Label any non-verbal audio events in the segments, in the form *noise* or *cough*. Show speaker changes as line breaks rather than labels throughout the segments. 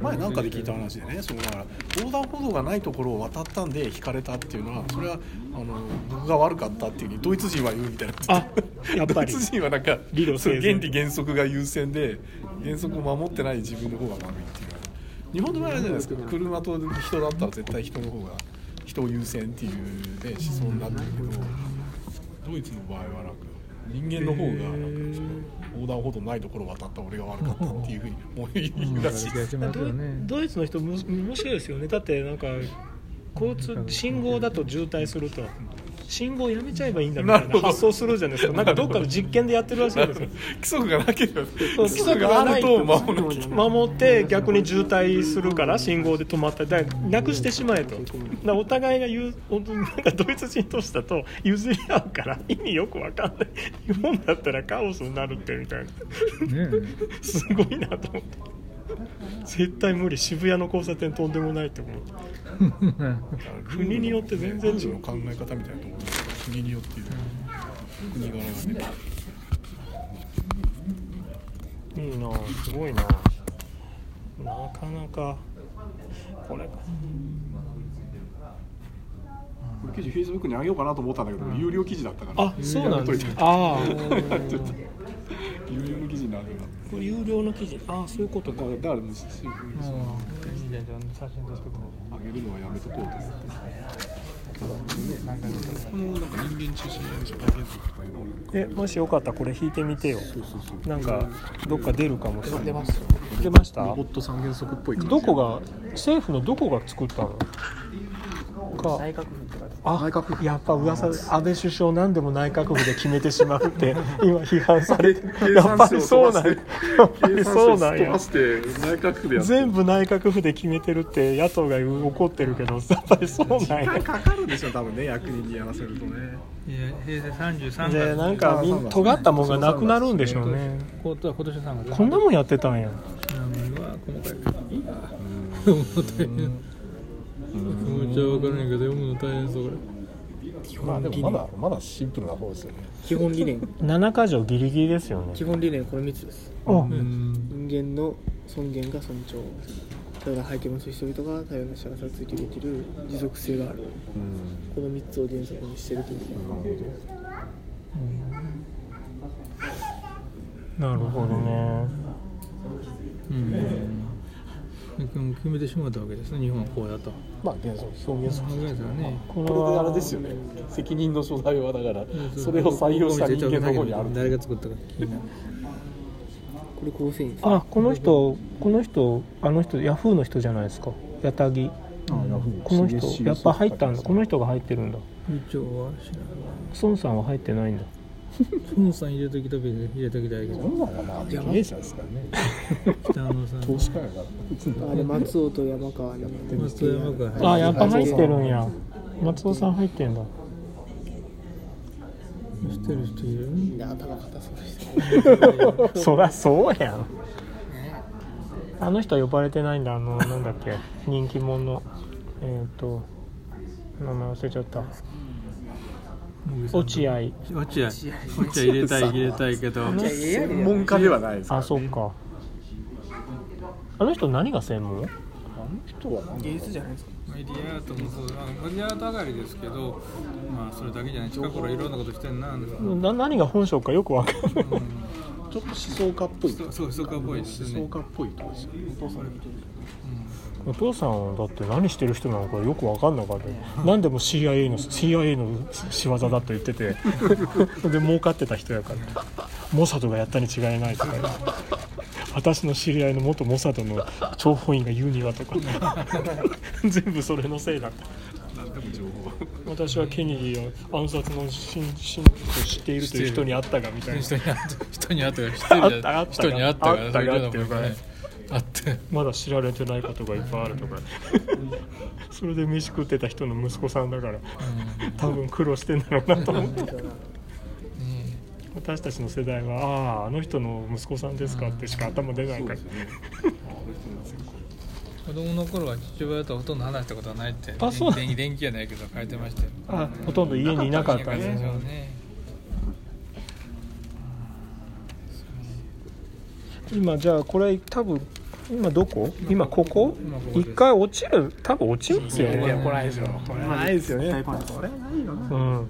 前なんかで聞いた話でねそのだから横断歩道がないところを渡ったんで引かれたっていうのはそれはあの僕が悪かったっていうふうにドイツ人は言うみたいな
あやっぱり
ドイツ人はなんか
理路整
そう
然
原理原則が優先で原則を守ってない自分の方が悪いっていう日本の場合はあれじゃないですか車と人だったら絶対人の方が人を優先っていう、ね、思想になってるけどドイツの場合はなんか人間の方がなんかその横断歩道ないところ渡った俺が悪かったっていうふうにもう言うらしいです。
ます
ド
よ
イ
ね
ドイツの人む面白いですよねだってなんか交通信号だと渋滞すると信号やめちゃえばいいんだみたい
なる
な
ほど
発想するじゃないですかなんかどっかの実験でやってるらしいんですよ
*laughs* 規則がなければ
そう
規
規則
則
が
が
な
あ
い
る
と
と守らなきゃいけない
守って逆に渋滞するから信号で止まったりだからなくしてしまえとだからお互いが言う本当になんかドイツ人同士だと譲り合うから意味よくわかんない日本だったらカオスになるってみたいな
ね
すごいなと思って絶対無理渋谷の交差点とんでもないと思う国によって全然違う
ルールの考え方みたいなところが国によって国柄がね
いいなすごいななかなかこ
こ
れ
れ記事フェイスブックにあげようかなと思ったんだけど、有料記事だったから *laughs*
あそうなんです
やめとい
ね
た
ああ
有料の記事になるようになっ
これ有料の記事ああそういうことか
ただからもうしあげるのはやめとこうと思ってこのなんか人間中心の社会現象とかいうのを
えもしよかったらこれ弾いてみてよなんかどっか出るかもしれない出ました
ロボット三原則っぽい感じ
どこが政府のどこが作ったのか内閣府あ内閣府やっぱ噂で安倍首相何でも内閣府で決めてしまうって *laughs* 今批判されてるやっぱりそうなんややっぱりそうなんや
して内閣府でや
全部内閣府で決めてるって野党が言う怒ってるけどやっぱりそうなんや
かかるでしょ多分ね役人にやらせるとね
いや平成33月
でなんかみん尖ったもんがなくなるんでしょうね
今年3月
こんなもんやってたんや
波は細かいからいいな思ったんや気持ちは分からないけど読むの大変そうこ
まあでもまだまだシンプルな方ですよね。
基本理念
7か条ギリギリですよね
基本理念この3つです
あ
れうん
人間の尊厳が尊重多様な背景を持つ人々が多様な幸せを追求できる持続性があるこの3つを原則にしてるという
なるほどね
うん決めてしまったわけですね日本はこうだと
まあ原則表現
考えたらね
これ
これであれ
は
ですよね。責任の所在はだからそれを採用した人間の方にある。
誰が作ったか気になる
これ構成員です
あこの人この人あの人ヤフーの人じゃないですか矢田木この人やっぱ入ったんだこの人が入ってるんだ
部長は知らない
孫さんは入ってないんだ
孫さん入れときたべ入れときたいけ
そ
ど
んなんはまあ経営者ですからね。
北野さん
投資家やから。
あれ松尾と山川に
松山君
あやっぱ入ってるんや松尾さん入ってんだ
知ってる人いる
みんな頭固そうでし
*laughs*
た
そらそうやんあの人は呼ばれてないんだあのなんだっけ人気者のえっ、と名前忘れちゃった落合
落合落合入れたい入れたいけど
専門家ではないですから。
あそっかあの人何が専門
あの人はなんだ
芸術じゃないですか
メディアアートもそうあのメディアアート上がりですけどまあそれだけじゃない近頃いろんなことしてんな
な何が本性かよくわかんない
ちょっと思想家っぽい。
そうそうそこっぽいですね
思想家っぽいとこですよね。
お父さんだって何してる人なのかよく分かんなかった何でも CIA の CIA の仕業だと
*laughs*
言っててで儲かってた人やからモサドがやったに違いないとか私の知り合いの元モサドの諜報員が言うにはとか
*laughs*
全部それのせいだった私はケネディを暗殺の真真実を知っているという人に会ったがみたいな
人に会った人に会ったから知ってるじゃん人に会
あったあった
ったから
あっ
そ
た
ういうのも
あった
ねあって
まだ知られてないことがいっぱいあると *laughs* かそれで飯食ってた人の息子さんだから多分苦労してんだろうなと思って私たちの世代はあああの人の息子さんですかってしか頭出ないから
子供の頃は父親とほとんど話したことはないって
あそう
電気電気やないけど書いてましたよ
あほとんど家にいなかったん
で
ですすよ
よね
今じゃあこれ多分今どこ今ここ一回落ちる多分落ちますよ
いや
ね
来ないでしょこれないですよね
絶対来ないこれはないよな
うん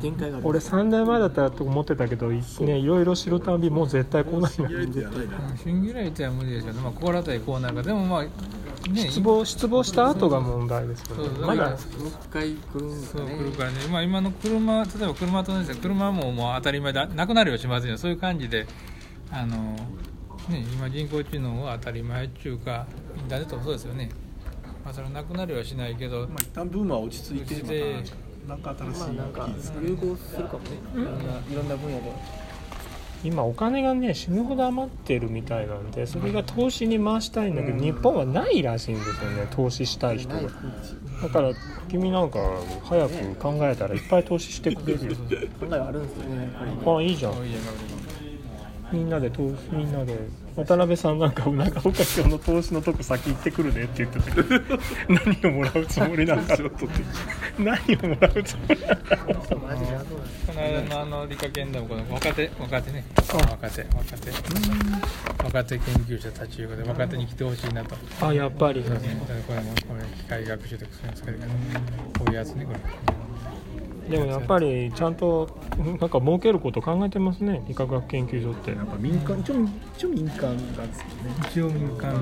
限界がある
俺3代前だったらと思ってたけどねいろいろ知るたんびもう絶対来ないな
絶対ない
シンギュラリティは無理でしょうね、まあ、心当たりこうなるかでもまあね
*laughs* 失望失望した後が問題ですよ
そう
ね
そう
ま
だから
だ
もう一回来るんです
そう
か
来
ね
るからね、まあ、今の車例えば車と同じで車はもうもう当たり前だなくなるよしまずいよそういう感じであの、ね、今人工知能は当たり前っていうかインターネットもそうですよね、まあ、それはなくなるはしないけど、
まあ一旦ブームは落ち着いて
落ち着い
またなんか新し
まあなんか
いいいですか
融合するかもねいろんないろんな分野で
今お金がね死ぬほど余ってるみたいなんでそれが投資に回したいんだけど
うん
日本はないらしいんですよね投資したい人
な
が
い
だから君なんか早く考えたらいっぱい投資してくれるよ
考えはあるんですよねやっぱり
あいいじゃん
そういう
みんなで投資みんなで渡辺さんなんかなんか岡ちゃんの投資のとこ先行ってくるねって言ってたけど *laughs* 何をもらうつもりなんだろうと何をもらうつもりなんだろう
マジであとは
この間のあの理科研でもこの若手若手ね若手若手若手研究者たちいうことで若手に来てほしいなと、
あやっぱり
ねこれもこれ機械学習とかそういうの使えるからこういうやつねこれ。
でもやっぱりちゃんとなんか儲けること考えてますね理化学研究所って
やっぱ民間一応一応民間なんですよね
一応民間
だから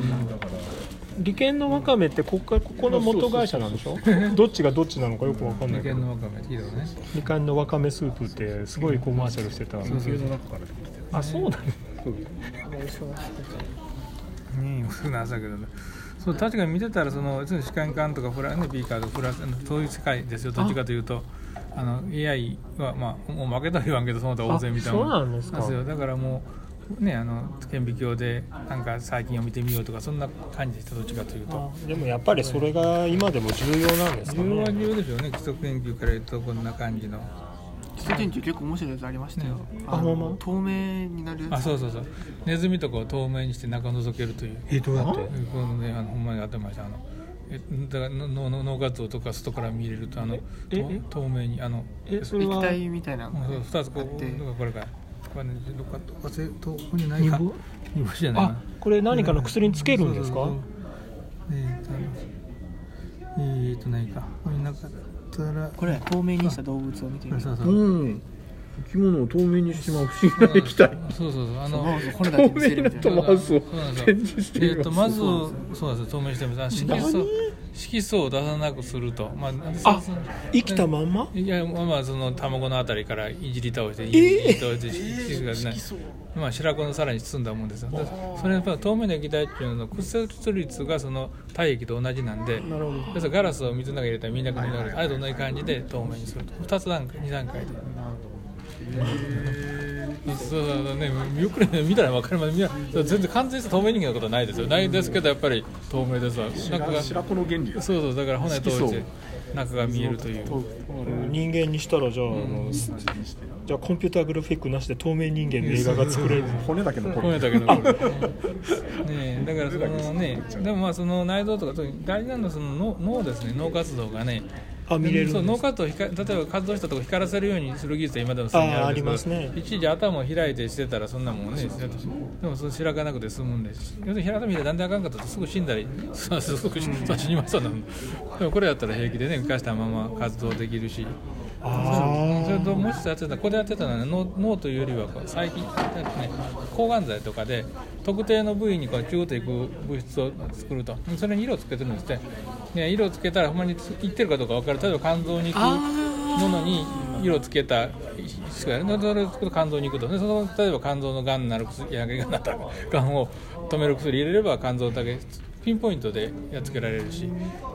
理研のワカメってここからここの元会社なんでしょどっちがどっちなのかよくわかんな
理
いけ
研
ど
のわかめ聞いたことね
*laughs* 理研のワカメスープってすごいコマーシャルしてた
地球の中から出てきてる
あそうだね
もう一緒に
ねえ、普な朝だけどねそう確かに見てたらその主観感とかフラねビーカーとかフラスそういう世界ですよどっちかというとあの AI はまあもう負けたは言わんけどその他大勢みたいな
あそうなんですか
よだからもうねあの顕微鏡でなんか最近を見てみようとかそんな感じでしたどっちかというと
でもやっぱりそれが今でも重要なんですか
重要は
ね
重要でしょうね基礎研究から言うとこんな感じの
基礎研究結構面白いやつありましたよ
あ
の
ほんま
透明になるや
あ
つ
そうそうそうネズミとかを透明にして中を覗けるという
えどうやって
このね、あのほんまにあってましたあのえだからののの脳活動とか外から見れるとあの
え
と
え
透明にあの
えそれ
液
は
体みたいなのが
うんそう二つこ
あって
うこれかこれねどっかどっかせどこにないか
煮干
煮干しじゃない
あ
な
これ何かの薬につけるんですか
そうそうそうえーとえーと何かこれなかったら
これ透明にした動物を見てみる
そうそう
うん生き物を透明にしてしまう不思議
*laughs*
な液体
そうそうそうあの
マウスこれだけ見せるみたい
透
な
明なトマスを
そうなんですよ
展示して
え
い
っ
ま
と
す
まずそうなんですよ透明してます色素色素を出さなくするとまあそ
あ
うそう
生きたまんま
いやまあまあその卵のあたりからいじり倒していじり倒して色がないまあ白子のさらに包んだもんですよだからそれやっぱ透明な液体っていうのの屈折率がその体液と同じなんで要するにガラスを水の中に入れたらみんなが見ながらあれと同じ感じで透明にすると2つ段階2段階で。そうそうそうね、よくね見たら分かります見たらそう全然完全に透明人間のことはないですよないですけどやっぱり透明ですわ中がそう
白子の原理です
そうだから骨通して中が見えるという
人間にしたらじゃあ,、あのじゃあコンピューターグラフィックなしで透明人間の映画が作れる
骨だけ残
褒め
る
たけどこ *laughs* れねえだからそのねでもまあその内臓とか特に大事なのはその脳脳ですね脳活動がね
あ見れるん
そう
で
脳
す
活動を光例えば活動したとこ光らせるようにする技術は今でも常に
あー
あるんでけど
ありますね
一時頭を開いてしてたらそんなもんねでもそれ開かなくて済むんです要するに平頭見てだんだんあかんかったらすぐ死んだりそうすぐ死そう死にましたなでもこれやったら平気でね浮かしたまま活動できるし
あ
それともう一つやってたこれやってたのは脳脳というよりはこう最近だってね抗がん剤とかで特定の部位にこうチューッといく物質を作るとそれに色をつけてるんですって、ね、色をつけたらほんまにいってるかどうか分かる例えば肝臓に行くものに色をつけたそれを作る肝臓に行くとでその例えば肝臓のがんになる薬いやがんなったがんを止める薬入れれば肝臓だけピンポイントでやっつけられるし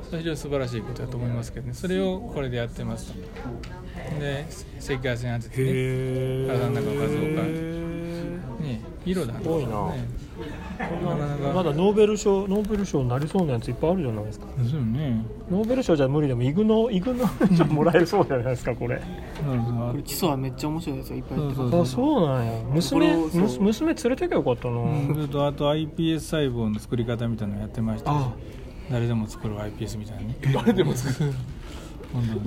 それは非常に素晴らしいことだと思いますけどねそれをこれでやってますと。で赤外線当ててね
へえ
体の中の数をね色だす
ごいな
なかなか
まだノーベル賞ノーベル賞になりそうなやついっぱいあるじゃないですか
そうね
ノーベル賞じゃ無理でもイグノイグノ *laughs* ー賞もらえるそうじゃないですかこれ
なるほ
これ基礎はめっちゃ面白いやつがいっぱいやって
そう
ま
そ
あそうなんや娘
これをそう
むす娘連れてきゃよかったな、
それとあと iPS 細胞の作り方みたいなのやってましたし誰でも作る iPS みたいなね誰でも作る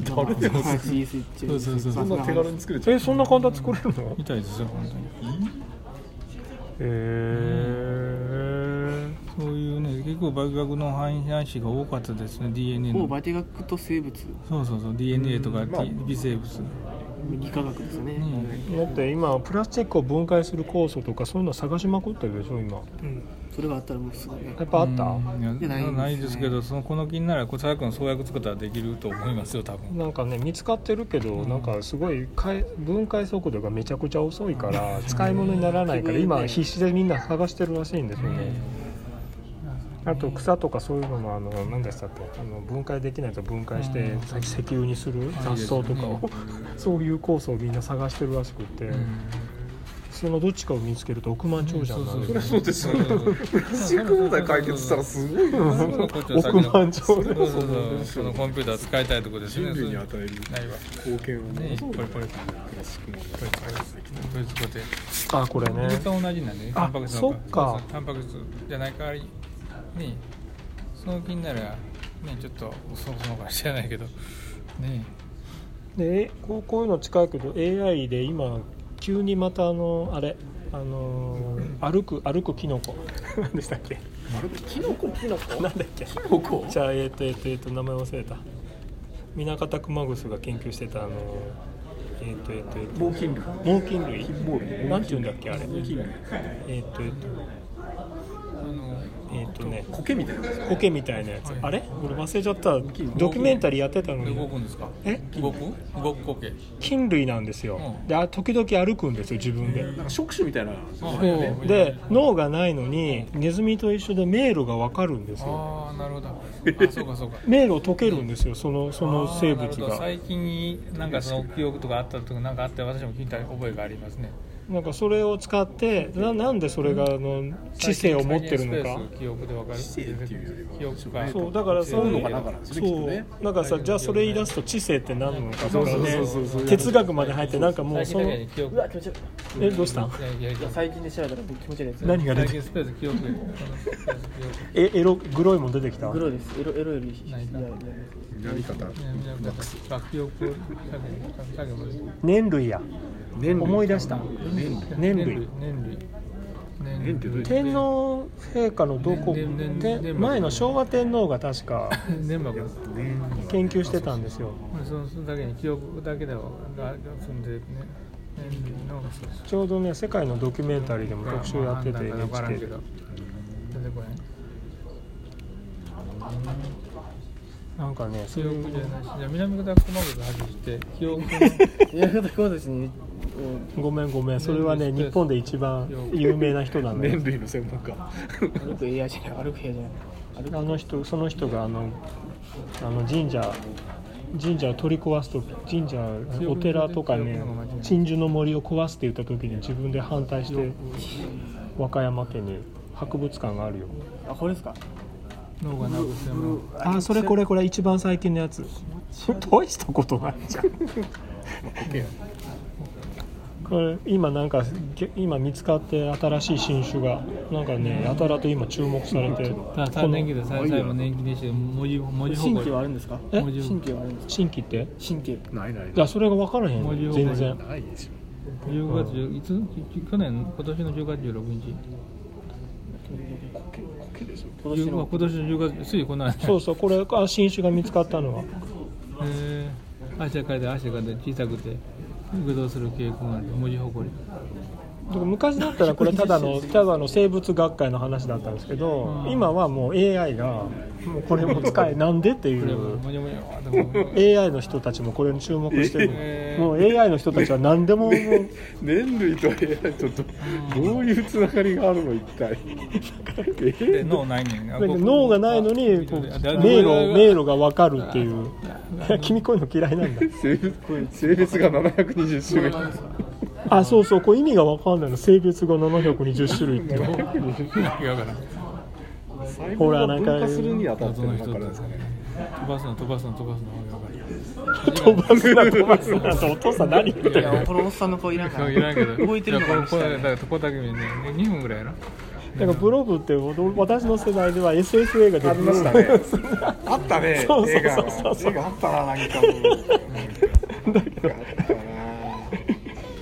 誰でも
す g スイッチ
そうそうそう
そんな手軽に作れちゃう
えそんな簡単に作れるの
みたいですよ本当に
へえ
そうく売却の話が多かったですね DNA
もう
の
化学と生物
そうそうそう DNA とか、
まあ
T- 微生物
理化学ですよね、
うん
だって今プラスチックを分解する酵素とかそういうの探しまくってるでしょ今
うん、それがあったらもうすごいね
やっぱあった、
うんいや
いやない
ない
ですね
ですけどそのこの気になら小沢君創薬作ったらできると思いますよ多分
なんかね見つかってるけど、なんかすごいかえ分解速度がめちゃくちゃ遅いから使い物にならないから今必死でみんな探してるらしいんですよね、あと草とかそういうのもあの何でしたっけあの分解できないと分解して、
うん
さ石油にする雑草とかを、 *laughs* そういう酵素をみんな探してるらしくて、そのどっちかを見つけると億万長者になる、
そうですよね
シック問題解決したらすごいよ
億万長
そう
者
そうそうそのコンピューター使いたいとこです
人
よね
類に与える
ないわ
貢献を
ね
ね
これこれこ
クラシック問題解決できた
れ使って
あこれね
ずっと同じなんでね
あ
タンパク質の方が
そっか
ううタンパク質じゃない代わりにその気にならねちょっとそもそもか知らないけどね
でえこうこういうの近いけど AI で今急にまたあのあれあのー歩く歩くキノコ *laughs* 何でしたっけ *laughs* 歩くキノコキノコなんだっけキノコじゃあえっ、とえっ、とえっ、と名前忘れた南方熊楠が研究してたあのーえっ、とえっ、とえっ、と
猛禽類
猛禽類
猛類
なんて言うんだっけあれ
猛禽類
えっ、とえっ、と
あの
えっ、とね
苔みたいな
苔みたいなやつ、あれ俺忘れちゃったドキュメンタリーやってたの
動
に
くんですか
え
動く動く光景
菌類なんですよ、
うん
であ時々歩くんですよ自分で、
なんか触手みたいな
そうで脳がないのにネズミと一緒で迷路が分かるんですよ
ああなる
*laughs*
ほどあそうかそうか
迷路を解けるんですよそのその生
あーな
物
るほど
が
最近なんかその記憶とかあったとかなんかあって私も聞いた覚えがありますね
なんかそれを使ってななんでそれがあの知性を持ってるの
最
か
近スペース記憶でわかる知
性っていうよりは
記憶か
そうだからそういう
脳がだからですねきっと
そ
ね
うだからさじゃあそれ言い出すと知性って何なのかとかね
そうそうそうそう
哲学まで入ってなんかもう
最近
そ
だ
の
けに記憶
うわ気持ち悪い
えどうしたん
いやいやいや
最近で調べたら気持ち悪いやつ
何が
最
出てき
近スペース記憶
えエログロいもん出てきた
グロいですエロエロより
ないか
いやいや
やり方
学記憶
年類や
年
思い出した年類
年類
年ってどういう
天皇陛下のどこ
年年
で
年
前の昭和天皇が
*laughs*
確か
粘膜です
研究してたんですよ
そのそのだけに記憶だけではがそんでね年類のそうそう
ちょうどね世界のドキュメンタリーでも特集やってて
まあなんかわからん
NHK
け
で
ど出てこない
なんかねそう
記
いう
憶じゃないしじゃあ南方熊楠外して記憶の
いやいやだから私にも
ごめんごめんそれはね日本で一番有名な人なんだよ
年類の専門家
う歩く AI じゃない歩く部屋じゃない
あの人その人があのあの神社神社を取り壊すと神社お寺とかね鎮守の森を壊すって言った時に自分で反対して和歌山県に博物館があるよ
あこれですか
脳がなくても
あーそれこれこれ一番最近のやつ大したことないじゃんこれ今なんかげ今見つかって新しい新種がなんかねやたらと今注目されてるこ
ただ3年期
の
で最後の年期でして文字文字方
神経は
向
あるんですか
え
神経はあるんですか
新規って
神経
ないない
いやそれが分からへんの全然
ないでしょ
10月10いつ去年今年の10月16日
苔でしょ
今年
10
の
今年の10月ついこの間
そうそうこれあ新種が見つかったのは
えー、汗かいて汗かいて小さくて運動する傾向がある文字ほこり
だから昔だったらこれただ *laughs* のただの生物学会の話だったんですけど
うん
今はもう AI がもうこれも *laughs* 使えなんでってい
これ
う
もにょもにょーってもう
AI の人たちもこれに注目してる、
えー
もう AI の人たちは何
*laughs*
でももう
年類と AI とどどういうつながりがあるの一体
で脳ないねんあ僕
脳がないのにこう迷路迷路が分かるっていう *laughs* いや君こういうの嫌いなんだ
性別性別が720種類
あそうそうこう意味が分かんないの性別が720種類っていう
だから
細
ほ
胞が
らなん
分
か
化するにあたって
謎
の
の
だ
人
か
と
らですかね
飛ばすの飛ばすの飛ばすの
飛ばすな飛ばすなとお父さん何言って
い
ん
や
の
このおっさんの顔いらんか
いや
ら
いらんけど
動いてるの
いや
が
これこれだからここだけ見るね2分ぐらいやろ
なんかブログって私の世代では SSA が出て
ありましたねあったね
そうそう
映画
そうそう
映画あったななんかもうだけどあったな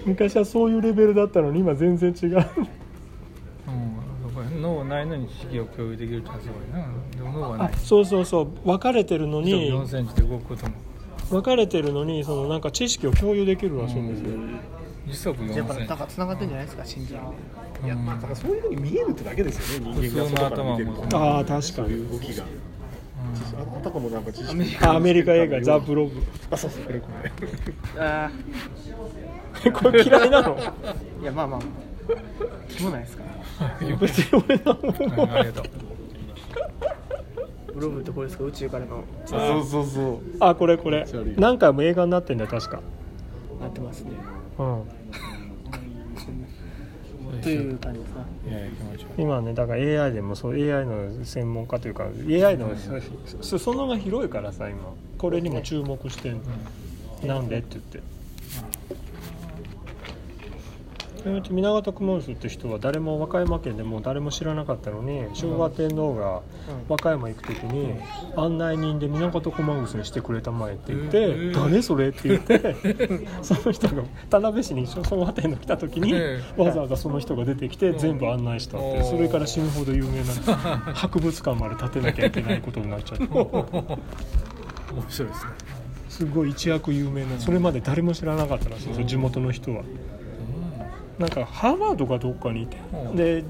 昔はそういうレベルだったのに今全然違う
うんそう脳ないのに知識を共有できるってのはすごいなでも脳はな
あ
い
そうそうそう分かれてるのに
4センチで動くことも
分かれてるのにそのなんか知識を共有できるらしいんですよ、
時速4
やっぱ
セン
なんか繋がってんじゃないですか心臓
チ、うん
だからそういうのに見えるってだけですよね
普
人間が
通の
外から
頭
見てる
も
と
ああ確か
そうい
に
う動きがああたかもなんか知識
アメリカ映画「ザ・ブログ *laughs*
あそうそうこれこれ
あ」
これ嫌いなの
あいやまあまあ気もないですから
別に俺なんも思
う
わ
ん
な
あ
い
りがとう
ブロブってこれですか宇宙からの
そうそうそう
あこれこれ何回も映画になってんだよ確か
なってますね
うん
という感じですか
いやいや気持ち悪い
今ねだから AI でもそう AI の専門家というか AI の裾野が広いからさ今これにも注目してんのなんでって言ってそのうち源熊楠って人は誰も和歌山県でもう誰も知らなかったのに昭和天皇が和歌山行く時に案内人で源熊楠にしてくれたまえって言って「誰それ?」って言ってその人が田辺市に昭和天皇来た時に
ええ
わざわざその人が出てきて全部案内したって
おー
それから死ぬほど有名な *laughs* 博物館まで建てなきゃいけないことになっちゃ *laughs* って
面白いですね
すごい一躍有名なそれまで誰も知らなかったらしいですよ地元の人は。なんかハーバードかどっかにいて
うん
で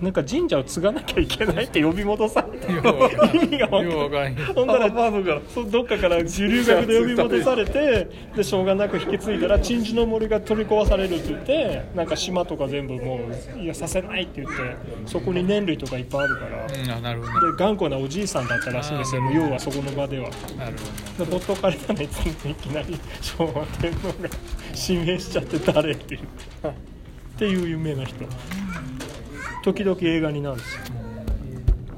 なんか神社を継がなきゃいけないって呼び戻されて
ようわからん
意味が分かんない
ようわからん
ほんならそうどっかから留学で呼び戻されてでしょうがなく引き継いだら鎮守の森が取り壊されるって言ってなんか島とか全部もういやさせないって言ってそこに年類とかいっぱいあるからで
うんあなるほど
頑固なおじいさんだったらしいんですよ要はそこの場では
なるほ
でボットカレたのにいきなり昭和天皇が指名しちゃって誰って言ってっていう有名な人時々映画になるし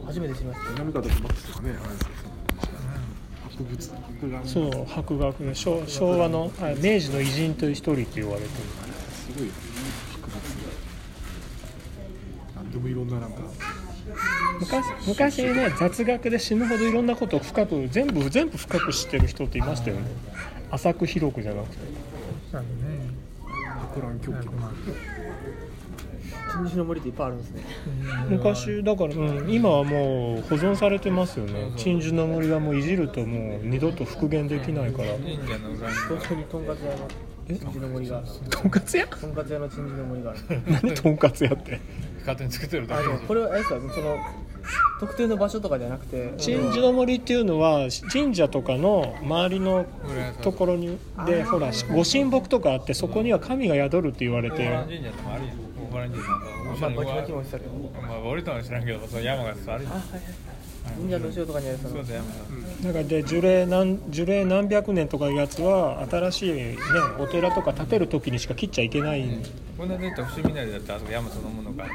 初めて知りまし
南方とマックスとかねあれですよ博物博覧
そう博学で昭昭和のあ明治の偉人という一人って言われてる
すごいよ博物なんでもいろんななんか
昔昔ね雑学で死ぬほどいろんなことを深く全部全部深く知ってる人っていましたよね浅く広くじゃなくて
どね
博覧狂気の
た人種の森っていっぱいあるんですね
昔だから、うん、今はもう保存されてますよね鎮守の森はもういじるともう二度と復元できないから
神社の裏に
東京にとんかつ屋の人種の森がある
とんかつ屋
とんかつ屋の人種の森がある
何とんかつ屋って
勝手に作ってるだ
あ
け
でもこれはあれですかその特定の場所とかじゃなくて
神社の森っていうのは神社とかの周りのところにでほらご神木とかあってそこには神が宿るって言われ
大原
て
神社とかあるやん大原神社なんか面
ま
白
あ
い
バキバキも落ちたけど
まあ俺とは知らんけどその山があるや
あ
ん
はいはい神社の後ろとかにあるそ
そう
の
だ山が
なんかで樹齢何樹齢何百年とかいうやつは新しいねお寺とか建てる時にしか切っちゃいけない
こんなね伏見なりだったらあそこ山そのものがある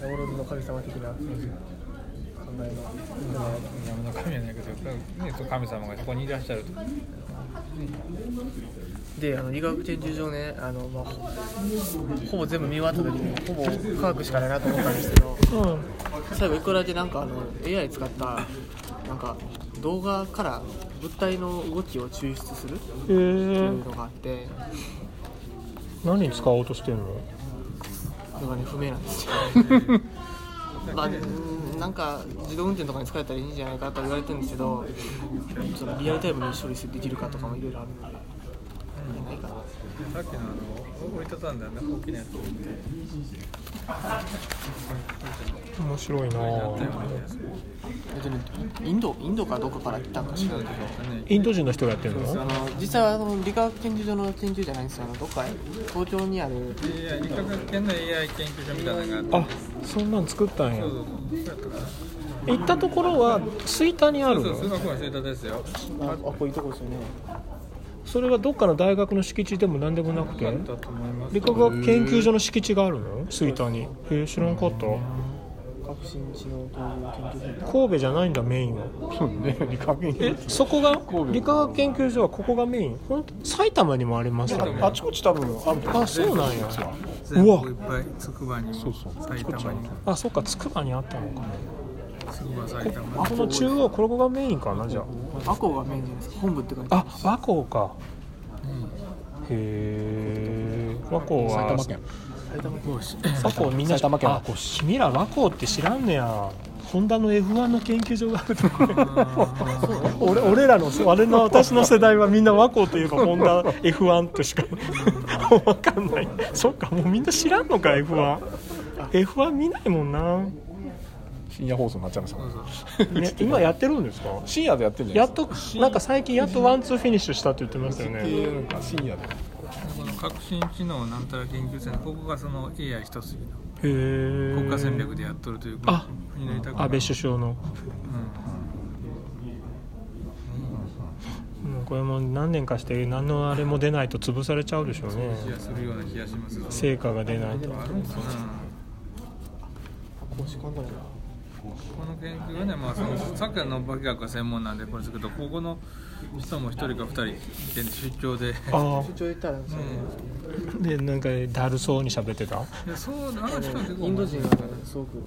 ある
ヤゴロズの神様的な考えの
山の神やないけど、ね、その神様がそこにいらっしゃると
であの理学研究所ねあの、まあ、ほほぼ全部見終わった時にほぼ科学しかないなと思ったんですけど
うん
最後一個だけなんかあの AI 使ったなんか動画から物体の動きを抽出するって
え
いう
ー、
のがあって
何に使おうとしてんの
のがね不明なん
*laughs*
ですよまあうんなんか自動運転とかに使えたらいいんじゃないかと言われてるんですけどそのリアルタイムに処理できるかとかもいろいろあるんでないかな
さっきのあの折りたたんだね大きなやつ
面白いなぁ
えっとねインドインドかどこから来たんか知らないけど
インド人の人がやってる
あ
の
の実際はあの理化学研究所の研究じゃないんですよあのどっか東京にある
AI 理科学研の AI 研究所みたいなのがあっ
あそんなん作ったんや
てそうそうそう
行ったところは吹田にある
そうそう
の
数学の教えたですよ
ああこういうとこですよね
それはどっかの大学の敷地でも何でもなくて
だと思います
理化学研究所の敷地があるの吹田にへえ知らんかった
革新知能という研究センター
神戸じゃないんだメインは
そうね理科研
え
究
そこが理化学研究所はここがメインほんと埼玉にもありました
あちこち多分あると思
あそうなんや
全
うわ
国いっぱいつくばにも
そう
埼玉にも
あそっかつくばにあったのか
つくば埼玉
この中央これこがメインかなじゃ
アコがメインじゃないですか本部って書いてあ
ああ和光かへえ和光は
埼玉県
埼玉県
和光みんな
埼玉県和
あ君ら和光って知らんねやホンダの F1 の研究所があるとか俺俺らの俺の私の世代はみんな和光といえばホンダ F1 としかわかんないそっかもうみんな知らんのか F1F1 見ないもんな、
深夜放送になっちゃいましたもん、
ね、今やってるんですか
深夜でやってんじゃ
や
ない
っとなんか最近やっとワンツーフィニッシュしたって言ってましたよね
ですかなんか深夜で
この革新知能なんたら研究センターここがその AI 一筋の
へえ
国家戦略でやっとるという
あ
国の委託
安倍首相の、もうこれも何年かして何のあれも出ないと潰されちゃうでしょうね
気がするような気がしますが
成果が出ないと
あるんかな
公私混同やな
この研究はね、まあ、そのさっきの化学が専門なんでこれですけどここの人も一人か二人出張で
あ
出張行ったらそれ
あでなんかだるそうに喋ってた
いやそうあの人は結構
インド人がすごく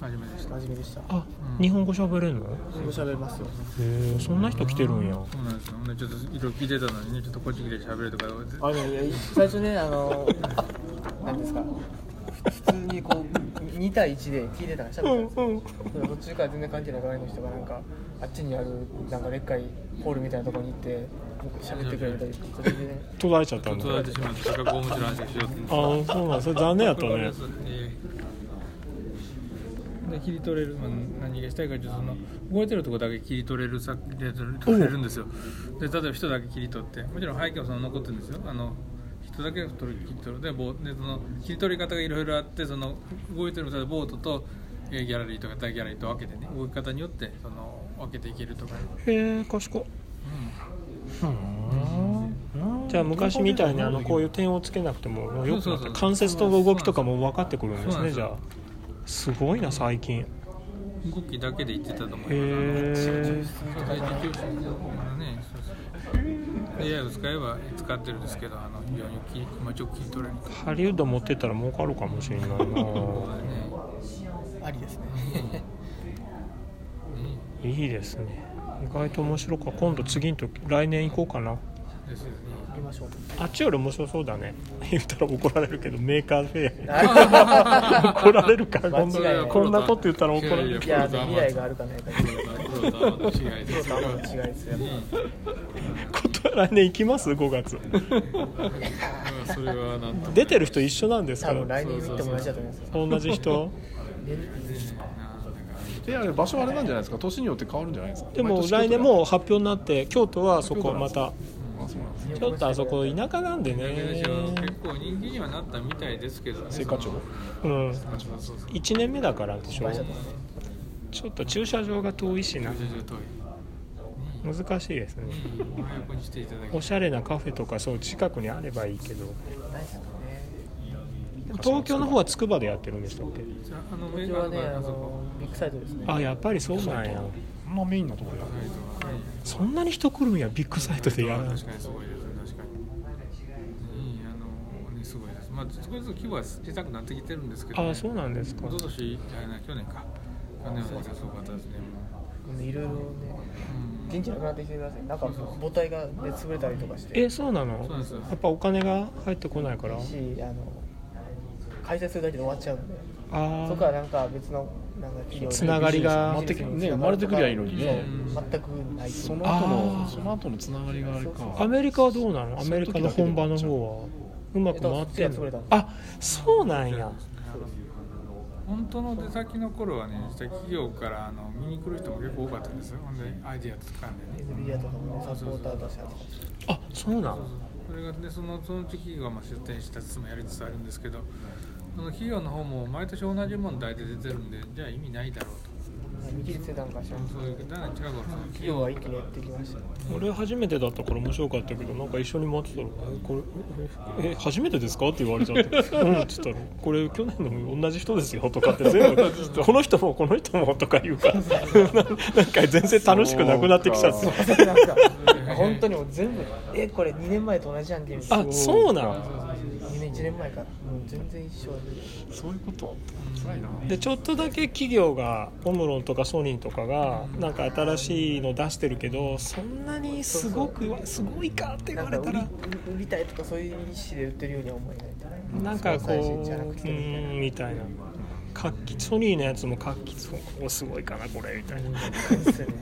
初めでした
真面目でした
あ、日本語喋れるのへ
おしゃべりますよ
えそんな人来てるんや
そうなんですよねちょっといろいろ聞いてたのにねちょっとこっち来て喋るとか
あのいや最初ねあの何ですか普通にこう2対1で聞いてたらしゃべったんですよ、途中から全然関係ない側の人がなんかあっちにあるなんかでっかいホールみたいなところに行って喋ってくれたりそれでね
途絶えちゃったんだ
取られてしまって高く面白い話をしようって
ああそうなんそれ残念やったね
で切り取れる、まあ、何がしたいかというとその動いてるとこだけ切り取れるさ切り取れるんですよで例えば人だけ切り取ってもちろん背景もその残ってるんですよあの人だけ取る切り取るでボーでその切り取り方がいろいろあってその動いてる例えばボートとえーギャラリーとか大ギャラリーと分けてね動き方によってその分けていけるとか
へえ賢っうんじゃあ昔みたいにあのこういう点をつけなくてももうよく
そ
な
う
っ
そうそ
て
う
関節と動きとかも分かってくるんで
そ
す
うなん
ね
です
じゃ
よ
あすごいな最近へ
動きだけで言ってたと思います、
え
外的教師のね、そうそう AI を使えば使ってるんですけど、あの非常に大きい、まあ、直近取れるか
ハリウッド持ってったら儲かるかもしれないな
らね。
ありですね
ね
いいですね意外と面白か今度次の時来年行こうかな
ですよね。
行きましょう
あっちより面白そうだね *laughs* 言ったら怒られるけどメーカーフェア怒られるかこん
間違いな
ないこんなこと言ったら怒られる
いやでも未来があるかないかっていう
黒と青の違いです
とあんまり違いですよね
*laughs* こと来年行きます5月
それはなんと
出てる人一緒なんですか
多分
ら
来年行っても同じだと思いますよ
同
*laughs*
じ人
であれ場所あれなんじゃないですか年によって変わるんじゃないですか
で
毎
も
年
来年もう発表になって京都はそこまた
あそうなんです
ちょっとあそこ田舎なんでね
結構人気にはなったみたいですけどね。
青果町
うん
そうそうそう。
1年目だからでしょちょっと駐車場が遠いしな
徐々に遠い。
難しいですね
お早くにしていただき
おしゃれなカフェとかそう近くにあればいいけど
ないですかね
東京の方は筑波でやってるんでしたっけ
じゃあ、あのメ
東
ー
京
カー
はね
とか、
あ
あそこ。
のビッグサイトですね
あやっぱりそうなんや
あんなメインのところや
そんなに人来るんやビッグサイトでやる
確かにすごいですね確かにいいあのねすごいですまあ少しずつ規模は小さくなってきてるんですけど、ね、
あそうなんですか
一昨年じゃない去年か去年はまたすごかったですねも
いろいろね
う、うん、
人気なくなってきてくださいなんか母体が、ね、潰れたりとかして
えそうなの
そうなんですよ
やっぱお金が入ってこないから
しあの開催するだけで終わっちゃうんで
あ
そこ
あ
からなんか別のなんか企業
つながりが
ビジネスに
ね生まれてくりゃいいのにね
そう全くない
その後
あー
のその後のつながりがあれか
アメリカはどうなのアメリカの本場の方はうまく回ってん
えっとそっちが潰れた
の
の
あそうなんや
本当の出先の頃はね実際企業からあの見に来る人も結構多かったんですよほんでアイディアつかんでね
NBA とかもねサポーターとしてあっ
あそうなの
それがねそのそのうち企業がまあ出展しつつもやりつつあるんですけどその企業の方も毎年同じ問題で出てるんでじゃあ意味ないだろうと
た見切りつけたんかしら
そういうだから近頃その企
企業は一気にやってきました
俺初めてだったから面白かったけどなんか一緒に待ってたら「えこれええ初めてですか?」って言われちゃって「うん」っつったら「これ去年の同じ人ですよ」とかって全部「この人もこの人も」とか言うからななんか全然楽しくなくなってきちゃって
なんか本当にもう全部えこれ2年前と同じやんけみたい
あ
な
そうなん
2年1年前からもう全然一緒だけ
そういうこと辛いな
でちょっとだけ企業がオムロンとかソニーとかがなんか新しいの出してるけどそんなにすごくはすごいかって言
ど
わ
な
れ
んか
た
売り
ら
売りたいとかそういう意思で売ってるようには思えない
なんかこう
スポンサー人じゃなく
う
てみたいな
ーんみたいな活気ソニーのやつも活気そうおすごいかなこれみたいな
ですよね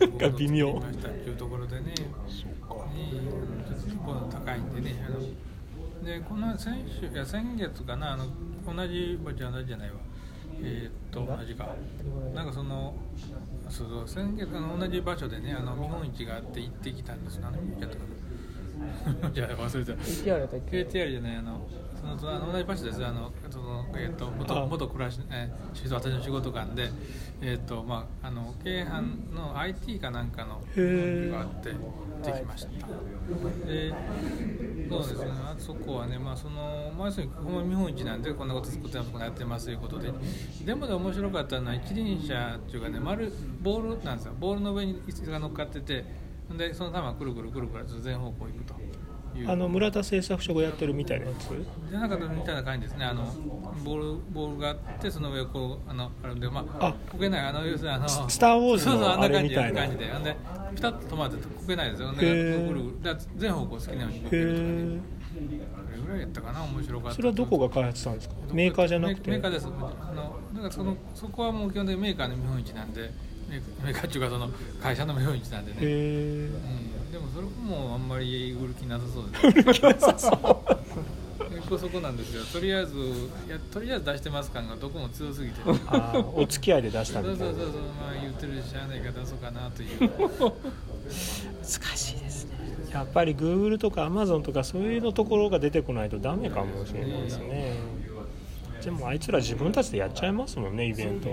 なんか微妙
ましたっていうところでね、そうか。ちょっとこの高いんでね、あのでこの先週いや先月かなあの同じぼちゃ同じじゃないわ。えーっと同じか。なんかそのそうそう先月あの同じ場所でねあの見本市があって行ってきたんです。何の見本市だったかな。 *laughs* じゃあ忘れた。
ATR やったっけ
QTR じゃないあのそのあの同じ場所ですあのその、えー、と元元暮らし、えー、仕事私の仕事官で、えーとまあ、あの京阪の IT かなんかのがあってできましたでそうですねあそこはねまあそのまあ要するにここも見本市なんでこんなこと作ってますこんなやってますということででもで面白かったのは一輪車っていうかね丸ボールなんですよボールの上に椅子が乗っかっててでその球がくるくるくるくる全方向行くという
あの村田製作所がやってるみたいなやつ
じゃなかったみたいな感じですね、あのボールボールがあって、その上をこうあのあるんで、まあ、
あ
こけない、あの要するにあの、
ススター・ウォーズ
そうそう、あん
のあ
な
れ
感
み
じ、あ
たい
んな
な
感じで、あんで、ピタッと止まってて、こけないですよ、ね、
へ
ぐ
ー
るぐるだから全方向好きなように動けるとかね、
へえ
あれぐらいやったかな、面白かった。
それはどこが開発したんですかメーカーじゃなくて
メーカーです、あのだからそのそこはもう基本的にメーカーの見本市なんで、メーカーメーカーっていうか、その会社の見本市なんでね。
へえ
うんでもそれもあんまり売る気なさそうです。売る気なさそう。結構そこなんですよ。とりあえずいやとりあえず出してます感がどこも強すぎて。そうそう
あーお付き合いで出した
そう
み
そ
たいうな
まあ言ってるしゃあないから出そうかなという。
難しいですね
やっぱり Google とか Amazon とかそういうのところが出てこないとダメかもしれないですねでもあいつら自分たちでやっちゃいますもんねイベントう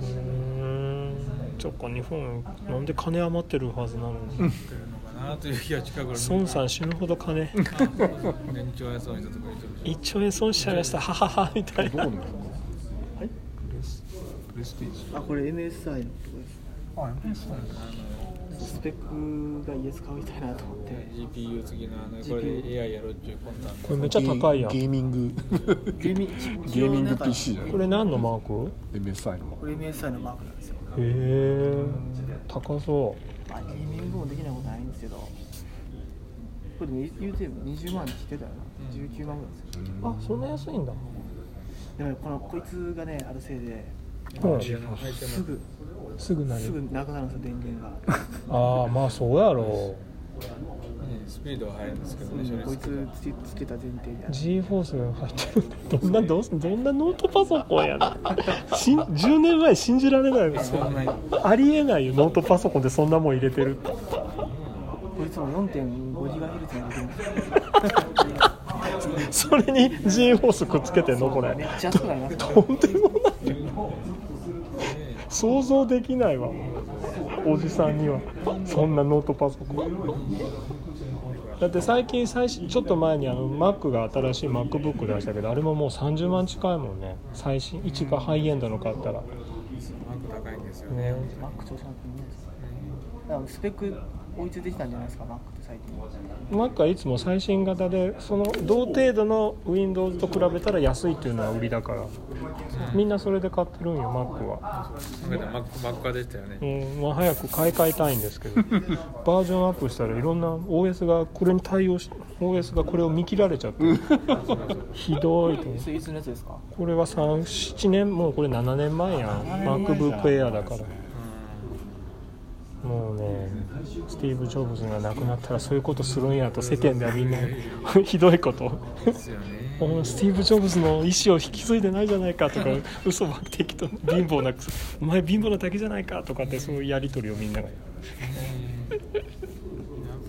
ーんそっか日本なんで金余ってるはずなのに
ってるのかなという気が近頃に。
孫さん死ぬほど金
年長やそうに人とかいてるし。
1兆円損しちゃいましたはははみたい
どう
な
なのプレスプレステージ
あこれ MSI のとこ
あ、
ですスペックがイエス買いたいなと思って
GPU 次のあのこれで AI やろうっていう魂胆。
これめっちゃ高いやん
ゲーミング *laughs*
ゲーミ
ゲーミング PC じゃない
これ何のマーク
MSI の
これ MSI のマークなんですよ
へえ高そ
まあゲーミングもできないことないんですけどこれでも YouTube20 万にしてたよな19万ぐらいです
う
よ
あそんな安いんだ
でもこのこいつがねあるせいで
うん
すぐ
すぐな
すぐ
る
なくなるんですよ電源が
ああまあそうやろう
うんスピードは速いんですけどね。
うん
処
こ
理
い
つけて
つつけつけた前提で
G フォースが入ってるどんな *laughs* どうすどんなノートパソコンやな *laughs* しん10年前信じられないですよありえないよノートパソコンでそんなもん入れてるって
こいつも 4.5GHz までできるんですよ
それに G フォースくっつけてんのこれ
めっちゃ安くなりますよ
とんでもないよ想像できないわおじさんにはそんなノートパソコンだって最近最新ちょっと前にあの Mac が新しい MacBook 出したけどあれももう30万近いもんね最新一がハイエンドの買ったら
マーク高いんですよね。
ね
Mac 調子なんていいんですかだからスペック追いついてきたんじゃないですか Mac って最近
Mac はいつも最新型でその同程度の Windows と比べたら安いっていうのは売りだからみんなそれで買ってるんよ Mac は。
なんかマックマック化でしたよね
う。んまあ、早く買い替えたいんですけどバージョンアップしたらいろんな OS がこれに対応し OS がこれを見切られちゃってひどいと
それいつのやつですか
これは37年もうこれ7年前やん MacBookAir だからもうねスティーブ・ジョブズが亡くなったらそういうことするんやと世間ではみんな *laughs* ひどいこと
ですよね。
おスティーブ・ジョブズの意思を引き継いでないじゃないかとか嘘ばっかりと貧乏なくせお前貧乏なだけじゃないかとかってそういうやり取りをみんなが
これ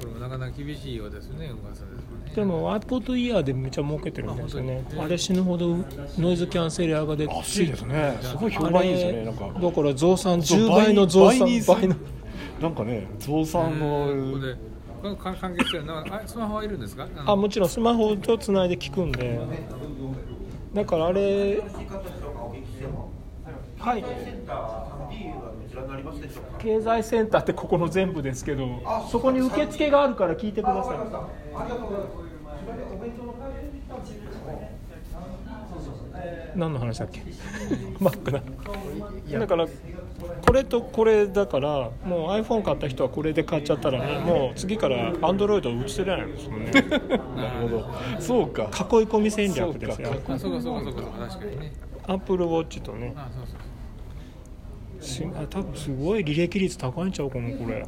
もなかなか厳しいようですね、噂です
でもアッポッドイヤーでめっちゃ儲けてるみたいですよねあれ死ぬほどノイズキャンセリアが出て
らしいですねすごい評
あ
判いいですよね
れだ
なんか
か
ら
増産10倍の増産
倍にす
倍の
なんかね増産
ここ
の
で、この関係してるのは、あスマホはいるんですか
あもちろんスマホとつないで聞くんでだからあれはい経済センターってここの全部ですけどそこに受付があるから聞いてください何の話だっ *laughs* けマックなだからこれとこれだからもう iPhone 買った人はこれで買っちゃったらもう次から Android を映せられないですもん *laughs* ね
なるほどそうか
囲い込み戦略ですよ
あそうかそうかそうかそうか確かにね
Apple Watch とね
あそうそう
しあ多分すごい履歴率高いんちゃうかなこれ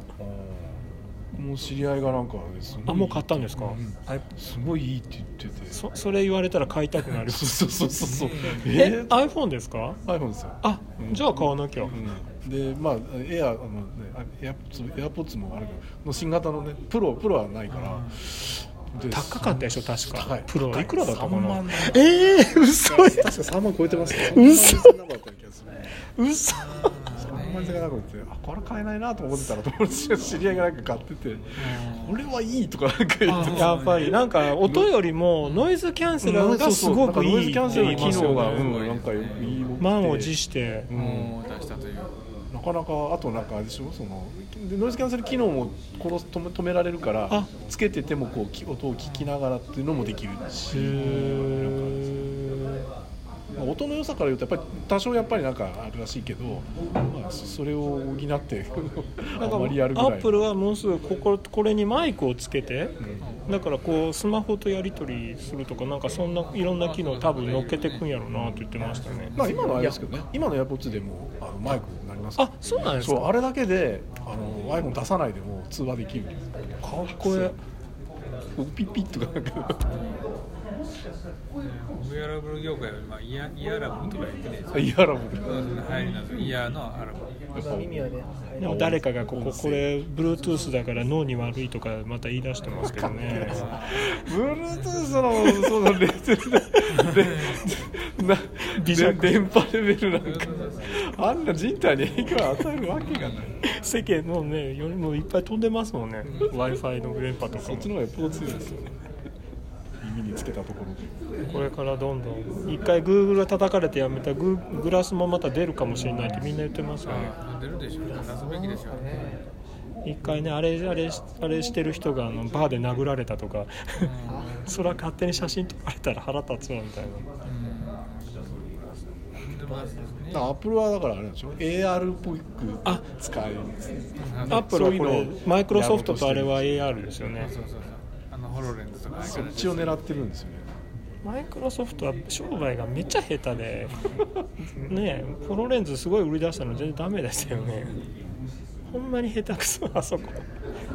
もう知り合いがなんかすごい
あもう買ったんですか、
あすごいいいって言ってて
そそれ言われたら買いたくなる
そうそうそうそう
え
え
iPhone ですか
iPhone ですよ
あじゃあ買わなきゃ、
でまあエアあの、ね、エアポッツエアポッツもあるけどの新型のねプロプロはないから、で
高かったでしょ確
高
か
い
プロ
高い
いくらだったか
3
な
万
ええ
*laughs*
ー、嘘や
確か3万超えてますね
嘘
3万円じゃなかった気がする
嘘
3万円じゃなくてあこれ買えないなと思ってたら友達の知り合いがなんか買っててこれはいいとかなんか言ってて
やっぱりなんか音よりもノイズキャンセラーがすごくいいっ
なんかノ
て
イズキャンセル
言い
の
ま
機
す
能
よ
が、
ね
うん、なんかよくいい
満を持して
もう出したという
なかなかあとなんかあれでしょそのでノイズキャンセル機能もこの止め止められるから
あ
つけててもこうき音を聞きながらっていうのもできるし、まあ、音の良さから言うとやっぱり多少やっぱりなんかあるらしいけど、まあ、そそれを補って
な
あ
んか
ん
ア
まりやるぐら
ッ
い
プルはもうすぐこここれにマイクをつけて、だからこうスマホとやり取りするとかなんかそんないろんな機能多分乗っけてくんやろうなと言ってましたね
まあ今のあれですけどね今の AirPods でもあのマイクになりますから
あそうなんです
そう
か
あれだけであの iPhone 出さないでも通話できる
かっこええ
そうピッピッとかなんか
ウェアラブル業界は今イヤイヤラブルとか言ってねえぞ
イヤラ
*laughs*
ブル
そうですね流行りなんですよイヤーのアラブル
今耳はね
でも誰かがこここれ Bluetooth だから脳に悪いとかまた言い出してますけどね
Bluetooth のそのレベルで *laughs* なで電波レベルなんかあんな人体に影響を与えるわけがない
*laughs* 世間もねよりもいっぱい飛んでますもんね w i f i の電波とか
そっ
も
ちの方がよっぽど強いですよね耳につけたところで
これからどんどん一回 Google が叩かれてやめたググラスもまた出るかもしれないってみんな言ってますよね
出るでしょう出すべきでしょうね
一回ねあれあれあれしてる人があのバーで殴られたとかそれは勝手に写真撮られたら腹立つわみたいな
でもですね
アップルはだからあれなんでしょ AR っぽく使えるんですね
アップルはこ
そうい
れ
うのを
マイクロソフトとあれは AR ですよね
そうそうそうあのホロレンズとかあれか
そ
ら
っちを狙ってるんですよね
マイクロソフトは商売がめっちゃ下
*laughs*
手でねえホロレンズすごい売り出したの全然ダメでしたよねほんまに下手くそあそこ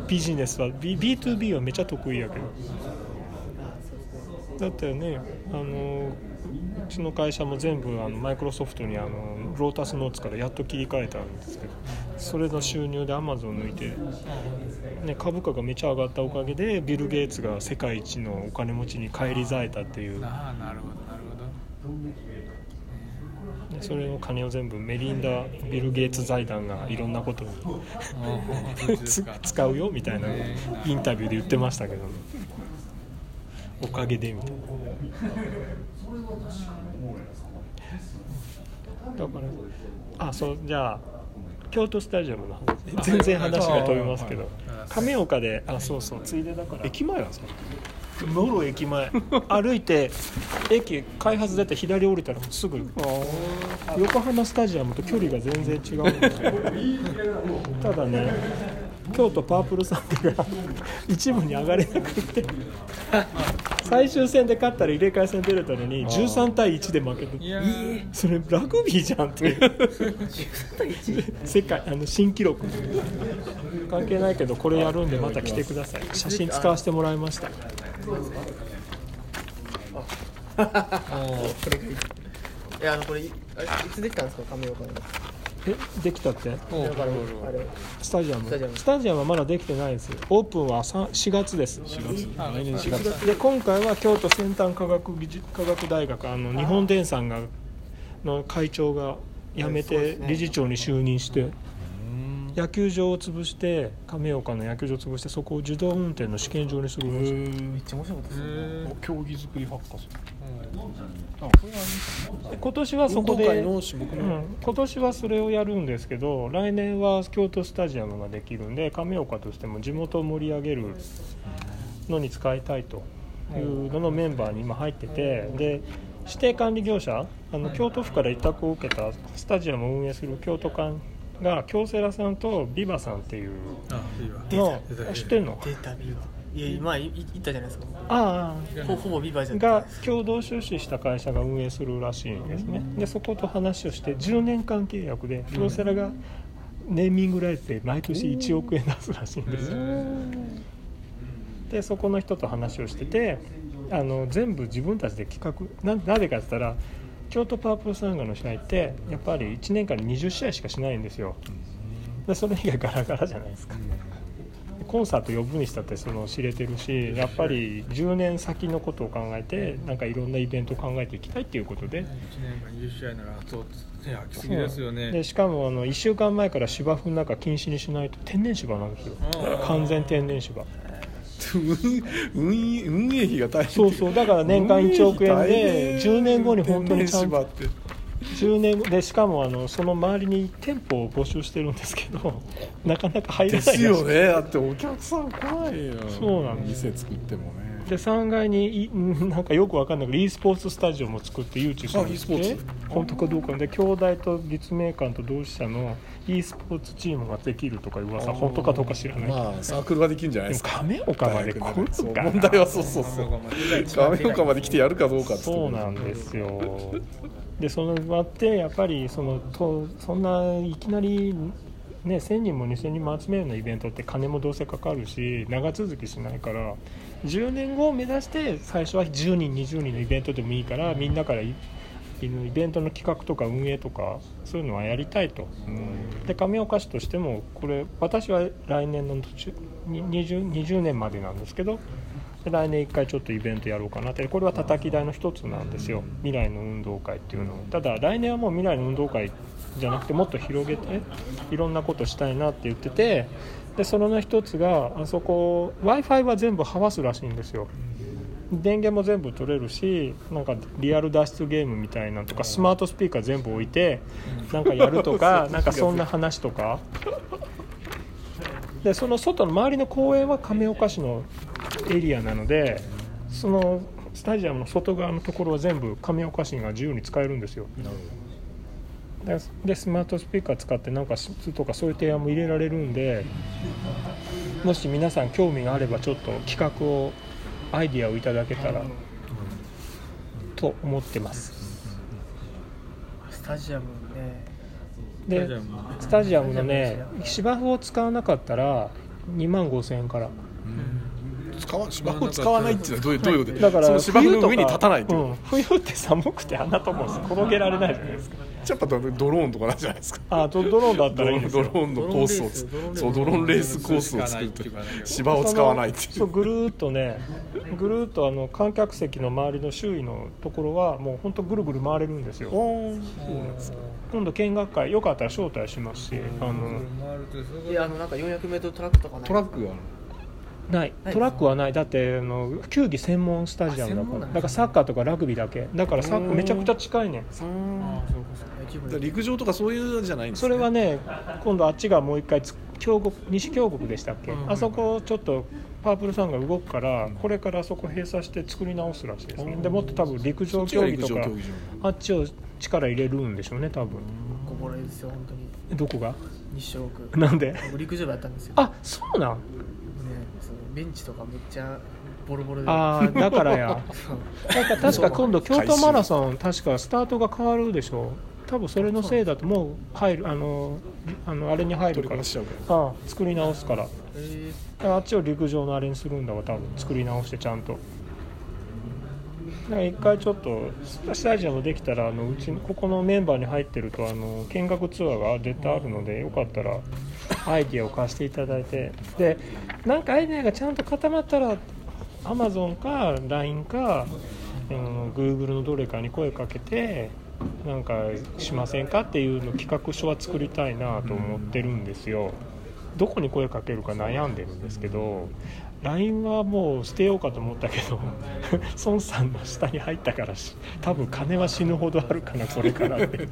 ビジネスは B- B2B はめっちゃ得意やけどだってねあのうちの会社も全部あのマイクロソフトにあのロータスノーツからやっと切り替えたんですけどそれの収入でアマゾン抜いてね、株価がめちゃ上がったおかげでビル・ゲイツが世界一のお金持ちに返り咲いたっていう、ね、
ああなるほどなるほど
それの金を全部メリンダ・ビル・ゲイツ財団がいろんなことにつ使うよみたいなインタビューで言ってましたけどね、おかげでみたいなだからあそうじゃあ京都スタジアムの話全然話が飛びますけど亀岡であそうそうついでだから
駅前なんですか
ノロ駅 *laughs* 前歩いて駅開発出て左降りたらすぐ横浜スタジアムと距離が全然違うんですよただね京都パープルサンデーが *laughs* 一部に上がれなくて最終戦で勝ったら入れ替え戦出れたのに13対1で負けて
いやー
それラグビーじゃんっていう世界あの新記録関係ないけどこれやるんでまた来てください写真使わせてもらいました
いやあのこれいあれいつできたんですか亀岡の
えできたって
おう
あれ
スタジアム
スタジアム
はまだできてないですオープンは3 4月です
あ来年4月
で今回は京都先端科学技術科学大学あの日本電産がの会長が辞め
そうで
て
すね
理事長に就任して野球場を潰して亀岡の野球場を潰してそこを自動運転の試験場にするんですよ
めっちゃ面白かったですね
競技作り発火する
で今年はそこ
今回
で、
の種目
う
の
ん、今年はそれをやるんですけど来年は京都スタジアムができるんで亀岡としても地元を盛り上げるのに使いたいというののメンバーに今入っててで指定管理業者あの京都府から委託を受けたスタジアムを運営する京都館が京セラさんとビバさんっていう
あいいわ
の
出た
知ってんの
出たビバいや今いい行ったじゃないですか
ああ
ほほぼビバじゃな
が共同出資した会社が運営するらしいんですねでそこと話をして10年間契約で京セラがネーミングライツで毎年1億円出すらしいんですよでそこの人と話をしててあの全部自分たちで企画ななぜかって言ったら京都パープルサンガの試合ってやっぱり1年間に20試合しかしないんですよでそれ以外ガラガラじゃないですかコンサート呼ぶにしたってその知れてるしやっぱり10年先のことを考えてなんかいろんなイベントを考えていきたいっていうことで
1年間20試合ならそうね飽きすぎですよね
でしかもあの1週間前から芝生の中禁止にしないと天然芝なんですよ完全天然芝
運営運営費が大変
そうそうだから年間1億円で10年後に本当にちゃん
*laughs* 縛っ
と
て
10年後でしかもあのその周りに店舗を募集してるんですけどなかなか入れ
で
ないら
す
しい
よねだってお客さん来ないよ
そうなんです
店作ってもね
で3階にい *laughs* んなんかよくわかんないけど e スポーツスタジオも作って YouTube
あ e スポーツ
本当かどうかで兄弟と立命館と同志社の e スポーツチームができるとかいう噂本当かどうか知らない、
まあサークルはできるんじゃない
で
で
も
すか
亀岡まで来る
そう
かな
問題はそうそうそ
亀岡まで
う亀岡まで来てやるかどうかっつって
そうなんですよでその割ってやっぱりそのとそんないきなり、ね、1000人も2000人も集めるようなイベントって金もどうせかかるし長続きしないから10年後を目指して最初は10人20人のイベントでもいいからみんなからいイベントの企画とか運営とかそういうのはやりたいと。で亀岡市としてもこれ私は来年の途中に 20, 20年までなんですけどで来年1回ちょっとイベントやろうかなってこれは叩き台の一つなんですよ未来の運動会っていうのをただ来年はもう未来の運動会じゃなくてもっと広げていろんなことしたいなって言っててでその一つがあそこ w i f i は全部はわすらしいんですよ電源も全部取れるしなんかリアル脱出ゲームみたいなのとかスマートスピーカー全部置いてなんかやるとかなんか *laughs* そんな話とかでその外の周りの公園は亀岡市のエリアなのでそのスタジアムの外側のところは全部亀岡市が自由に使えるんですよででスマートスピーカー使ってなんか質とかそういう提案も入れられるんでもし皆さん興味があればちょっと企画をアイディアをいただけたらと思ってます
スタジアムね
でスタジアムのね芝生を使わなかったら2万5000円から
使わ芝生を使わないっていうのはどういうどういうこと
だから
その芝生
冬と
の
か
上に立たないっていうう、
ん、冬って寒くてあんなとこ転げられないじゃないですか
やっぱドローンとかなんじゃないですか
あドドローンだっ
ド
たら
ロ
いい
ーン
んです
ド
よ
ローンのコースをつそうドローンレースコースを作ると芝を使わないってい
そうのそうぐるーっとねぐるーっとあの観客席の周りの周囲のところはもう本当ぐるぐる回れるんですよ
おーそうなんですか
今度見学会よかったら招待しますしあの
回るとすご
い
い
やあのなんか 400m トラックとかない
トラックがある
ない
ない
トラックはないだってあの球技専門スタジアムだ
あ専門
か
な
ら
ん
だ
だ
からサッカーとかラグビーだけだからサッカーめちゃくちゃ近いねん
ああそうかそうか野球部
だから陸上とかそういうのじゃないんです
そ
ね
れはね今度あっちがもう一回つ京極西京極でしたっけ、あそこちょっとパープルさんが動くからこれからあそこ閉鎖して作り直すらしいですね、でもっと多分陸上競技と
そっちが陸上
か
競技
あっちを力入れるんでしょうね多分
こぼれですよ本当に
どこが *laughs*
日照区
なんで
僕陸上部やったんですよ
あそうなん
ねそのベンチとかめっちゃボロボロで
ああだからや
そう
なんか確か今度京都マラソン確かスタートが変わるでしょう多分それのせいだともう入るあのあのあれに入
取
る
り
か
壊
ら
しちゃうから
ああ作り直すから
え
あっちを陸上のあれにするんだわ多分作り直してちゃんとだから一回ちょっとスタジアムできたらあのうちのここのメンバーに入ってるとあの見学ツアーが絶対あるのでよかったらアイディアを貸していただいてでなんかアイディアがちゃんと固まったら Amazon か LINE か、うん、Google のどれかに声かけてなんかしませんかっていうの企画書は作りたいなと思ってるんですよ。どこに声かけるか悩んでるんですけど LINE はもう捨てようかと思ったけど *laughs* 孫さんの下に入ったからし多分金は死ぬほどあるかなこれからって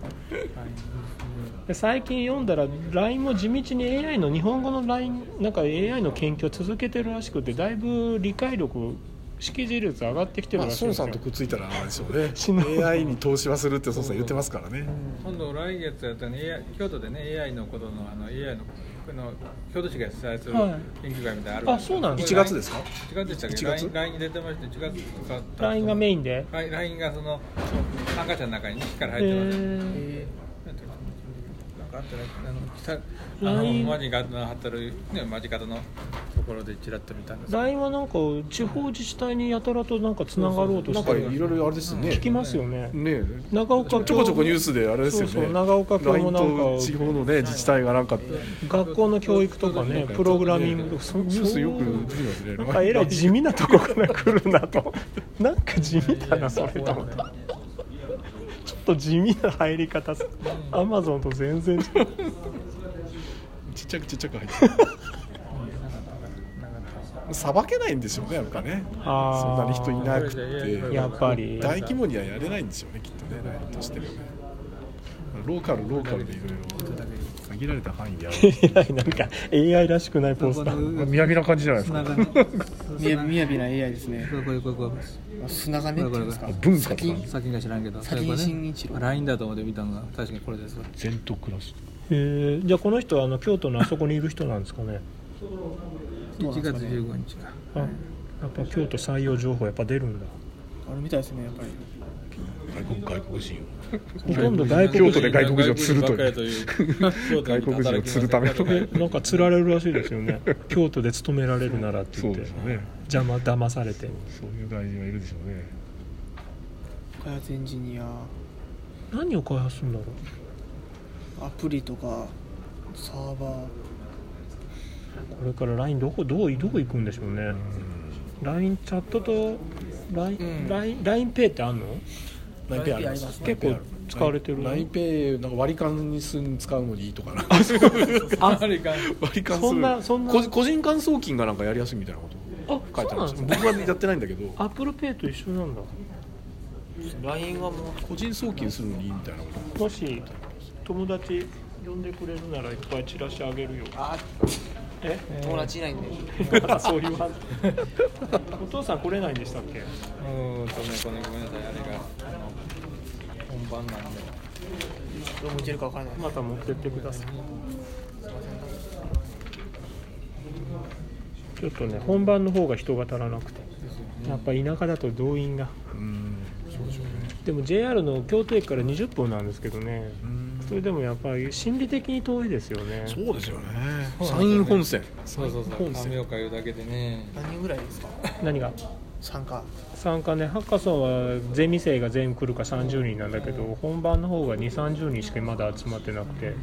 で最近読んだら LINE も地道に AI の日本語の LINE なんか AI の研究を続けてるらしくてだいぶ理解力識字率上がってきてる
まあ
らしいん
孫さ
ですよ
んとくっついたらなんでしょうね
死ぬ
AI に投資はするって孫さん言ってますからね
今度来月やったね AI 京都でね AI のことのあの AI のこの京都市が主催する
はい
研究会みたいなのある
あそうなんだ
これ
1月ですか
1月でしたっけ
1月
LINE LINE に出てまして1月とか
LINE がメインで
はい LINE がその参加者の中にから
え
入ってます、
ー
なんかあったらあの北あの
LINE
マジカの働くねマジカのところでちらっと見たんですけど
LINE はなんか地方自治体にやたらとなんかつながろうと
な
し
んか
て
い
る
ろいろあれですね
聞きますよね
ね
長岡
ちょこちょこニュースであれですよね
そうそう長岡君もなん
LINE と地
か
方のね自治体がなんか
学校の教育とかねプログラミングとかそう
ニュースよく出てますね
なんかえらい地味なとこから来るなとなんか地味だなそれと思ってちょっと地味な入り方アマゾンと全然違う
ちっちゃくちっちゃく入ってるさばけないんでしょうねやっぱねそん
あー
なに人いなく *laughs* て
やっぱり
大規模にはやれないんでしょうねきっとねライブとしてもねローカルローカルでいろいろ限られた範囲でやる
えらいなんか AI らしくないポスター
見上げな感じじゃないです
砂
か
がね。
みやみやびな AI ですね
これこれこれこれ。
砂がねっていうんですか
文化とか
先が知らんけど。
先に新一郎
ラインだと思って見たのが確かにこれですわ。
全頭クラス
えーじゃあこの人はあの京都のあそこにいる人なんですかね
1月15日か。
あやっぱ京都採用情報やっぱ出るんだ
あれみたいですねやっぱり
外国外国人
ほとんど外国
京都で外国人を釣るという
いう
外国人を釣るための
人なんか釣られるらしいです
*laughs*
よね京都で勤められるならって
そ
言っ
う
て
ですよね
邪魔騙されて
そういう外人はいるでしょうね
開発エンジニア
何を開発するんだろ
アプリとかサーバー
うこれから LINE どこどうどこ行くんでしょうね LINE チャットと LINEPay ってあんの
ラインペイあります
結構使われてる
ラインペイなんか割り勘にすん使うのにいいとかな
ああれか
割り勘する
そんなそんな
個人個人間送金がなんかやりやすいみたいなこと
あ
書いてあるんです
そうな
よ
んです
僕はやってないんだけど
アップルペイと一緒なんだ
LINE はも
個人送金するのにいいみたいなこと
もし友達呼んでくれるならいっぱいチラシあげるよ
あ
え *laughs*
う友達いないんで
あそう言わんお父さん来れないんでしたっけ
うーんとねこれごめんなさいあれが本番なんで
どうもいけるかわからない
また持ってってくださいちょっとね本番の方が人が足らなくてやっぱ田舎だと動員が
うんそうでしょうね
でも JR の京都駅から20分なんですけどね
うん
それでもやっぱり心理的に遠いですよね
そうですよね山陰本線
そうそうそう
線
雨をかゆうだけでね
何人ぐらいですか
何が
参加
参加ねハッカソンはゼミ生が全員来るか30人なんだけど本番の方が2 3 0人しかまだ集まってなくて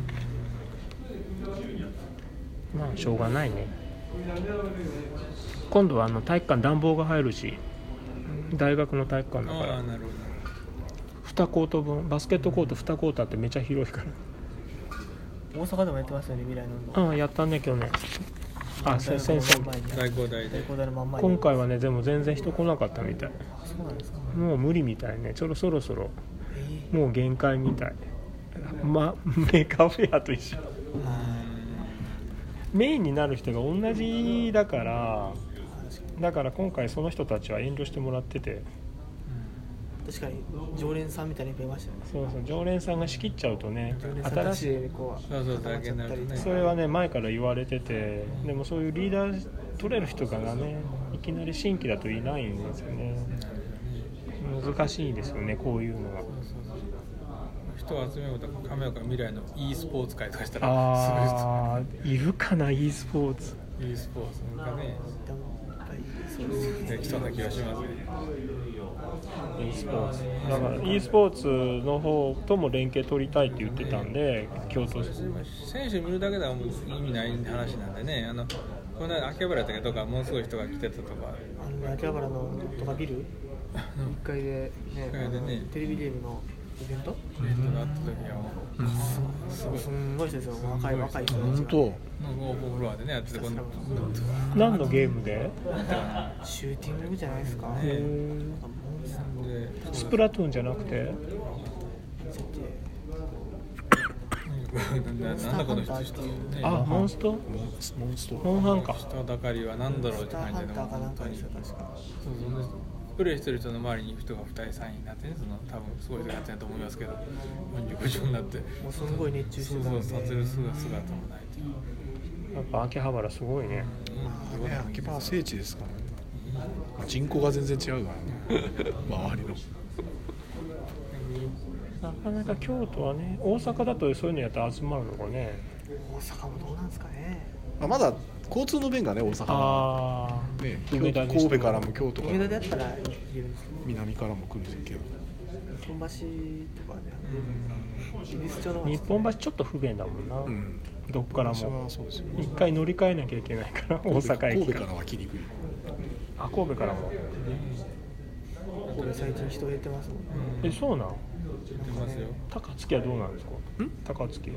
まあしょうがないね今度はあの体育館暖房が入るし大学の体育館だか
ああ
ら
なるほ
2コート分バスケットコート2コートあってめっちゃ広いか
大阪でもやってますよね未来の運動
らうんやったね去年あせ先生
前に
ど最高大で
レコーダーのまんまに
今回はねでも全然人来なかったみたい
あそうなんですか
もう無理みたいねちょろそろそろ
えー
もう限界みたいまメカフェアと一緒メインになる人が同じだからだから今回その人たちは遠慮してもらってて
確かに常連さんみたいに増えましたよね
そうそう常連さんが仕切っちゃうとね
常連さんた
新し
ち
い
でこう
そうそう
固まっちゃった
大
り
変になるね
それはね前から言われててでもそういうリーダー取れる人がねいきなり新規だといないんですよね難しいですよねこういうのは
人を集めようとか亀岡未来の e スポーツ会とかしたら
ああいるかな e スポーツ
すごい人 e スポーツなんかね
でもやっぱり
できそうな気がしますね
e スポーツだから e スポーツの方とも連携取りたいって言ってたんで京都
選手見るだけではもう意味ない話なんでねあのこの間秋葉原やったけどかものすごい人が来てたとか
あの秋葉原のとかビル1階でね
一階でね
あのテレビゲームのイベント
イベントがあった時はもう
すごいすんごい人ですよ若い若い人たち
本
が
当
オープンフロアでねやっててこの
何のゲームで
シューティングじゃないですかなんか
ね
モンスター
で
スプラトゥーンじゃなくて
って
なんかな
スタ
なんだこ
ーハ
の
ン
人
ターっていう
ね
あモンスト
モンスモンスト
モンハンか
人だかりは何だろうっ
ス
て
ター
感
ハ
じ
ン
で
ターかなんかで
本
すよ
当に
確か
そうそうでプレイしてる人の周りに人が2人3人になってねその多分すごい人になってないと思いますけど45畳になって
もうすんごい熱中してた
そ
ん
う
で
そう撮影する姿もないという、
やっぱ秋葉原すごいね
うん
ね秋葉は聖地ですからね人口が全然違うから *laughs* ね周りの
なかなか京都はね大阪だとそういうのやったら集まるのかね
大阪もどうなんですかね
まあまだ交通の便がね大阪は
あ
ね京
ー
都神戸からも京都か
梅田
ら
であったら行けるんですけど
南からも来るけど
日本橋とかね恵比寿町の方
日本橋ちょっと不便だもんな、
うん
どっから
私は
も
そうですよ
一回乗り換えなきゃいけないから大阪
神
駅
戸からは来にくい
あ神戸からも
これ最近人減ってますもんね
えそうなん
出ますよ
高槻はどうなんですか高槻は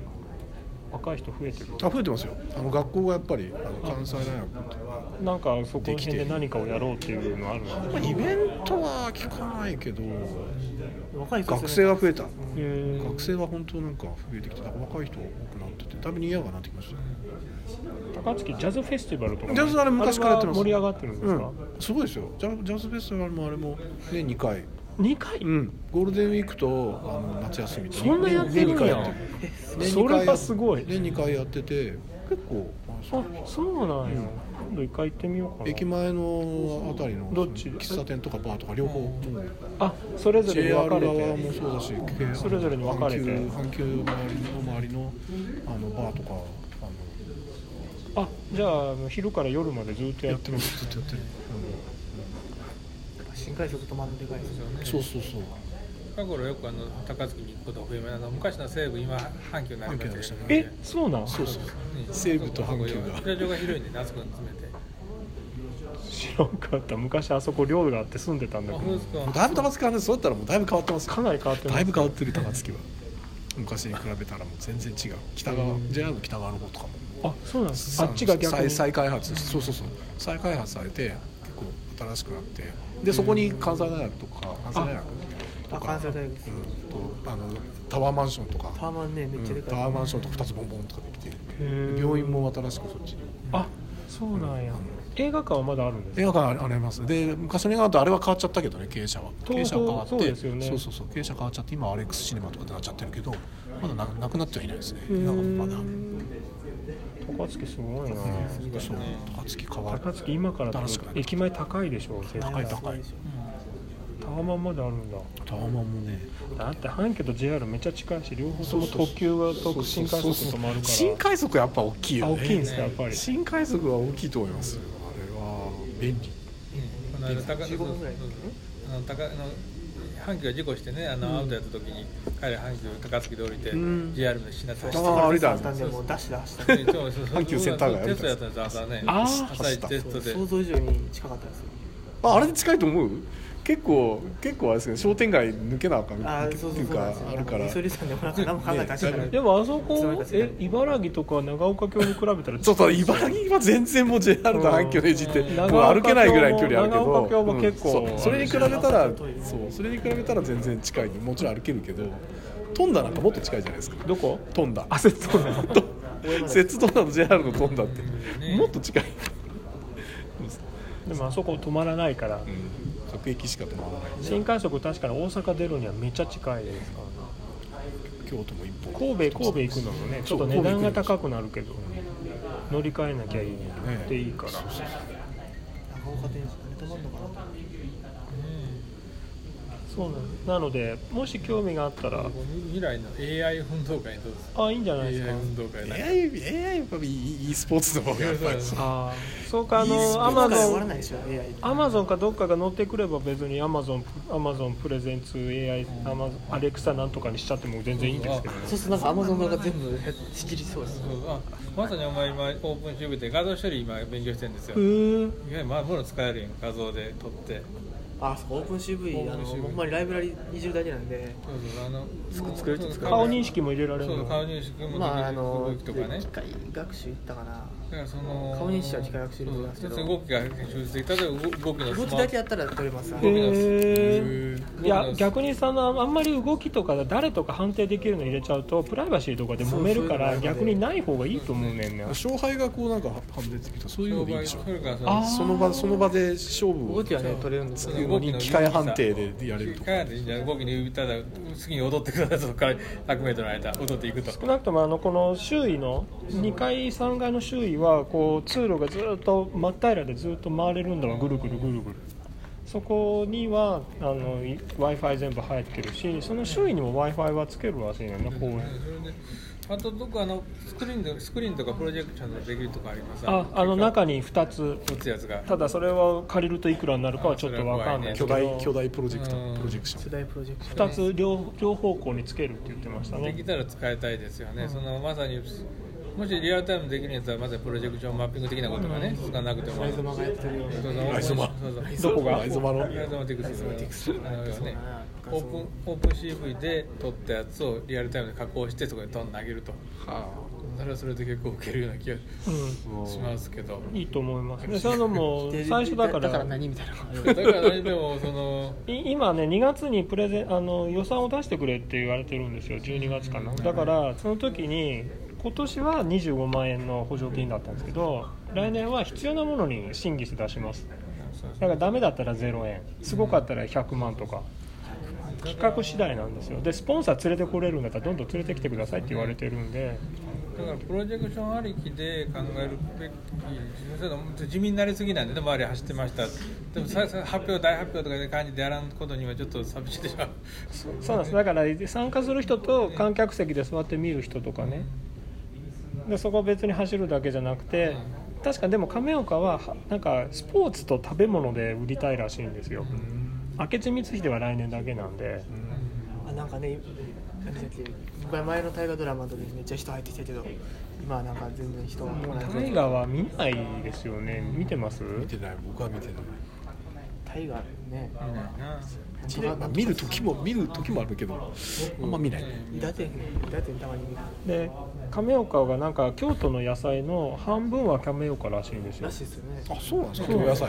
若い人増えてる
あ増えてますよあの学校がやっぱりあの関西大学と
なんかそこら辺で何かをやろうっていうのあるの
まあイベントは聞かないけど
若い人
学生が増えた
へー
学生は本当なんか増えてきてなんか若い人が多くなっててだいぶ賑やかになってきましたね
高槻ジャズフェスティバルとか
ジャズあれ昔からやってます
あれは盛り上がってるんですか、
うん、すごいですよジャジャズフェスティバルもあれも年2回、
二2回
うん、ゴールデンウィークとあの夏休みと
そんなやってるん
年二
や
回やってる年
そ
二回や
れがすごい
年2回やってて結構あそ
あ
う
そうなんや、今度一回行ってみようかな
駅前のあたりの
どっち
喫茶店とかバーとか両方もう
あそれぞれに
JR
分か
側
れ
も
て
そうだし京
それぞれに分かれて
阪急阪急周りの周りのあのバーとかあの
あじゃああの昼から夜までずっとや
や
っ
っててますずっとやってる、
新快速止まるのでかいですよ
う
ね
ん、そうそうそう
近頃よくあの高槻に行くことが増えましたあの昔の西部今阪急になりましたけど
阪急になりましたね
えそうなん
そうそう西武と阪急が
会場が広いんで夏子に詰めて
知らんかった昔あそこ寮があって住んでたんだ
あ
け
風
ど
俗は
もうだいぶ高槻はねそうだったらもうだいぶ変わってますよ
かなり変わってます
だいぶ変わってる高槻は昔に比べたらもう全然違う北側 JR の北側の方とかも
あそうなんですあっちが逆
再
に
再開発そうそうそう再開発されて結構新しくなってでそこに関西大学とか関西大学
あ関西大学
うんとあのタワーマンションとか
タワマンねめっちゃで
タ
かい、
ワーマンションとか2つボンボンとかできて
ー
病院も新しくそっちに
あそうなんや映画館はまだあるんです
映画館ありますで昔の映画だとあれは変わっちゃったけどね経営者は経営
東
者
宝
は変わって
そうですよね
そうそうそう経営者変わっちゃって今アレックスシネマとかでなっちゃってるけどまだななくなってはいないですね映画館まだ
高槻すごいな
そう高槻変わる
高槻今から多
新しくな
分
る
駅前高いでしょ絶
高
対
い高い
タワマンまであるんだ
タワマンもね
だって阪急と JR めっちゃ近いし両方とも特急がと新快速止まるから
新快速やっぱ大きい
あ
よ
大
ね
きいんですかやっぱり
新快速は大きいと思いますよあれは便利
この間高
15分ぐらい
そうそうあの高あの阪急が事故してねあのアウトやった時に彼ら阪急高槻で降りて JR の品田走って
ああれだ
たんでもうダッシュで走った
阪
阪急センター街
テストやったんです朝ね
あー
朝一テストで
想像以上に近かったですよ
ああれで近いと思う結構結構あれですね商店街抜けなあかん
あ
抜け
ー
って
そうそ
いうう
そうなんです
か
よ
あるから
なんそれさんでもなんか何も考えて走る
でもあそこ
いつの間に
え
か
茨城とか長岡京に比べたら
そうそう茨城は全然もう JR と阪急のいじって
うん
もう歩けないぐらいの距離あるけど
長岡京も
うん
結構
そうそれに比べたらそうそれに比べたら全然近いもちろん歩けるけど飛んだなんかもっと近いじゃないですか
どこ
飛んだ
あそうそうなの
と摂津飛んだの JR の飛んだってもっと近い
でもあそこ止まらないから
各駅しか止まらない
新快速確かに大阪出るにはめっちゃ近いですからね
京都も一本
神戸神戸行くのもねちょっと値段が高くなるけど乗り換えなきゃいいっていいから
長岡天神何止まんのかな
そうなのなのでもし興味があったら
未来の AI 運動会にどうです
あいいんじゃないです
AI
か
運動会なんか
AI, AI やっぱり e スポーツの方がやっぱり
あーそうかあ
いいっすね
のア
今
マ
回終
ゾ
わら
ン
ないでしょ AI
アマゾンかどっかが乗ってくれば別にアマゾンアマゾンプレゼンツ AI アマゾンアレクサなんとかにしちゃっても全然いいんですけどね
そうするとなんかアマゾン側が全部仕切りそうです
そうあまさにお前今オープンチューブで画像処理今勉強してるんですよ
うーん
いやまあもろ使えるやん画像で撮って
あそうオープン CV あのほんまにライブラリ20代なんで
そうそうあの
作ると使う
顔認識も入れられる
そう
の
顔認識もできる
まああの
動きとかね
機械学習行ったかな
だからその
顔認識は幾何学してるんですけど
うん動きが抽出できた例えば動きのスマ
動
ー
きだけやったら取れます
動きのス
え
ー
いや逆にそのあんまり動きとか誰とか判定できるの入れちゃうとプライバシーとかで揉めるから
そうそういうのがね
逆にない方がいいと思うねんね
勝敗がこうなんか判別できたそういうのでいいでしょ
それからそ
あ
の
その場その場で勝負を
動きはね取れるんですよね
動きの
機械判定でやれると
機械でじゃあ動きの指ただ次に踊ってくださいそこから100メートルの間踊っていくと
少なくともあのこの周囲の2階3階の周囲はこう通路がずっと真っ平らでずっと回れるんだわぐるぐるぐるぐるそこには w i f i 全部入ってるしその周囲にも w i f i はつけるらしいよね公園
それであとどこあのスクリーンでスクリーンとかプロジェクションでできるとこあります
ああの中に2つ
打つやつが
ただそれは借りるといくらになるかはちょっとわかんないけ
巨
ど
大巨大プロジェクト
うん
プロジェクション
世代プロジェクション
2つ両両方向につけるって言ってました
で
ね
きたら使いたいですよね、そのまさにもしリアルタイムできるやつはまずプロジェクションマッピング的なことがね、使わなくても
相馬がやってるような
そうそう
ライゾマ
そうそう
どこがライゾマの
ライゾマティクスあの要はね
そう
オープンオープン CV で撮ったやつをリアルタイムで加工してそこでドン投げるとそれはそれで結構ウケるような気がしますけど
いいと思いますねそういうの
*laughs*
も最初だか
だから
ら
何みたいなのがある
だからねでもその
い今ね2月にプレゼンあの予算を出してくれって言われてるんですよ12月かなだからその時に今年は25万円の補助金だったんですけど来年は必要なものに審議して出しますだからダメだったら0円すごかったら100万とか企画次第なんですよでスポンサー連れてこれるんだったらどんどん連れてきてくださいって言われてるんで
だからプロジェクションありきで考えるべきそういうの地味になりすぎなんでね周り走ってましたでもささ発表大発表とかいう感じでやらんことにはちょっと寂しいでしょ
そうなんですだから参加する人と観客席で座って見る人とかねでそこは別に走るだけじゃなくて確かでも亀岡ははなんかスポーツと食べ物で売りたいらしいんですよ明智光秀は来年だけなんで
あなんかねなんだっけ僕は前の大河ドラマの時にめっちゃ人入ってきたけど今はなんか全然人が来ない
大河は見ないですよね見てます
見てない僕は見てない
大河ね
見ないな
一連
まあ見る時も見る時もあるけどあんま見ないね
伊達店ね伊達店たまに見る
で亀岡がなんか京都の野菜の半分は亀岡らしいんですよ
らしいですよね
あそうなんですか京野菜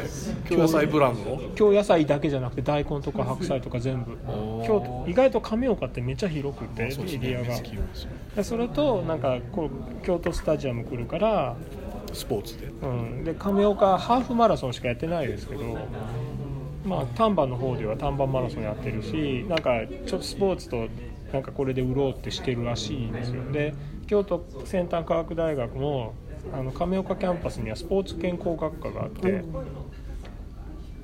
京野菜ブランド
京野菜だけじゃなくて大根とか白菜とか全部京都意外と亀岡ってめっちゃ広くてエリアがでそれとなんかこう京都スタジアム来るから、
スポーツで
うん、で亀岡ハーフマラソンしかやってないですけど、まあ、丹波の方では丹波マラソンやってるしなんかちょっとスポーツとなんかこれで売ろうってしてるらしいんですよで京都先端科学大学もあの亀岡キャンパスにはスポーツ健康学科があって。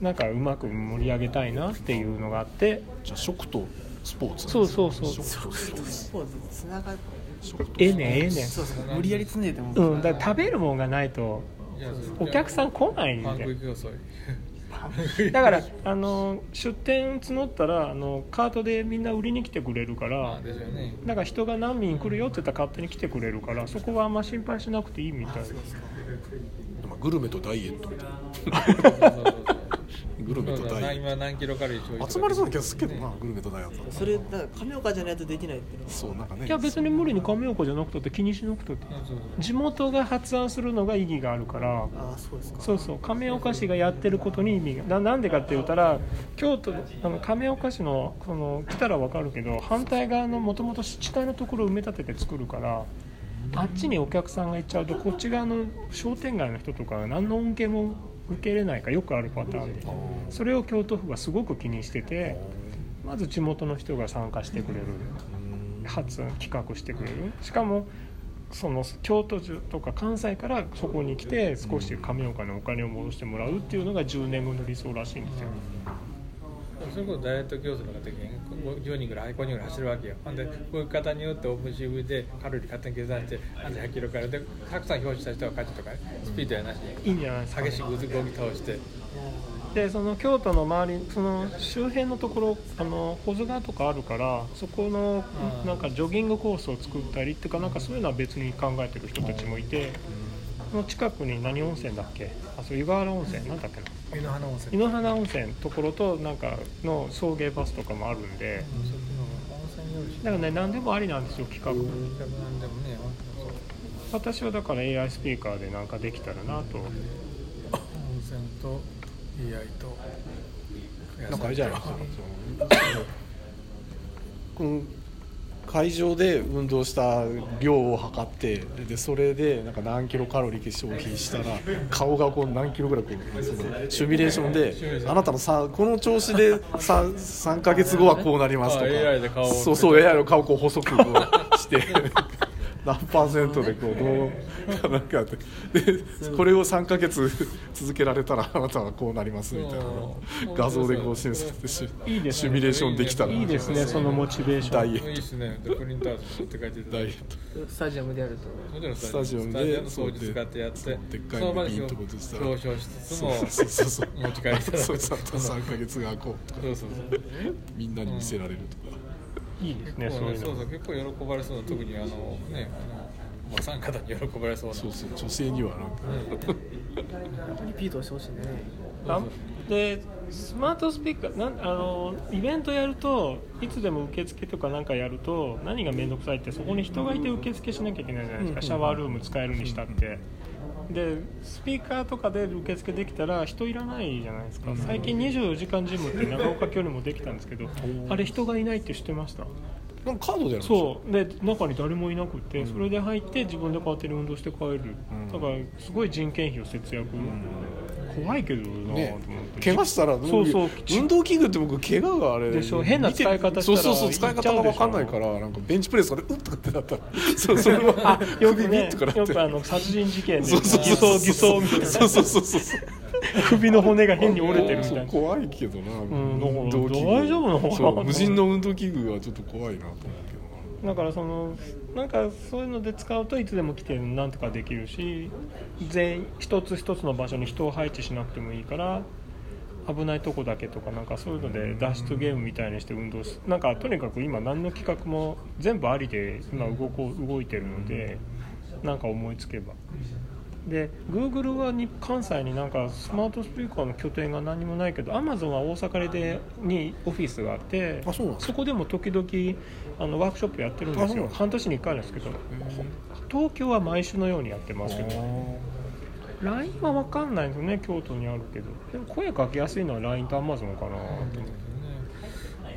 なんかうまく盛り上げたいなっていうのがあって
じゃあ食とスポーツ
そうそうそう
食とスポーツ
スポーツつながって
食と
ええねんええね
そうそう無理やりつねえても
んうんだから食べるもんがないと
じゃあ
お客さん来ないん
パン
で
食い競争
だ
*laughs*
からあの出店募ったらあのカートでみんな売りに来てくれるから
ですよね
だから人が何人来るよって言ったら勝手に来てくれるからそこはあんま心配しなくていいみたいです
まあグルメとダイエットみたいなグルメとダイエッ
今何キロカロリー消
ト
費
集まりそうな気がするけどなグルメとダイエット
それだから亀岡じゃないとできないっていうの
そうなんかね
いや別に無理に亀岡じゃなくたって気にしなくたって地元が発案するのが意義があるから
はああそうですか
そうそう亀岡市がやってることに意味がななんでかって言ったら京都あの亀岡市のこの来たらわかるけど反対側のもともと湿地帯のところを埋め立てて作るからあっちにお客さんが行っちゃうとこっち側の商店街の人とかが何の恩恵も受けれないかよくあるパターンでそれを京都府がすごく気にしててまず地元の人が参加してくれる発案企画してくれるしかもその京都中とか関西からそこに来て少し亀岡にお金を戻してもらうっていうのが10年後の理想らしいんですよ
それこそダイエット競争とかできへん10人ぐらい5人ぐらい走るわけよほんでこういう方によってオープン CV でカロリー勝手に計算してあと100キロからでたくさん表示した人が勝ちとかねスピードやなしに
いいんじゃないですかね
激しく動き倒して
でその京都の周りその周辺のところあの保津川とかあるからそこの
うん
なんかジョギングコースを作ったりっていうかなんかそういうのは別に考えてる人たちもいてその近くに何温泉だっけあそう湯河原温泉なんだっけな
湯の花温泉
湯の花温泉のところとなんかの送迎バスとかもあるんでだからね何でもありなんですよ企画
なんでもね本当にそう
私はだから AI スピーカーでなんかできたらなと
温泉と AI と
なんかあれじゃないですかそのこの会場で運動した量を測ってでそれでなんか何キロカロリー消費したら顔がこう何キロぐらいこうそのシミュレーションであなたのさこの調子で 3, 3ヶ月後はこうなりますとか
あ AI で顔を
そうそう AI の顔をこう細くこうして *laughs* 何パーセントでこうどうかなんかってでこれを3ヶ月続けられたらあなたはこうなりますみたいなのを画像でこう示されてシ
いいですね
ミュレーションできたら
いいですねそのモチベーシ
ダイ
ョン
エ
いい
ッ
ですねでプリンターとかって書いてい
ト
た
ダ
だ
イエ
い
ッ
て
ト
スタジアムでやると
もちろん
スタジオで
スタジアム掃除使ってやっ
そう
て
でっかい
その場で
ビーン
表
とこうしたら
彰しつつも
そうそうそう
持ち帰りたら
そうそう3ヶ月がこうとか
そうそうそう
みんなに見せられるとか、
いいですね
そ
そうう
ね
いう
そう
の
そう結構喜ばれそうな特にあのねあのおばさん方に喜ばれそうな
そうそう女性にはなんか
リピートはしてほしいね
あでスマートスピーカーなんあのイベントやるといつでも受付とかなんかやると何が面倒くさいってそこに人がいて受付しなきゃいけないじゃないですかシャワールーム使えるにしたってでスピーカーとかで受付できたら人いらないじゃないですか最近24時間ジムって長岡距離もできたんですけどあれ人がいないって知ってました
なんかカードじゃない
そうで中に誰もいなくて、それで入って自分で勝手に運動して帰る、だからすごい人件費を節約、怖いけどなぁと
ね
思って、
怪我したら
そうそう
運動器具って僕怪我があれ
でしょ変な使い方したら
そうそうそう使い方が分かんないからなんかベンチプレスとかでうっとかってなったら
*laughs*
そうそれは
よく
ビ
ね
ビッとかなって
よくあの殺人事件で偽
そうそうそう
装偽装みたいな
そうそうそうそう
首の骨が変に折れてるみ *laughs* たいな
そう怖いけどな、
ん
運動器具
大丈夫なのかな
そう無人の運動器具はちょっと怖いなと思うけどな
だからそのなんかそういうので使うといつでも来てなんとかできるし全員一つ一つの場所に人を配置しなくてもいいから危ないとこだけとかなんかそういうので脱出ゲームみたいにして運動しなんかとにかく今何の企画も全部ありで今動こう動いてるのでなんか思いつけば。で Google はに関西になんかスマートスピーカーの拠点が何もないけど Amazon は大阪でにオフィスがあって
あそうなんですか
そこでも時々あのワークショップやってるんで
あ
す
そうなん
よ
ですか
半年に1回なんですけど東京は毎週のようにやってますけど LINE は分かんないんですよね京都にあるけどでも声かけやすいのは LINE と Amazon かなと思って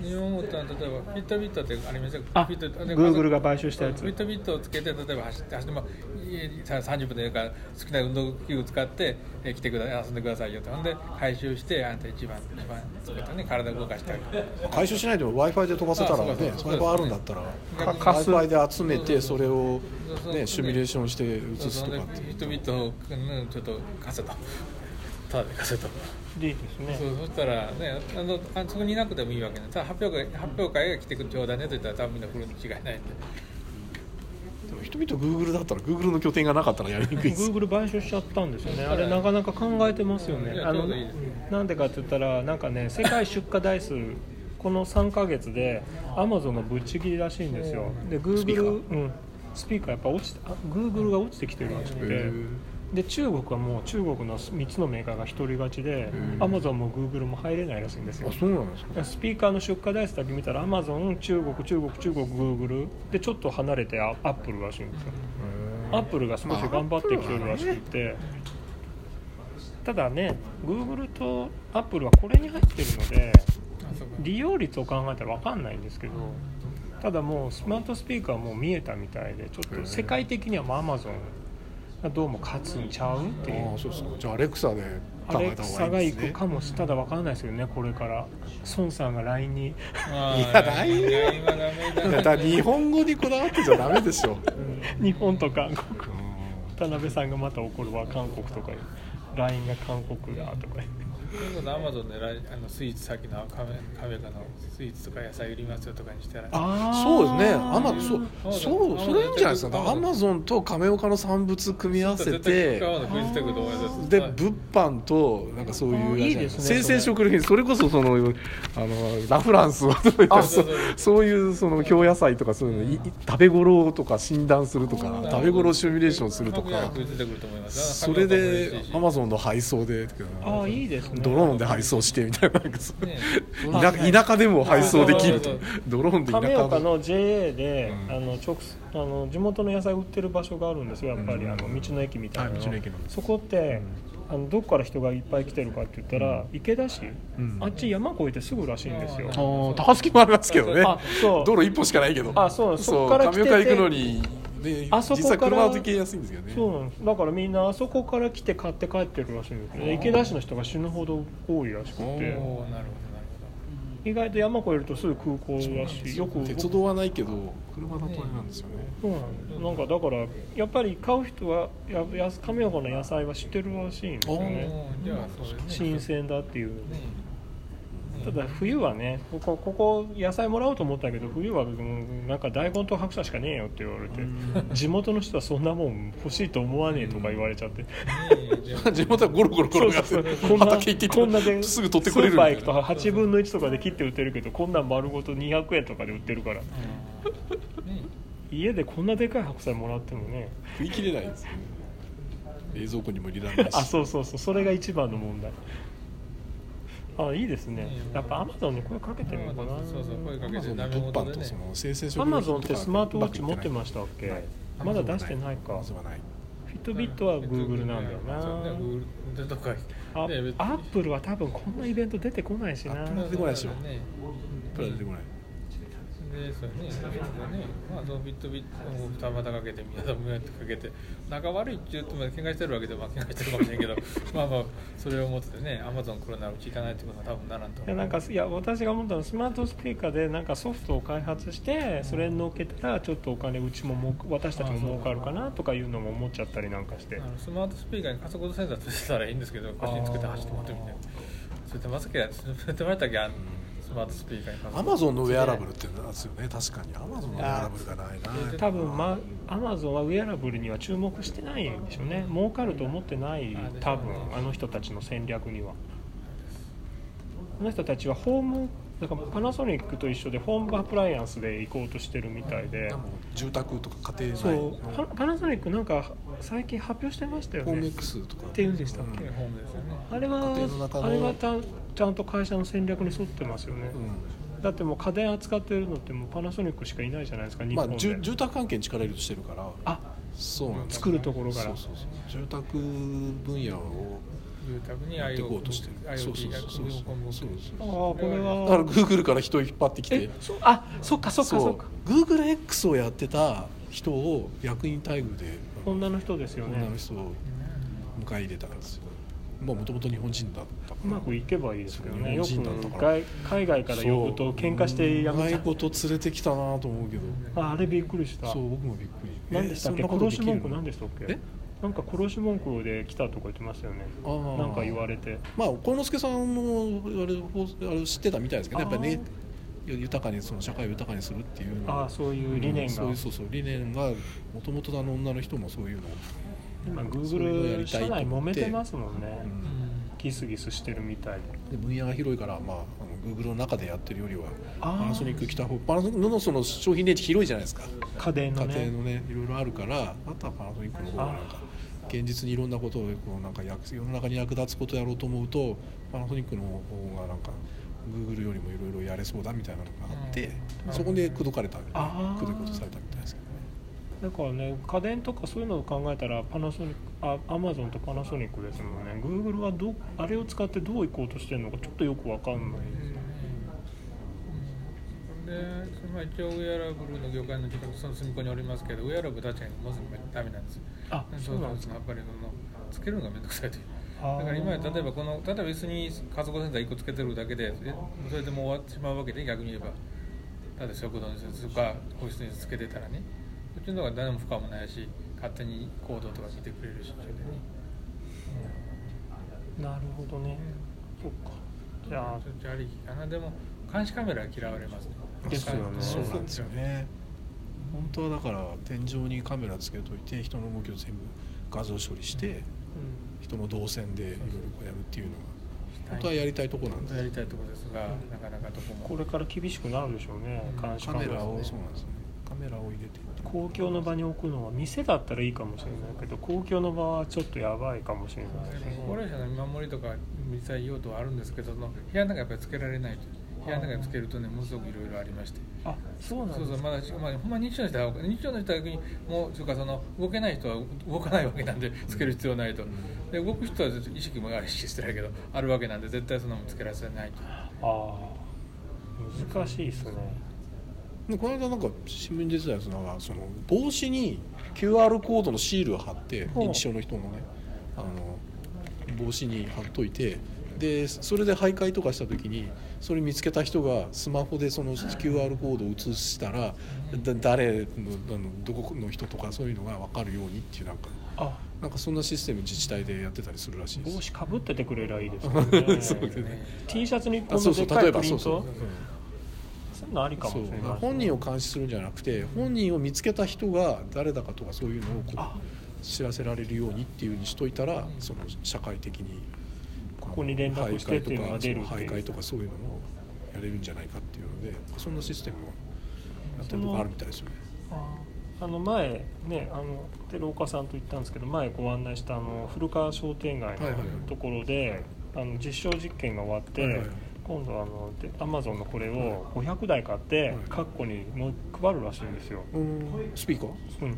日本語ってのは例えばフィットビットってありました
あ
フィット
Google が買収したやつ
フィットビットをつけて例えば走って走っても家にさ30分でいいから好きな運動器具使ってえー来てください遊んでくださいよとほんで回収してあんた一番一番作ったね体を動かしてあげる
回収しないでも w i f i で飛ばせたら
あそう
ね
かそうか
それがあるんだったら
か
w
貸
i
す
f i で集めてそれを
そうそう
ねシミュレーションして移
そう
す
そ
と
う
か
で
って
フィットビットをうんちょっと貸せとただで貸せと
でいいですね
そうそしたらねあのあそこにいなくてもいいわけねただ発表会発表会が来てくるちょうだいねと言ったら多分みんな来るに違いないんで
でも人々 Google だったら Google の拠点がなかったらやりにくいです
Google 買収しちゃったんですよね、あれ、なかなか考えてますよ
い
ね、
や
あ
ちょ
の
うどいいです
なんでかって言ったら、なんかね、世界出荷台数、この3ヶ月で、アマゾンがぶっちぎりらしいんですよ、で、
スピーカ
Google
ー、
うん、スピーカー、やっぱ落ちて、Google が落ちてきてるらしくて
へー。
で中国はもう中国の3つのメーカーが独り勝ちでアマゾンもグーグルも入れないらしいんですよ
あそうなんですか
スピーカーの出荷台数だけ見たらアマゾン中国中国中国グーグルでちょっと離れてアップルらしいんですよアップルが少し頑張ってきてるらしくてただねグーグルとアップルはこれに入ってるので利用率を考えたら分かんないんですけどただもうスマートスピーカーはもう見えたみたいでちょっと世界的にはもうアマゾンがどうも勝つんちゃうっていう
ああそうですかじゃあアレクサで
アレ
え
ク
た
サ
方
が
がいい
行
です
く
ね
かもしれないただ分かんないですけどねこれから孫さんが LINE に
い
やないよ
今ダメだ
だから日本語にこだわってちゃダメでしょ
日本と韓国田辺さんがまた怒るわ韓国とか LINE が韓国だとか
アマゾンで来あのスイーツさっきのカメカメカのスイーツとか野菜売りますよとかにしたら
あ
そうですねアマそう
そうだ
そうそれいいんじゃないですかアマゾンと亀岡の産物組み合わせてで物販となんかそういう
あいいです
生
ねそれ
鮮食品それこそそのあのラフランスをそうそういうその京野菜とかそういうのい食べ頃とか診断するとか食べ頃シミュレーションするとか
出てくると思います
それでアマゾンの配送で
ああいいですね
ドローンで配送してみたいななんかそう
ね
田田舎でも配送できると
そう
ドローンで田
亀岡
舎の
の JA で、あの直すあの地元の野菜売ってる場所があるんですよやっぱり、あの道の駅みたいな
はい道の駅の
そこって、あのどこから人がいっぱい来てるかって言ったら、池田市、あっち山越えてすぐらしいんですよ、
高槻もありますけどね
あそう
道路一本しかないけど
あそうそっ
う
から来
亀
てて
岡行くのにね
あそこ
実際
から
車だと行けやすいんですけどね
そうなんですだからみんなあそこから来て買って帰ってるらしいんですね池田市の人が死ぬほど多いらしくて
お
なるほどなる
意外と山越えるとすぐ空港だしよく
鉄道はないけど車だとあれなんですよね
そうなんですなんかだからやっぱり買う人はやや亀岡の野菜は知ってるらしいんですよ
ほど
ね
もうじゃあそれね
新鮮だっていう
ね
ただ冬はねここここ野菜もらおうと思ったけど冬はうんなんか大根と白菜しかねえよって言われて地元の人はそんなもん欲しいと思わねえとか言われちゃって
ねじゃあ
*laughs* 地元はゴロゴロ *laughs* 転がって
こんな
畑行
こんな
って
で
ってすぐ取ってくれる
ス
み
ーパ
た
ー
い
行く
な
と8分の1とかで切って売ってるけどこんなん丸ごと200円とかで売ってるから
ね
家でこんなでかい白菜もらってもね
食い切れないんですよね冷蔵庫にも入れられないし
あそうそうそうそれが一番の問題あいいですねやっぱアマゾンに声かけてみようかな
そうそう声か
ア
け
マ
て
ゾン
ダ
の
メ
物
元
販
で
と
ね
その生成食
ア
料
マ
品
ゾンっ
とか
てスマートウォッチ持ってましたっ
ない
けまだ出してないか
アマゾンはない
フィットビットは Google なんだよな
なとか
あ
ね別に
アップルは多分こんなイベント出てこないしな
アップルは出てこないでしょ
ね
プラ出てこない
でそうねそうねまあそのビットビットを二股かけて皆さん胸かけて仲悪いっちゅうとまあ喧嘩してるわけでまあ喧嘩してるかもしれんけど *laughs* まあまあそれを持っててねアマゾン来るならうち行かないってことは多分ならんと
い
思
や
う
なんかいや私が思ったのはスマートスピーカーでなんかソフトを開発してそれに乗っけたらちょっとお金うちも儲か私たちも儲かるかなとかいうのも思っちゃったりなんかして
あのスマートスピーカーに加速度センサーつけたらいいんですけど腰につけて走って持ってみてそれってまさかやそれってまれたきゃスマートスピーカーに加
ア
速
マゾンのウェアラブルってなんですよね確かにアマゾンのウェアラブルがないな
多分まアマゾンはウェアラブルには注目してないんでしょうね儲かると思ってない多分あの人たちの戦略にはあの人たちはホームだからパナソニックと一緒でホームアプライアンスで行こうとしてるみたいで
でも住宅とか家庭内
そ
の
うパパナソニックなんか最近発表してましたよ
ホーム
ね
X とか
っていうんでしたっけ
ホームですよね
あれは
家庭の中の
あれはたちゃんと会社の戦略に沿ってますよね、だってもう家電扱ってるのってもうパナソニックしかいないじゃないですか
うん
日
ま
本
あ
で、
住住宅関係に力入れてしてるから
あ
そうなんですよ
作るところから
そうそうそう住宅分野を
住宅に
やっていこうとしてる
IoT
そうそうそうそうそう
ああこれ
だから
は
Google から人を引っ張ってきて
えそあそっかそっかそっか
GoogleX をやってた人を役員待遇で
女の人ですよ
女
ね
の人を迎え入れたんですよまあもともと日本人だったから
うまくいけばいいですけどねよ
そう
く
日本人だったから
外海外から呼ぶと喧嘩して
そ
やめちゃ
ううまいうこと連れてきたなと思うけど
ああれびっくりした
そう僕もびっくり
何でしたっけ
えそんなこと
殺
で
し
きる
文句何でしたっけ
え
なんか殺し文句で来たとか言ってましたよね
あー
なんか言われて
まあ幸之助さんもあれほうあれ知ってたみたいですけどやっぱりね豊かにその社会を豊かにするっていうの
ああそういう理念が、
そういうそうそう理念がもともとあの女の人もそういうのを
今
それをやり
Google
た
社
いと思って
内揉めてますもんね、
うん
ギスギスしてるみたい
で
で
分野が広いから、まあ、あの Google の中でやってるよりは
あー
パナソニック来た方パナソニックのその商品レンジ広いじゃないですか
家電の
家
ね
庭のねいろいろあるからあとはパナソニックの方がなんか現実にいろんなことをこうなんか役世の中に役立つことをやろうと思うとパナソニックの方がなんか Google よりもいろいろやれそうだみたいなのがあって、そこで口説かれたみたいな
あ
口
ー
説くことされたみたいですけどね
だからね家電とかそういうのを考えたらパナソニックあアマゾンとパナソニックですもんね Google はどうあれを使ってどう行こうとしてるのかちょっとよくわかんないです
で、まあ、一応ウェアラブルの業界の近くその隅っこにおりますけどウェアラブル確かにもうすぐダメなんですよ
あそうなんです
やっぱりそのつけるのが面倒くさいという
あー
だから今や例えばこの例えば椅子に加速センサー1個つけてるだけでえそれでもう終わってしまうわけで逆に言えば例えば食堂にするか個室につけてたらねうちの方が誰も負荷もないし勝手に行動とか見てくれるしそれでね
なるほどねそっかじゃあ
そっちありきかなでも監視カメラは嫌われますね
ですよね
そうなんですよね本当はだから天井にカメラつけといて人の動きを全部画像処理して人の動線でいろいろこうやるっていうのが本当はやりたいとこなんです
やりたいところですがなかなかどこも
これから厳しくなるでしょうね監視
カ
カメ
メ
ラ
ラを
を
そうなんですねカメラを入れて
公共の場に置くのは店だったらいいかもしれないけど公共の場はちょっとやばいかもしれないですね
高齢者の見守りとか実際用途はあるんですけどその部屋の中やっぱりつけられないと部屋の中につけるとねものすごくいろいろありまして
あそうなん
そう
です
そうまだ、まあ、ほんま日常の人は日常の人は逆にもうというかその動けない人は動かないわけなんでつける必要ないとで動く人は意識もある意識してないけどあるわけなんで絶対そんなもんつけられないと
ああ難しいですね
でこの間なんか新聞で出たやつなんかその帽子に QR コードのシールを貼って
ほう
認知症の人のねあの帽子に貼っといてでそれで徘徊とかした時にそれ見つけた人がスマホでその QR コードを写したらだ誰のあのどこの人とかそういうのが分かるようにっていうなんか
あ
なんかそんなシステム自治体でやってたりするらしいです
帽。子かぶっててくれりゃいいですけど
*laughs*
ね
そうですね
T シャツにこ
あ
の
そう
で
そう
っか
例え
いプ
ば
リ
そ
ント
うそう
そういうのありかも
そ
し
う
れない、
本人を監視するんじゃなくて本人を見つけた人が誰だかとかそういうのをこう知らせられるようにっていうふうにしといたらその社会的にこ
こに連絡してっていうのが出るってい
徘
う
徊とかそういうのもやれるんじゃないかっていうのでそんなシステムをやって
そ
るとこ
の
あるみたいですよね。
あの前ねあの寺岡さんと言ったんですけど前ご案内したあの古川商店街
はい
の
はいはい
ところで、あの実証実験が終わって、
はいはい
今度あのでアマゾンのこれを500台買って、
はい
カッコにの配るらしいんですよ、
うんスピーカー
うん、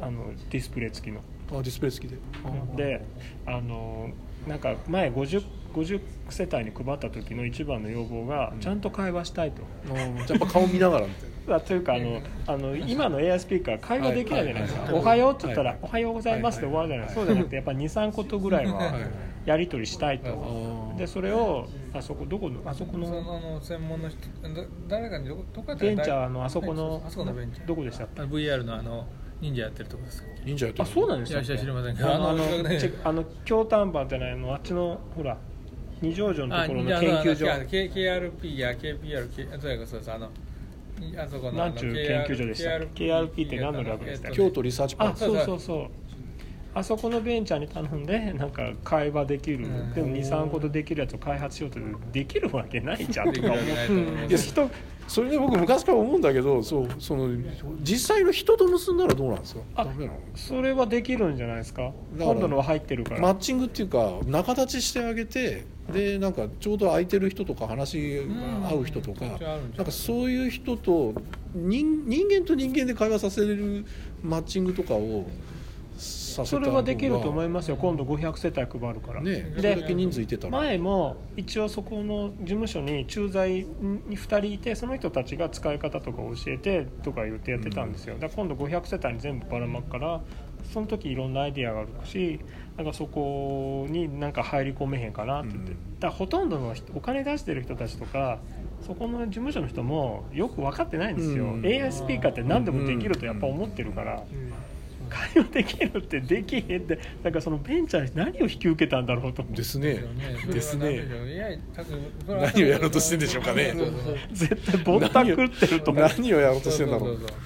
あのディスプレイ付きの。
あディスプレイ付きで。
であのなんか前 50, 50世帯に配った時の一番の要望が、ちゃんと会話したいと。
あーやっぱ顔見ながらみたいな。
あというかあのあの今の AI スピーカー会話できないじゃないですか「
はい
おはよう」って言った
は
ら
い
「おはようございます」で終わるじゃないですかそうじゃなくてやっぱ23ことぐらいは
はい
やり取りしたい
あ
と
ー
でそれをあそこどこのあそこ
そ
の
のあの専門の人だ誰かにどこどこやったら
ベンチャーのあそこの
はいあそこのベンチャー
どこでしたっ
あ VR のあの忍者やってるとこです
忍者やって
け
る
あそうなんで
い
す
や
か
いや知りませんけど
あのあの
近くね
ちあの京丹波じゃないのあっちのほら二条城のところの研究所
あの K- KRP や KPR けあそうやそうそうあのいあそこのあ
な
の
んちゅう研究所でしたっけ KRP って何の略でしたっけ
京都リサーチパー
あ
ク。
そうそうそうあそこのベンチャーに頼んで *laughs* なんか会話できる
ん
でも23個とできるやつを開発しようと思ってできるわけないじゃんと
できる
か
わ
思っ
けない
て
と思います
いや人それね僕昔から思うんだけどそうその実際の人と結んだらどうなんですか
あ
ダメなの
それはできるんじゃないですか
だから
今度のは入ってるから、
マッチングっていうか仲立ちしてあげてでなんかちょうど空いてる人とか話が合う人と
う
か
んうんうん
なんかそういう人と人人間と人間で会話させれるマッチングとかをさせた
そ
方が
れはできると思いますよ今度500世帯配るから、
ねそ
で
れだけ人数いてたら
前も一応そこの事務所に駐在に2人いてその人たちが使い方とか教えてとか言ってやってたんですよ、だから今度500世帯に全部ばらまくからその時いろんなアイディアがあるしなんかそこになんか入り込めへんかなって言って、
うん
だからほとんどの人お金出してる人たちとかそこの事務所の人もよく分かってないんですよ、
うん
AI スピーカーって何でもできるとやっぱ思ってるから。会話できるってできへんってなんかそのベンチャーに何を引き受けたんだろうと思って
ですねですね何
何
をやろうとしてんでしょうかね
*laughs* 絶対ぼったくってると思う
何をやろうとしてんだろ
そうそそでも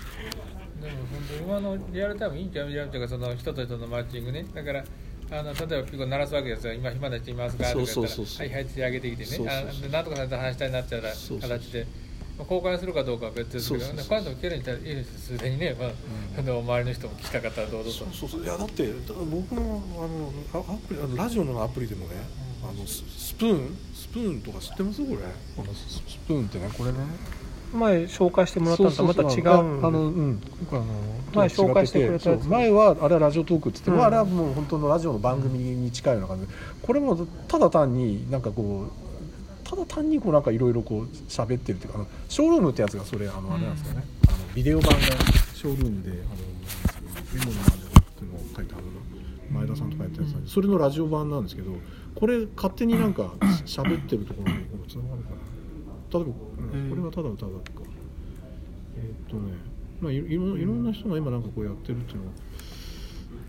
本当今のリアルタイムいいんちゃうリアルタイムというかその人と人とのマッチングねだからあの例えばピコ鳴らすわけですよ今暇な人いますかとか言ったら
そうそうそうそう
はいはいってあげてきてね
そうそうそう
あでなんとかさんと話したいなっちゃうよ
そうう
な
そうそう
形で。まあ公開するかどうかは別ですけど、
そうそうそう
ねこうやって受けるにしたらいいですよすでにね、まああの周りの人も聞きたかったらどうぞと
そうそうそういやだってだ僕のあのあアプリあのラジオのアプリでもねあのススプーンスプーンとか知ってますこれこのススプーンってねこれね
前紹介してもらったのとまた違う
あのうんあの
前紹介してくれたやつ
そう前はあれはラジオトークっつって、
うん
あれはもう本当のラジオの番組に近いような感じでこれもただ単になんかこうただ単にこうなんかいろいろこう喋ってるっていうかあのショールームってやつがそれあのあれなんですかね、あのビデオ版がショールームであのメモのあれっていうのを書いたあの前田さんとかやったやつなんでそれのラジオ版なんですけどこれ勝手になんか喋ってるところにこうつながるかな例えば、うんこれはただ歌うだけかえーっとねまあいろいろいろんな人が今なんかこうやってるっていうのは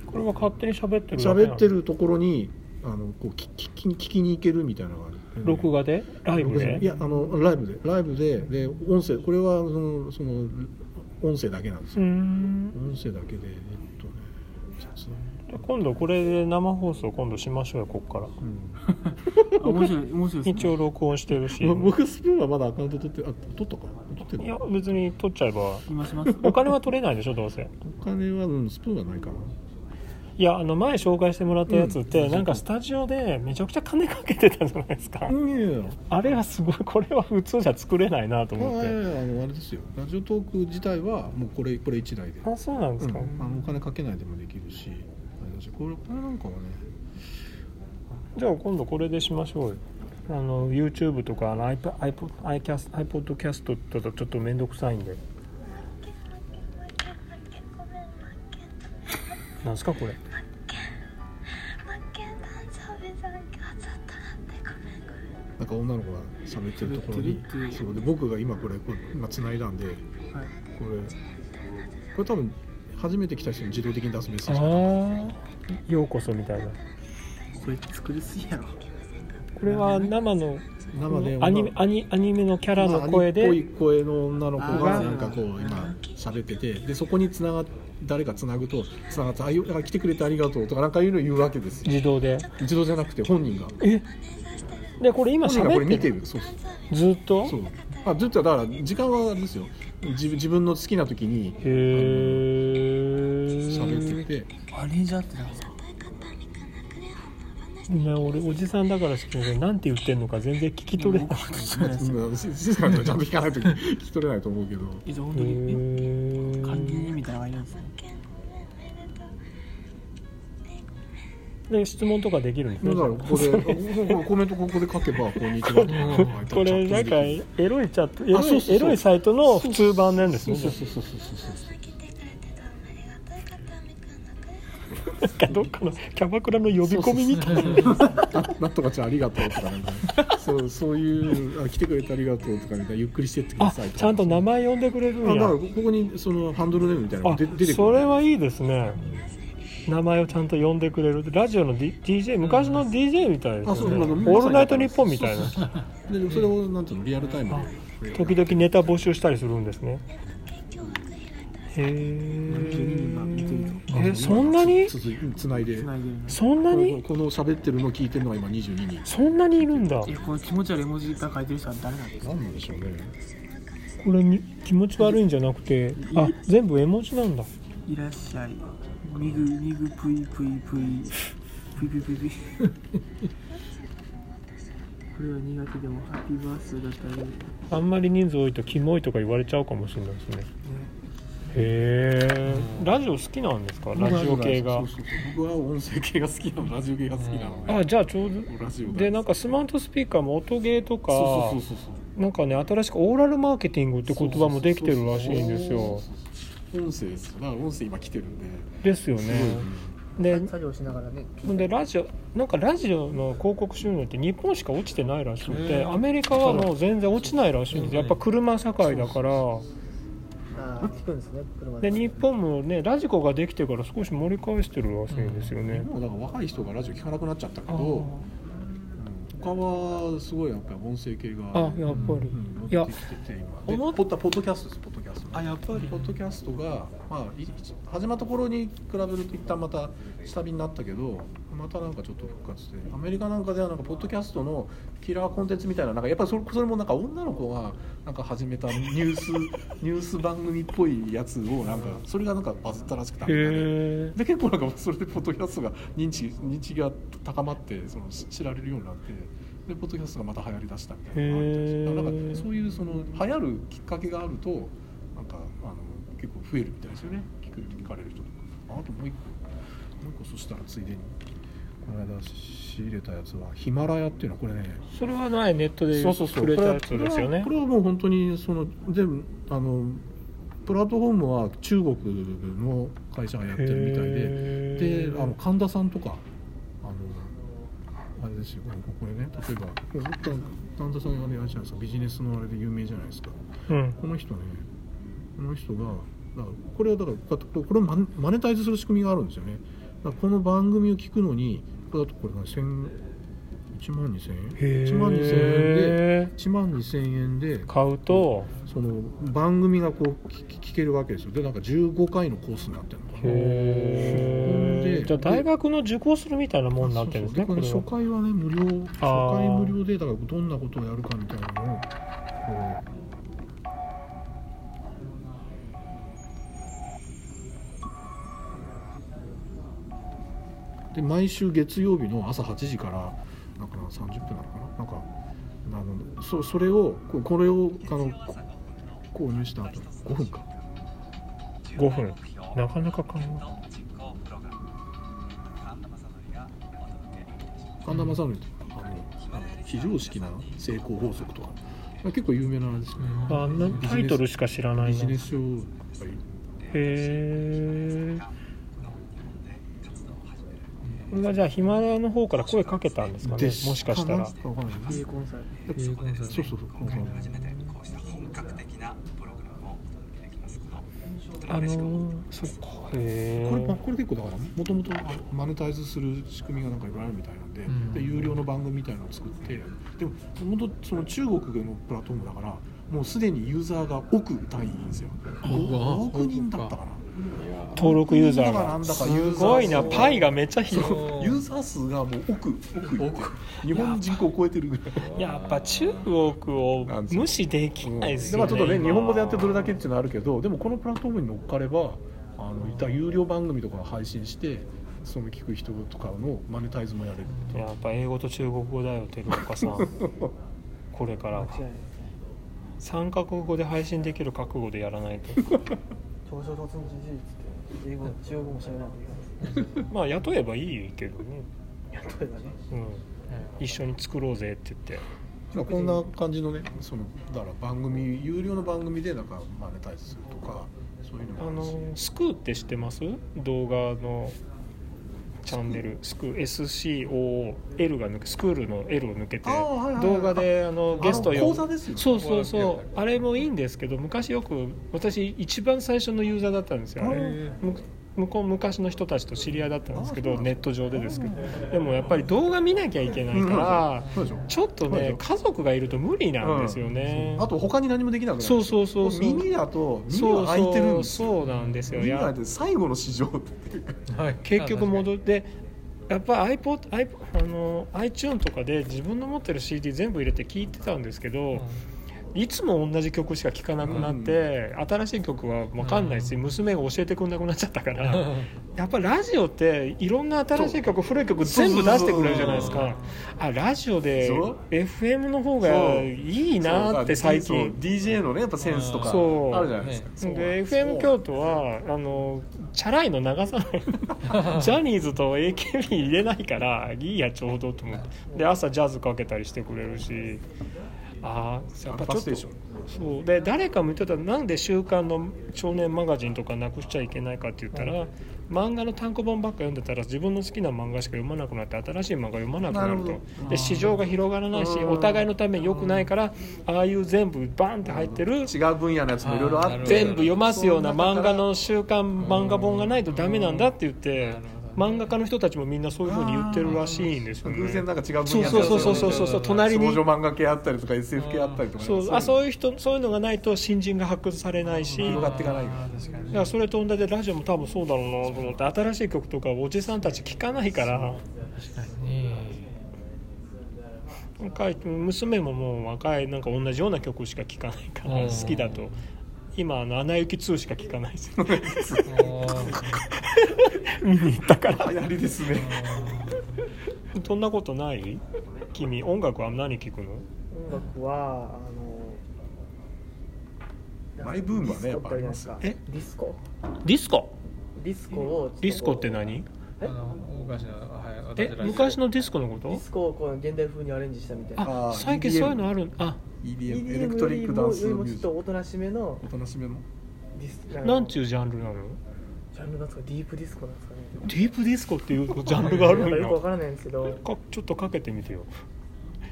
これは勝手に喋ってるだけな
喋
の
ってるところにあのこう聞き聞き聞きに行けるみたいなのがある
録画でライブで
いやあのライブでライブでで音声これはそのその音声だけなんです
うー
よ、
ん
音声だけでえっとね
今度これで生放送今度しましょうよこっから
あ面白い面白いです
一
ね
応録音してるし
僕 *laughs* 僕スプーンはまだアカウント取ってあ取ったか取って
い
る
や
の
別に取っちゃえば
今します
お金は取れないでしょどうせ
お金は、うん、スプーンはないかない
やあの前紹介してもらったやつって、なんかスタジオでめちゃくちゃ金かけてたじゃないですか、
うんいやいや
あれはすごいこれは普通じゃ作れないなと思っ
あ
て、
いやいやあのあれですよラジオトーク自体はもうこれこれ一台で、
あそうなんですか、
うんあのお金かけないでもできるしあれだしこれこれなんかはね
じゃあ今度これでしましょうよあの YouTube とかあの iPod, iPod, iCast iPod キャストだとちょっと面倒くさいんでなんですかこれ
なんか女の子が喋ってるところ
喋
に
ってるっていう
そうで僕が今これこれ今繋いだんで、これこれ多分初めて来た人に自動的に出すメッセージ
ああようこそみたいな
これ作りすぎやろ
これは生の
生で
アニメアニアニメのキャラ
ま
の
あ
声で、
兄っぽい声の女の子
あ
が
ー
なんかこう今喋っててでそこに繋がっ誰か繋ぐと繋がってあよあ来てくれてありがとうとかなんかいうの言うわけですよ
自動で
自動じゃなくて本人が
えでこれ今
本人がこ
喋
れ
っ
見
て
て
る
るそう
ずっと
そうあずっとだから時間はあれですよ自自分の好きな時に
へえ
喋ってて
マネージャーってなんですか
ね、俺おじさんだから知ってるけどなんて言ってんのか全然聞き取れない
*laughs* うん静かにちゃんと聞かないと聞き取れないと思うけど
えじゃあ本
へ
当にえ管理
ー
人みたいなのがいるんですね
で質問とかできるんです
だ
ね
からここでここコメントここで書けばこんにちはって
これなんかエロいチャットエロい
あそうそうそう
エロいサイトの普通版なんですね
そうそうそうそうそう
なんかどっかのキャバクラの呼び込みみたいな
ななんとかちゃんありがとうとかなんかそうそういうあ来てくれてありがとうとかみたいなゆっくりしてってくだ
あ
さいとか
ちゃんと名前呼んでくれる
あ
ん
だか
や
らここにそのハンドルネームみたいなの
あ
が出出てくる
それはいいですね名前をちゃんと呼んでくれるラジオの、D、DJ 昔の DJ みたいで
あ
す
そ
よ
う
ね
な
「
んか
オ
まさに
ールナイトニッポン」みたいな
でそれをなんていうのリアルタイムで
時々ネタ募集したりするんですねへええそんなに
つづ繋いで
繋いでるの
そんなに
この喋ってるの聞いてるのが今22人
そんなにいるんだ
えこの気持ち悪い絵文字が書いてる人は誰なんですか
何なんでしょうね
これに気持ち悪いんじゃなくてあ全部絵文字なんだ
いらっしゃいみぐみぐぷいぷいぷいぷいぷいぷいぷいこれは苦手でもハッピーバースデーだったり
あんまり人数多いとキモいとか言われちゃうかもしれないですねへえラジオ好きなんですかラジオ系が
そうそうそう僕は音声系が好きなのラジオ系が好きなので、
あじゃあちょうど
ラジオ
でなんかスマートスピーカーも音ゲーとか
そうそうそうそう
なんかね新しくオーラルマーケティングって言葉もできてるらしいんですよ
音声ですだから音声今来てるんで
ですよねで
作業しながらね
でラジオなんかラジオの広告収入って日本しか落ちてないらしくてアメリカはもう全然落ちないらしいんですやっぱ車社会だから
あー聞くんですね車
で日本もねラジコができてから少し盛り返してるらしいんですよね
もうだから若い人がラジオ聞かなくなっちゃったけど、うん他はすごいやっぱり音声系が
あやっぱり
うん
いや
乗ってきてて今で
思っ
ポッドポッドキャストですポッドキャスト
あやっぱり
ポッドキャストが、まあ、い始まった頃に比べると一旦また下火になったけどまたなんかちょっと復活してアメリカなんかではなんかポッドキャストのキラーコンテンツみたいななんかやっぱりそれそれもなんか女の子がなんか始めたニュースニュース番組っぽいやつをなんかそれがなんかバズったらしくてアメリカで
へえ
で結構なんかそれでポッドキャストが認知認知が高まってそのし知られるようになってでポッドキャストがまた流行りだしたみたいなのがあるみたいです
へー
だからなんかそういうその流行るきっかけがあるとなんかあの結構増えるみたいですよね聞く聞かれる人とかあともう一個もう一個そしたらついでにこの間仕入れたやつはヒマラヤっていうのはこれね
それは前ネットで
そうそうそう
触れたやつですよね
これはこれはもう本当にその全部あのプラットフォームは中国の会社がやってるみたい
へ
で
ー
であの神田さんとかあのあれですよこれね例えば神田さんがねあれじゃないですかビジネスのあれで有名じゃないですか
うん
この人ねこの人がだからこれはだからここれをマネマネタイズする仕組みがあるんですよねだからこの番組を聞くのにこれだとこれ何千1万2000円1万2000円で
へえ
1万2000円で
買うと
その番組がこう聞聞けるわけですよでなんか15回のコースになってるのかな
へえじゃあ大学の受講するみたいなもんになってるんですね
でこれ
こ
初
れは
回はね無料初
あー
回無料でだからどんなことをやるかみたいなのをこうで毎週月曜日の朝8時からなんかな30分なのかななんかあのそそれをここれをあのこ購入した後5分か
5分なかなかかん
神田正則ってあのあの非常識な成功法則とか結構有名なあれですね
あなタイトルしか知らない
ビ
な
ジネ
へ
ス書をやっぱり
えこれがじゃあ暇の方から声かけたんですかね
で
もしかしたら
なんかわかんない
経営コンサル
そうそうそうそう
あのー、そっかへ
これ
え
これ結構だからもともとマネタイズする仕組みがなんかいろいろあるみたいなんで,、で有料の番組みたいなのを作ってでも本当その中国のプラットフォームだからもうすでにユーザーが億単位いるんですよ5億人だったかな
登録ユーザー
だから
が
なんだかユーザー
す
数
ごいなパイがめっちゃ広い
ユーザー数がもう億億いって日本人口を超えてるぐらい
やっぱ中国を無視できないです
で
よ
ま
ね
あちょっとね
今
日本語でやってどれだけっていうのはあるけどでもこのプラットフォームに乗っかればあのいった有料番組とかを配信してその聞く人とかのマネタイズもやれるっていう
やっぱ英語と中国語だよ照岡さん *laughs* これからは
間違いない
3カ国語で配信できる覚悟でやらないと
東証突入事実って英語中国語も喋らない
まあ雇えばいいけどね、
といけない例えばね
うん、一緒に作ろうぜって言って
*laughs* まあこんな感じのねそのだから番組有料の番組でなんかマネタイズするとかそういうの
あ
もあるし
のスクーって知ってます動画のチャンネルスクー SCOL が抜けスクールの L を抜けて
あーはいはいはい
動画であのゲスト
あの講座ですよね
そうそうそ
こ
うあれもいいんですけど昔よく私一番最初のユーザーだったんですよあれむ向こう昔の人たちと知り合いだったんですけどネット上でですけどでもやっぱり動画見なきゃいけないから
そうでしょ
ちょっと
そうでし
ね
ょ
家族がいると無理なんですよね
あと他に何もできなくなる
そうそうそうそう
耳だと耳が開いてるんですよ
そうそうそうなんですよ
耳が開い
や
てる最後の市場っていう
はい
結局戻ってやっぱ iPod, i あの iTune とかで自分の持ってる CD 全部入れて聴いてたんですけど、いつも同じ曲しか聴かなくなって、新しい曲は分かんないし、娘が教えてくれなくなっちゃったから、やっぱラジオっていろんな新しい曲古い曲全部出してくれるじゃないです
そう
かあラジオで
そう
FM の方がいいなって最近
そう DJ のねやっぱセンスとか
そう
あるじゃないですか
ね
で FM 京都はあのチャラいの流さない *laughs* ジャニーズと AKB 入れないからいいやちょうどと思ってで朝ジャズかけたりしてくれるしああやっぱちょっ
ステ
と
ーション
そうで誰かも言ってたなんで「週刊の少年マガジン」とかなくしちゃいけないかって言ったら、漫画の単行本ばっか読んでたら自分の好きな漫画しか読まなくなって新しい漫画読まなくなる
なる
とで市場が広がらないしお互いのために良くないからああいう全部バンって入ってる
違う分野のやつもいろいろあっ
あーなるほど
て
全部読ますような漫画の週刊漫画本がないとダメなんだって言って漫画家の人たちもみんなそういうふうに言ってるらしいんですよね
偶然なんか違う分野のやつ
そうそうそうそうそうそうそう隣に
少女漫画系あったりとか SF 系あったりとかね
そうあそういう人そういうのがないと新人が発掘されないし
広がっていかないよ
だからそれと同じでラジオも多分そうだろうなと思って新しい曲とかおじさんたち聴かないから若い娘ももう若いなんか同じような曲しか聴かないから
うん
好きだと今あの「アナ雪2」しか聴かないです
流行りですね
そんなことない君音楽は何聴くの
音楽はあの
マイブームはねやっぱあります
デ
よ
ィスコ
ディスコ
ディスコを
ディスコって何
あの昔のはい
え
私ら
昔 *laughs* のディスコのこ
ディ
と
スコをこう現代風にアレンジしたみたいな
あ
あー
最近
EDM
そういうのあるあ
EDM エレクトリックダンス
より
ミュ
も
ージッ
ちょっ
ク
とおとなしめの
おとなしめの
ディス
なんち
ゅ
ゅうジャンルなの
ジャンルなんですかディープディスコなんですかね
ディープディスコっていうジャンルがある
なん
ん
かよくわ
や
からないんですけど
かちょっとかけてみてよ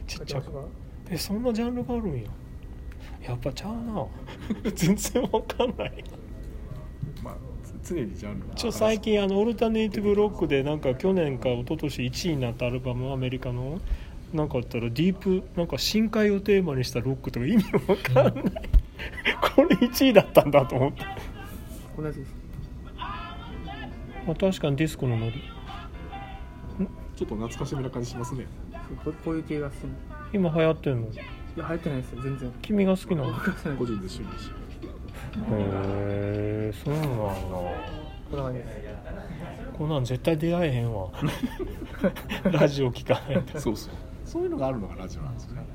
ちっちゃく
書きますか
えそんなジャンルがあるんややっぱちゃうな全然わかんない
まあつ常にジャンルは
ちょ最近あのオルタネイティブロックでなんか去年か一昨年1位になったアルバムアメリカのなんかあったらディープなんか深海をテーマにしたロックとか意味わかんないこれ1位だったんだと思って
こんなやつです
まあ、確かにディスコのノリ
ちょっと懐かしめな感じしますね
ここういう系が好きい
今流行ってるの
や入ってないですよ全然
君が好きなのへ
個人で趣味し
えそうなん
こんな感じです
だこんなん絶対出会えへ *laughs* んわラジオ聞かないと
そうそうそういうのがあるのがラジオなんですよね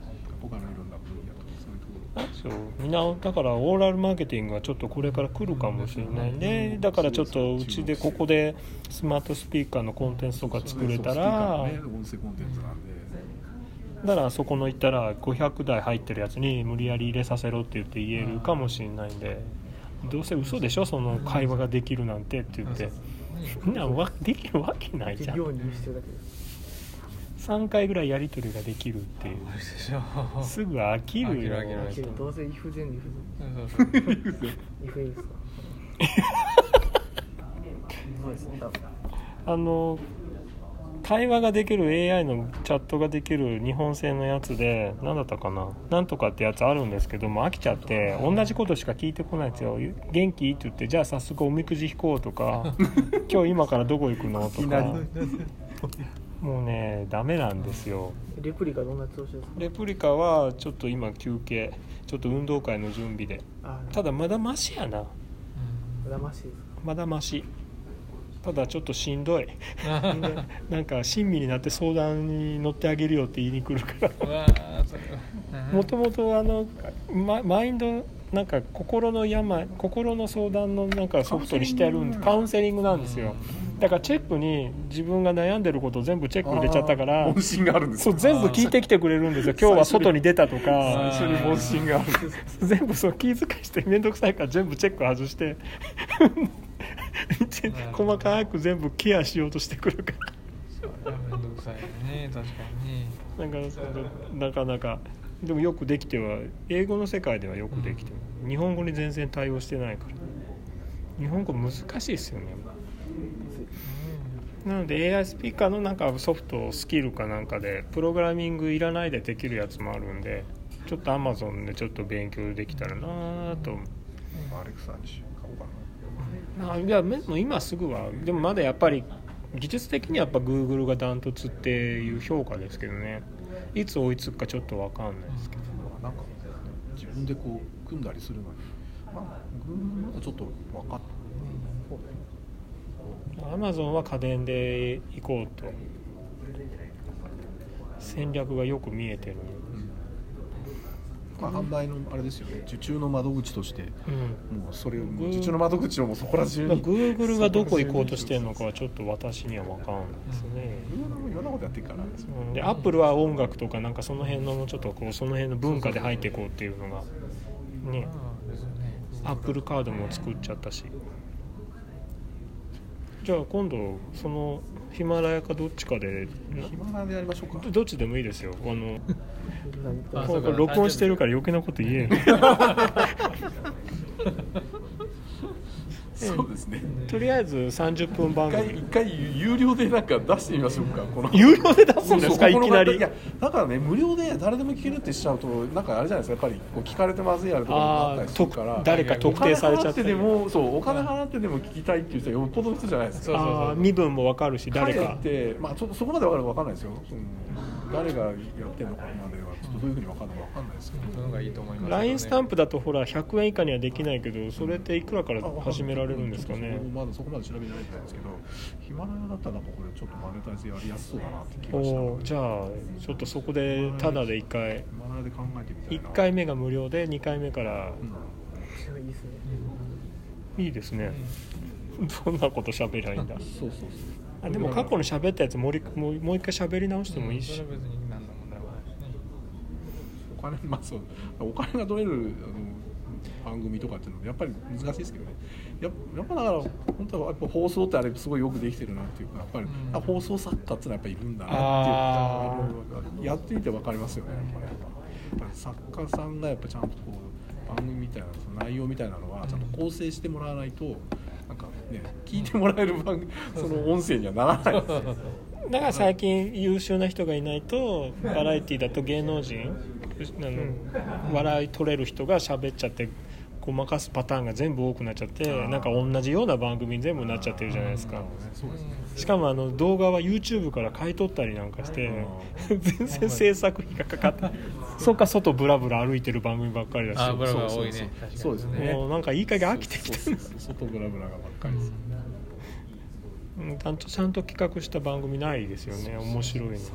他のいろんな分野とかそういうところ
そうみんなだからオーラルマーケティングがちょっとこれから来るかもしれないねだからちょっとうちでここでスマートスピーカーのコンテンツとか作れた
そうスピーカ
ら
ーのね音声コンテンツなんで
だからあそこの行ったら500台入ってるやつに無理やり入れさせろって言って言えるかもしれないんでどうせ嘘でしょその会話ができるなんてって言ってみんなわできるわけないじゃん
ように見せてるだけです
3回ぐらいやり取りができるっていう
でしょ
すぐ飽きるよ
飽きる飽き
けどどうせイフ全部イフ
そうそうそう
全部イフですかそうですね多分
あの対話ができる AI のチャットができる日本製のやつで何だったかななんとかってやつあるんですけども飽きちゃって同じことしか聞いてこないんですよ「元気?」って言って「じゃあ早速おみくじ引こう」とか「今日今からどこ行くの?」とかもうねダメなんですよ
レプリカどんな調子ですか
レプリカはちょっと今休憩ちょっと運動会の準備で
あ
ただまだマシやな
だましいです
まだマシただちょっとしんどい
かみんな
なんか親身になって相談に乗ってあげるよって言いに来るから
うわーそれは
もともとあのママインドなんか心の病心の相談のなんかソフトにしてあるんでカウンセリングなんですよだからチェックに自分が悩んでることを全部チェック入れちゃったから
問診があるんです
そ
よ
う全部聞いてきてくれるんですよ今日は外に出たと
あ
か
ー
一緒に問診があるんです
全部そう気遣いして面倒くさいから全部チェック外して *laughs* 細かく全部ケアしようとしてくるから。
それはめんどくさいよね確かにね
なんかそのなかなかでもよくできては英語の世界ではよくできてる、日本語に全然対応してないから日本語難しいですよねなので AI スピーカーのなんかソフトスキルかなんかでプログラミングいらないでできるやつもあるんでちょっと Amazon でちょっと勉強できたらなぁと思う
アレクサにしようか
まあいやめもう今すぐはでもまだやっぱり技術的にはやっぱ Google がダントツっていう評価ですけどねいつ追いつくかちょっと分かんないですけど
なんか自分でこう組んだりするのにまあグーグルまだちょっと分かっ
アマゾンは家電で行こうと戦略がよく見えてる、
まあ販売のあれですよね受注の窓口として
うん、
もうそれを
グー
受注の窓口をもうそこら中
だから
に
Google がどこ行こうとしてるのかはちょっと私には分かんないですね、
Google もいろんなことやってるから
うん、で Apple は音楽とかなんかその辺のもうちょっとこうその辺の文化で入っていこうっていうのがね
そうですよね
Apple カードも作っちゃったしじゃあ今度そのヒマラヤかどっちかでな
暇なんでやりましょうか
どっちでもいいですよあの
何言って
あ
も
そうか
録音してるから余計なこと言えよ *laughs*
そうですね
とりあえず30分番
一回
組
一回有料でなんか出してみましょうかこの
有料で出すんです
そ
か
う
い
そう
きなり
いやだからね無料で誰でも聞けるってしちゃうとなんかあれじゃないですかやっぱりこう聞かれてまずいやるとかもあ
あ
った
あ
りするから
誰か特定されちゃ
お金払っ
っ
て
て
でもそうお金払ってでも聞きたいっていう人はよっぽどの人じゃないですか
そうそう
ああ身分もわかるし誰
彼
か
ってまあちょっとそこまでわかるかわかんないですよ、うん、誰がやってるのかまではちょっとどういうふうにわかるのかわかんないですけど
そういうのがいいと思いますけどね
LINE スタンプだとほら100円以下にはできないけどそれっていくらから
あわかんない
始められるんですか
ちょ
ね
っとそこまだそこまで調べられてないんですけどヒマラヤだったらなんかこれちょっとマネタイズやりやすそうだなって気がした
お
の
お
で
じゃあちょっとそこでタダで1回
ヒマラヤで考えてみたいな
1回目が無料で2回目か
う
ら
ん
いいですね
いいですねどんなこと喋りゃいいんだ
そうそうそう
あでも過去の喋ったやつもう一もうもう一回喋り直してもいい
そ
し
れは別に何の問題もないですね
お金まあそうお金が取れるあの番組とかっていうのもやっぱり難しいですけどねやっやっぱだから本当はやっぱ放送ってあれすごいよくできてるなっていうかやっぱり、
うん
あ放送作家っていうのはやっぱいるんだな
あ
っていうやってみて分かりますよねやっぱりやっぱり作家さんがやっぱちゃんとこう番組みたいなその内容みたいなのはちゃんと構成してもらわないとなんかね聞いてもらえる番組その音声にはならないですよ
だから最近優秀な人がいないとバラエティだと芸能人あの笑い取れる人が喋っちゃってこごまかすパターンが全部多くなっちゃってなんか同じような番組に全部なっちゃってるじゃないですかしかもあの動画は YouTube から買い取ったりなんかして全然制作費がかかってそっか外ブラブラ歩いてる番組ばっかりだし
あブラブラ多いね
そうですね
もうなんかいい加減飽きてきた
外ブラブラがばっかりです
うんちゃんとちゃんと企画した番組ないですよね面白いの
さ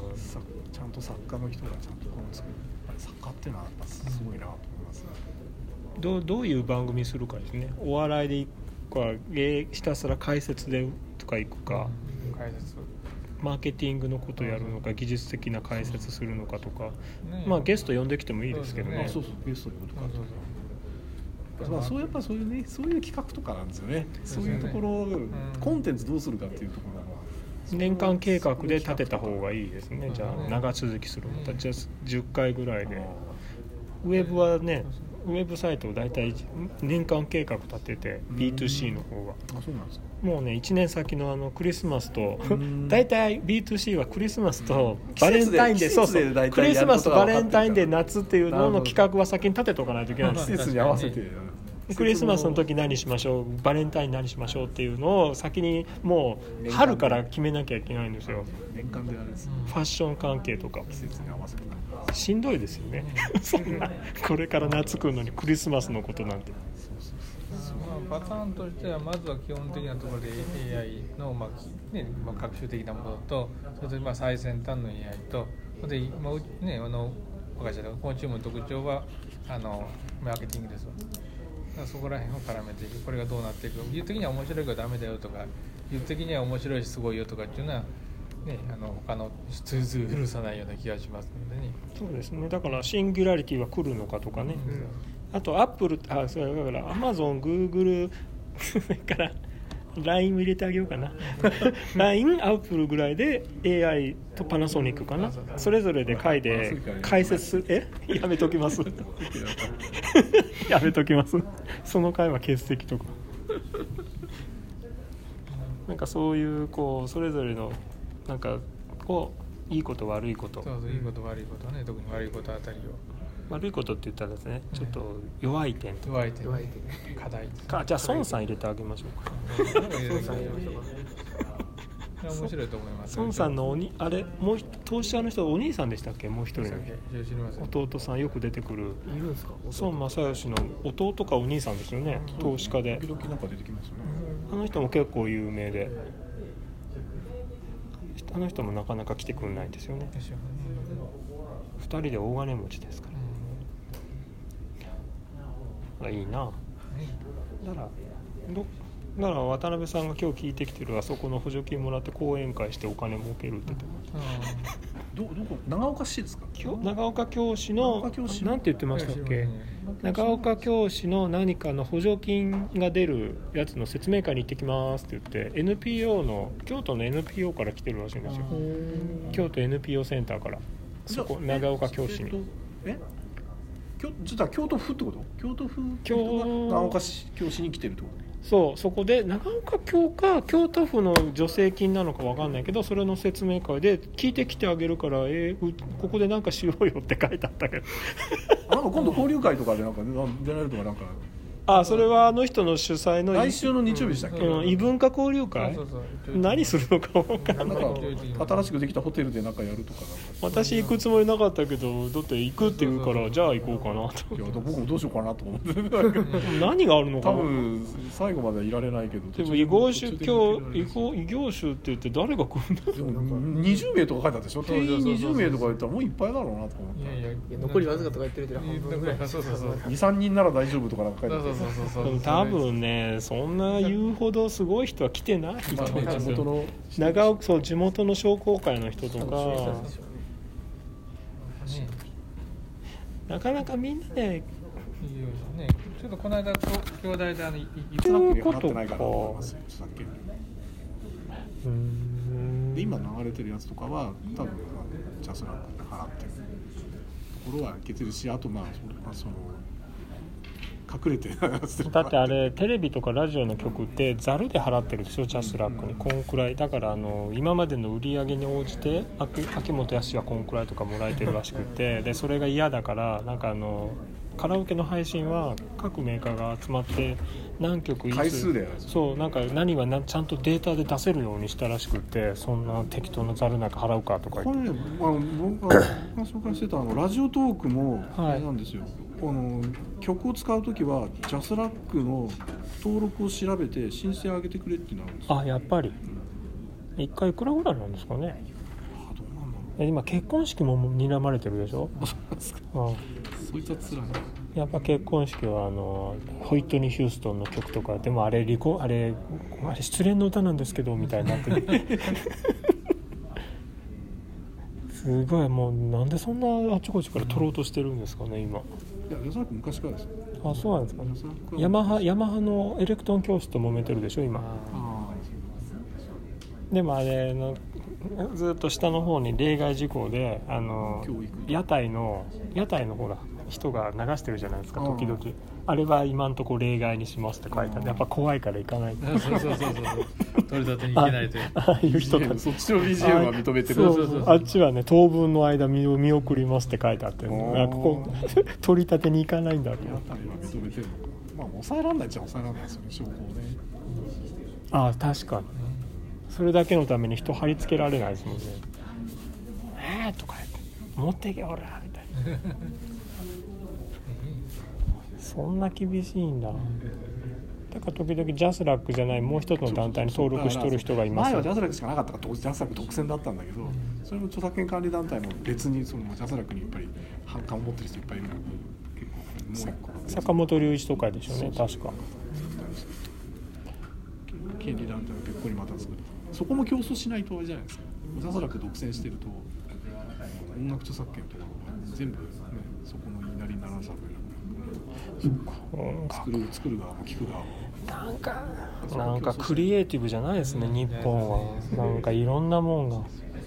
ちゃんと作家の人がちゃんとこの作るやっぱり作家っていうのはやっぱすごいなと思いますね
どうどういう番組にするかですねお笑いで行くかえーひたすら解説でとか行くか
解説
マーケティングのことやるのか技術的な解説するのかとか
ね
まあゲスト呼んできてもいいですけど
そう
ね
で
あ
す
そう
ね
そうゲストに呼ぶとか
そうそう
まあ、そうやっぱそういうねそういう企画とかなんですよね
そ
そうう
ですよ
い
ね
うところ、
ん
コンテンツどうするかっていうところが
年間計画で立てた方がいいですねじゃ
う
あ
ん
長続きするの
う
た
ん
ちは10回ぐらいでウェブはねウェブサイトを大体年間計画立てて B2C の方は
あそうなんですか
もうね1年先のあのクリスマスと
ん
大体 B2C はクリスマスとバレンタインデー
季節で
そうそ
季節で
う
大
ク
体や
リ
る
ス
ことが分
マ
か
ス
ってるから
とバレンタインデー夏っていうのの企画は先に立てとかないといけないんで
*laughs*
す
季節に合わせて
クリスマスの時何しましょうバレンタイン何しましょうっていうのを先にもう春から決めなきゃいけないんですよ
年間であれです
ファッション関係とか
季節に合わせて
しんどいですよ
*laughs*
ねそんなこれから夏来るのにクリスマスのことなんて
まあ、パターンとしてはまずは基本的なところで AI の、まあきねまあ、学習的なものとそれとまあ最先端の AI とそれで、まあうね、あの我が社ではコンチュームの特徴はあのマーケティングですわだからそこら辺を絡めていくこれがどうなっていく技術的には面白いけどダメだよとか技術的には面白いしすごいよとかっていうのは、ね、あの他の通通許さないような気がしますのでね。
そうですねだからシンギュラリティは来るのかとかね、
うん
あとアップルあそれだからアマゾングーグル *laughs* それから LINE も入れてあげようかな *laughs* LINE アップルぐらいで AI とパナソニックかなそれぞれで会で解説すえ *laughs* やめときますやめときますその会は欠席とかなんかそういうこうそれぞれのなんかこういいこと悪いこと
そうそういいこと悪いことね特に悪いことあたりを
悪いことって言ったらですねちょっと弱い点と
弱い点課題
かじゃあ孫さん入れてあげましょうか
面白いと思います。
孫さんのおにあれもう一投資家の人お兄さんでしたっけもう一人の
知りません。
弟さんよく出てくる
いるんですか
孫正義の弟かお兄さんですよね投資家で
時々なんか出てきますよね
あの人も結構有名であの人もなかなか来てくれないんですよね
ですよね
2人で大金持ちですからあいいなだからどだから渡辺さんが今日聞いてきてるあそこの補助金もらって講演会してお金儲けるってとこ
どどこ長岡市ですか
きょ長岡教師の
長岡教師
なんて言ってましたっけ長岡教師の何かの補助金が出るやつの説明会に行ってきますって言って NPO の京都の NPO から来てるらしいんですよ京都 NPO センターからそこ
じゃあ
長岡教師
えっと
に
え京ちょっと京都府ってこと京都府
京
長岡市教師に来てるってこと
そうそこで長岡教か京都府の助成金なのかわかんないけどそれの説明会で聞いてきてあげるからえーうここでなんかしようよって書いてあった
*laughs*
けど
あなんか今度交流会とかでなんか出られるとかなんか
あそれはあの人の主催の
来週の日曜日でしたっけ、
うん異文化交流会
そうそう
何するのか分かんない
なんか新しくできたホテルでなんかやるとかなんか
私行くつもりなかったけどだって行くって言うからじゃあ行こうかなと
いや僕もどうしようかなと思ってなんか
何があるのか
多
な
分最後まではいられないけど
でも異業種
途中
今日異業異業種って言って誰が来るんだ
でも20名とか書いてあったでしょ
そう
定
そうそう
員20名とか言ったらもういっぱいだろうなとか思って
いやいや
いや残りわずかとか言ってるけど半分ぐらい
そうそうそう。
23人なら大丈夫とかなんか書いてあって
多分ねそんな言うほどすごい人は来てないと
まあ
思
ね
うんです
地元
よ
の
長岡そう地元の商工会の人とかなかなかみんなね
ね、ちょっとこの間兄弟であの
スナック
うい
に
う
は
こ
な
と
っ
か
てないからと思いますよさっきより
うーん
で今流れてるやつとかは多分ジャスラックで払ってるところは受けてるしあとまあその隠れてやつと
だ
か
ってあれテレビとかラジオの曲ってざるで払ってるでしょジャスラックにこんくらいだからあの今までの売り上げに応じて秋秋元康はこんくらいとかもらえてるらしくてでそれが嫌だからなんかあのカラオケの配信は各メーカーが集まって何曲いつ
回数で
そうなんか何がなちゃんとデータで出せるようにしたらしくってそんな適当なざるなんか払うかとか
こ
言
れ
って
ねあの僕が僕が紹介してたあのラジオトークも
はい
あれなんですよ、あの曲を使う時はジャスラックの登録を調べて申請上げてくれってなるんですよ
あやっぱり一回いくらぐらいなんですかね
あどうなんだろ
え今結婚式も睨まれてるでしょ *laughs* うん
うそいつはつらいな
やっぱ結婚式はあのホイットニー・ヒューストンの曲とかでもあれ離婚あれあれ失恋の歌なんですけどみたいになっててすごいもうなんでそんなあちこちから取ろうとしてるんですかね今
いやジャスラック昔からですよ
あそうなんですかね
ジャスラックは
ヤマハヤマハのエレクトーン教室と揉めてるでしょ今
あ
でもあれのずっと下の方に例外事項であの
教育
屋台の屋台のほら人が流してるじゃないですか
うん
時々、あれは今んとこ例外にしますって書いてあるやっぱ怖いから行かない
*laughs* そうそうそうそうそう取り立てに行けないという
*laughs* ああいう人た
あ
ち
*laughs* そっちの BGM は認めてる
そ
そ
う
うそうそう
あっちはね当分の間見見送りますって書いてあって
おー
あここ *laughs* 取り立てに行かないんだろう
屋台は認めてるのかまあ抑えられないっちゃ抑えられないですよね証拠をね
ああ確かにそれだけのために人貼り付けられないですもんね「えーとか言って「持ってけほら」みたいなそんな厳しいんだだから時々ジャスラックじゃないもう一つの団体に登録しとる人がいます
前はジャスラックしかなかったからジャスラック独占だったんだけどそれも著作権管理団体も別にそのジャスラックにやっぱり反感を持ってる人いっぱいいるから結構もう一個
坂本龍一とかでしょうね確か
権利団体を結構にまた作るそこも競争しないとあれじゃないですかジャスラック独占してると音楽著作権とか全部、ね、そこの言いなりにならざるを
うん
得ない作る作る側も聞く側も
なんかなんかクリエイティブじゃないですね日本はなんかいろんなもんが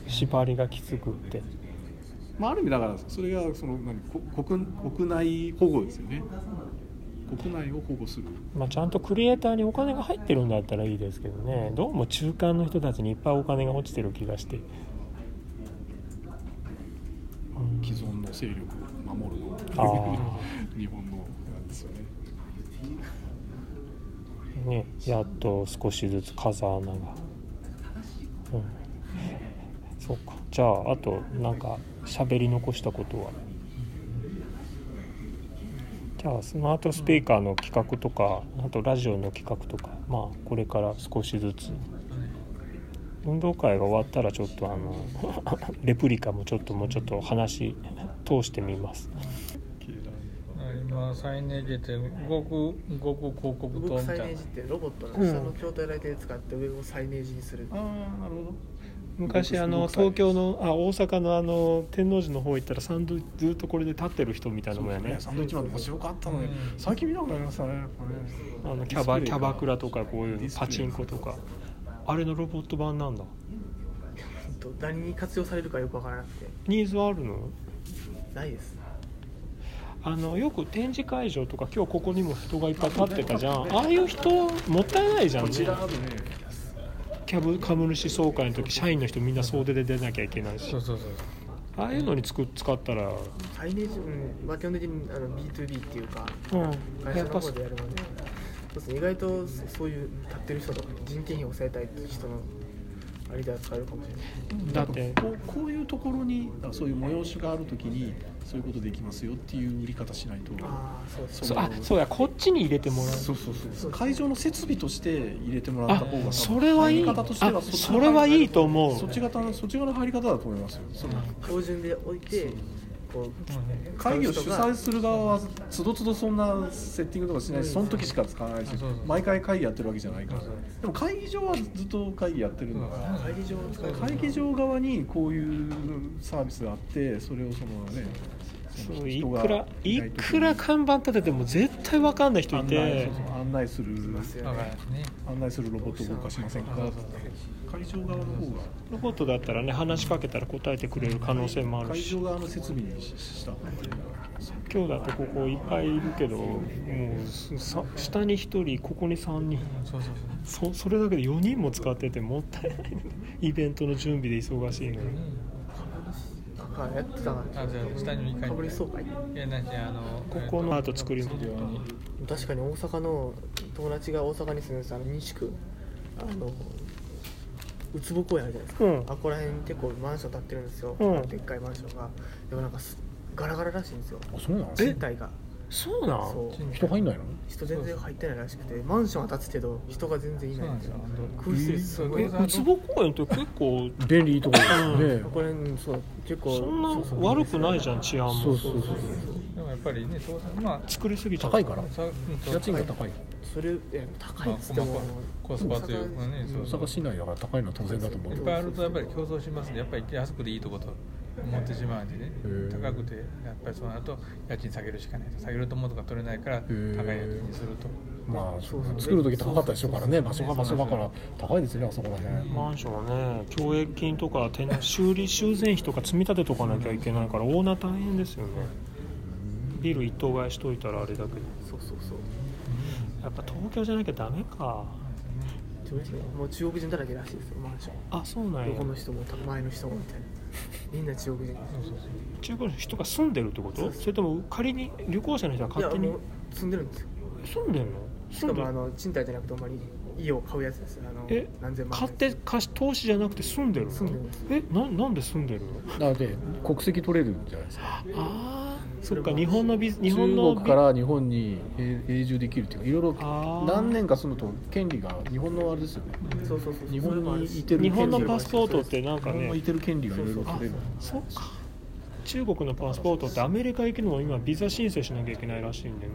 縛りがきつくって
まあ、ある意味だからそれがその何こ国国内保護ですよね国内を保護する
まあ、ちゃんとクリエイターにお金が入ってるんだったらいいですけどねどうも中間の人たちにいっぱいお金が落ちてる気がして
既存の勢力を守るの
あ
*laughs* 日本のなんですよね
ねやっと少しずつ風穴が、うん、そうかじゃああとなんか喋り残したことはじゃあスマートスピーカーの企画とかあとラジオの企画とかまあこれから少しずつ運動会が終わったらちょっとあのレプリカもちょっともうちょっと話通してみます
今再ネジって動く動く広告塔
動く
み
サ
た
イ
いな
ネージってロボットの下の筐体だけ使って上をサイネージにする、
ああなるほど
昔あの東京のあ大阪のあの天王寺の方行ったらサンドずっとこれで立ってる人みたいなもんやね
サンドイッチマン面白かったのに、
うん
最近見なくなりましたねやっぱね
あのキ
ディ
ャバ
スプレイ
キ
が
ャバクラとかこうい
ディ
う
スプレイ
パチンコとかあれのロボット版なんだ
ちょっと何に活用されるかよくわからなくて
ニーズはあるの
ないです
あのよく展示会場とか今日ここにも人がいっぱい立ってたじゃんああいう人もったいないじゃん、ね、
あとね
キャブ株主総会の時社員の人みんな総出で出なきゃいけないし
そうそうそう
ああいうのにつく使ったら、
サイネージうんまあ基本的にあの B2B っていうか
うん、
会社
やっ
の
ぱ
方でやるもんでそうですね意外とそそういう立ってる人とか人件費を抑えたいっていう人のあれでは使えるかもしれない
だって
こうこういうところにだからそういう催しがあるときにそういうことできますよっていう売り方しないと
ああそうです
そうあそうやこっちに入れてもらう
そうそうそう会場の設備として入れてもらった方が多分
それはいい
入り方としては
あ
っち
それはいいと思う
そっち方のそっち側の入り方だと思いますよその
標準で置いてこう
会議を主催する側はつどつどそんなセッティングとかしないしその時しか使わないし
そうそう
毎回会議やってるわけじゃないからでも会議場はずっと会議やってるんだから
会議場を使う
会議場側にこういうサービスがあってそれをそのねその
そうい
人が
くらい
ない時に
くら看板立てても絶対わかんない人い
案内
て
そうそう案内する
ですよ
だか
ね
らね
案内するロボットを動かしませんか会場側の方が
ロボットだったらね話しかけたら答えてくれる可能性もある
会
し
場側の設備にした方がいい
今日だとここいっぱいいるけどもうさ下に1人ここに3人
そうそうそう
そそれだけで4人も使っててもったいないイベントの準備で忙しいのに
株主株はい、やってたな。
あじゃあ下に2回
株主総会。
いやなんかあの
ここのアート作りも
確かに大阪の友達が大阪に住んでたあの西区あのうつぼ公園あるじゃないですか、
うん
あここら辺結構マンション建ってるんですよ、
うん
でっかいマンションがでもなんかすガラガラらしいんですよ
あそうなん
賃貸が
そう
そう
なん人入んないの
人全然入ってないらしくてマンションは建つけど人が全然い
そ
な
う
い
なんん
で
ですす
よ
よ
空室すごい
うん
ウツボ公園って結構便利いいところです
こ
ね
こら辺そう結構
そんな悪くないじゃん治安も
そうそうそうそう
でもやっぱりね当然まあ
作りすぎちゃう
高いから
さうんと
家賃が高い
それえ高い
ま
っ
あ
つっても、
コスパというかね
大阪
そ
大
うそう
阪市内だから高いのは当然だと思う
い
け
っ
ど
ぱいあるとやっぱり競争しますねやっぱり安くでいいとこと思ってしまうんでね
へえ
高くてやっぱりそうなると家賃下げるしかないと下げると思うとか取れないから高い
え
家賃にすると
まあ
そうそう
作る時高かったでしょうからね場所が場所だから高いですよねあそこら辺
マンションはね共益金とか天修理修繕費とか積み立てとかなきゃいけないからオーナー大変ですよねビル一棟買いしといたらあれだけど
そうそうそう
やっぱ東京じゃなきゃダメか
上司もう中国人だらけらしいですよマンション
あそうなんや
横の人も前の人もみたいなみんな中国人
中国の人が住んでるってことそれとも仮に旅行者の人が
いや
勝手に
もう住んでるんですよ
住んでんの
し
住
か
んで
も
る
あの賃貸じゃなくてほんまに家を買うやつですあの
え
何千万
買って貸し投資じゃなくて住んでるの
住んでるんです
えななんで住んでるの
なので国籍取れるんじゃないですか
ああ
そ
そ
れ
っ
も
か日本のビズ日本
中
の
国から日本に永永住できるっていうかいろい
あ
ろ
ー
何年か住むと権利が日本のあれですよね
そうそうそう
日本にいてる
日本の
権利
パスポートってなん
日
か
本
ね
のいてる権利がいろいろ取れる
そっか中国のパスポートってアメリカ行くのも今ビザ申請しなきゃいけないらしいんでね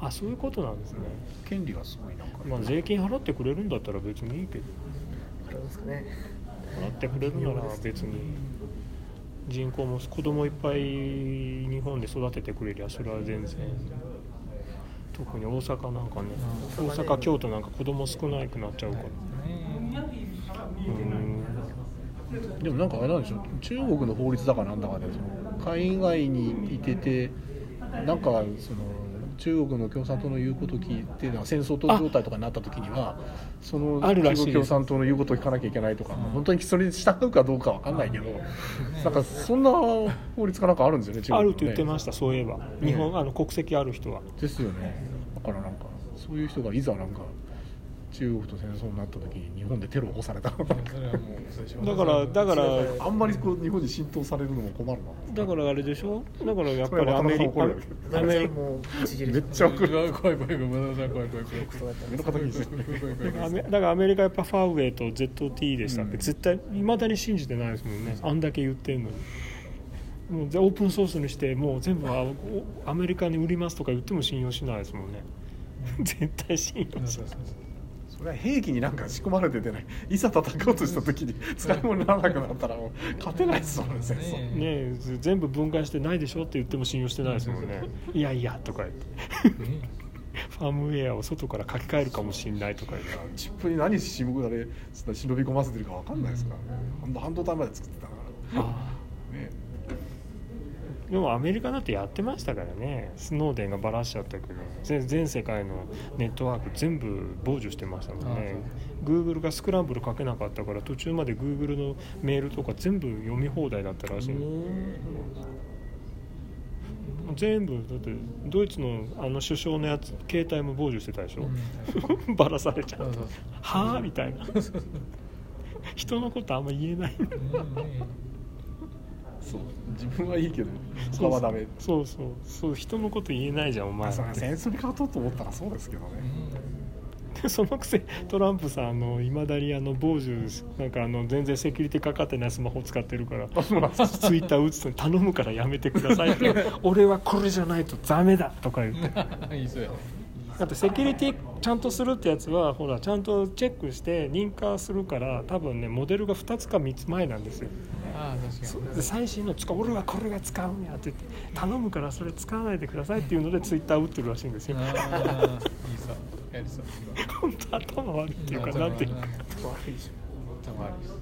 あそういうことなんですね
権利がすごいなんか
まあ税金払ってくれるんだったら別にいいけど
あれですかね
払ってくれるなら別に人口も子供いっぱい日本で育ててくれりゃそれは全然特に大阪なんかね大阪京都なんか子供少なくなっちゃうからうん
でもなんかあれなんでしょう中国の法律だかなんだかでその海外にいててなんかその中国の共産党の言うことを聞いてなんか戦争と状態とかになった時にはその
あ
中
るらしい
国
です
共産党の言うことを聞かなきゃいけないとか本当にそれに従うかどうかわかんないけどなんかそんな法律かなんかあるんですよね中
あ
国のね
ると言ってましたそういえば日
う
本
ん
あの国籍ある人は
ですよねだからなんかそういう人がいざなんか中国と戦争になった時に日本でテロを起こされたのなんか
それはもうそうでしょ
だからだから
あんまりこう日本に浸透されるのも困るな
だからあれでしょだからやっぱ
それ
り
は
アメリ
なかなか怒るよ
カ
だめだもうちぎれ
めっちゃ怒る
怖い怖い怖い怖い怖い怖い怖い怖い怖い
そうだった
目の敵にしてる
アメだからアメリカやっぱファーウェイと ZT でしたって、絶対いまだに信じてないですもんねあんだけ言ってんのにもうぜオープンソースにしてもう全部あおアメリカに売りますとか言っても信用しないですもんね *laughs* 絶対信用しない
それは兵器になんか仕込まれててねいざ戦おうとした時に使い物にならなくなったらもう勝てないですもんね戦争
ね
ねえず全部分解してないでしょって言っても信用してないですもんねいやいやとか言ってファームウェアを外から書き換えるかもしれないとか言って
チップに何しぶあれ忍び込ませてるかわかんないですからね半導半導体まで作ってたからね
でもアメリカだってやってましたからねスノーデンがばらしちゃったけど全全世界のネットワーク全部傍受してましたもんね Google がスクランブルかけなかったから途中まで Google のメールとか全部読み放題だったらしい全部だってドイツのあの首相のやつ携帯も傍受してたでしょ、 *laughs* ばらされちゃった
そうそう
はあみたいな人のことあんま言えない
そう自分はいいけど他はダメ
そうそうそう人のこと言えないじゃんお前
まあそれ
は
は戦争に勝とうと思ったらそうですけどね
でそのくせトランプさんのいまだにあの傍受なんかあの全然セキュリティかかってないスマホ使ってるからツイッター打つと頼むからやめてくださいって俺はこれじゃないとダメだとか言って
いいそうや
だってセキュリティちゃんとするってやつはほらちゃんとチェックして認可するから多分ねモデルが2つか3つ前なんですよ
ああ確かに
で最新の使う俺はこれが使うんやって言って頼むからそれ使わないでくださいっていうのでツイッター打ってるらしいんですよ
ああいいさやりそう
*laughs* 本当頭悪いっていうか
な
なんん
て
て
い
いうう
か
か
頭悪いでし
頭悪いです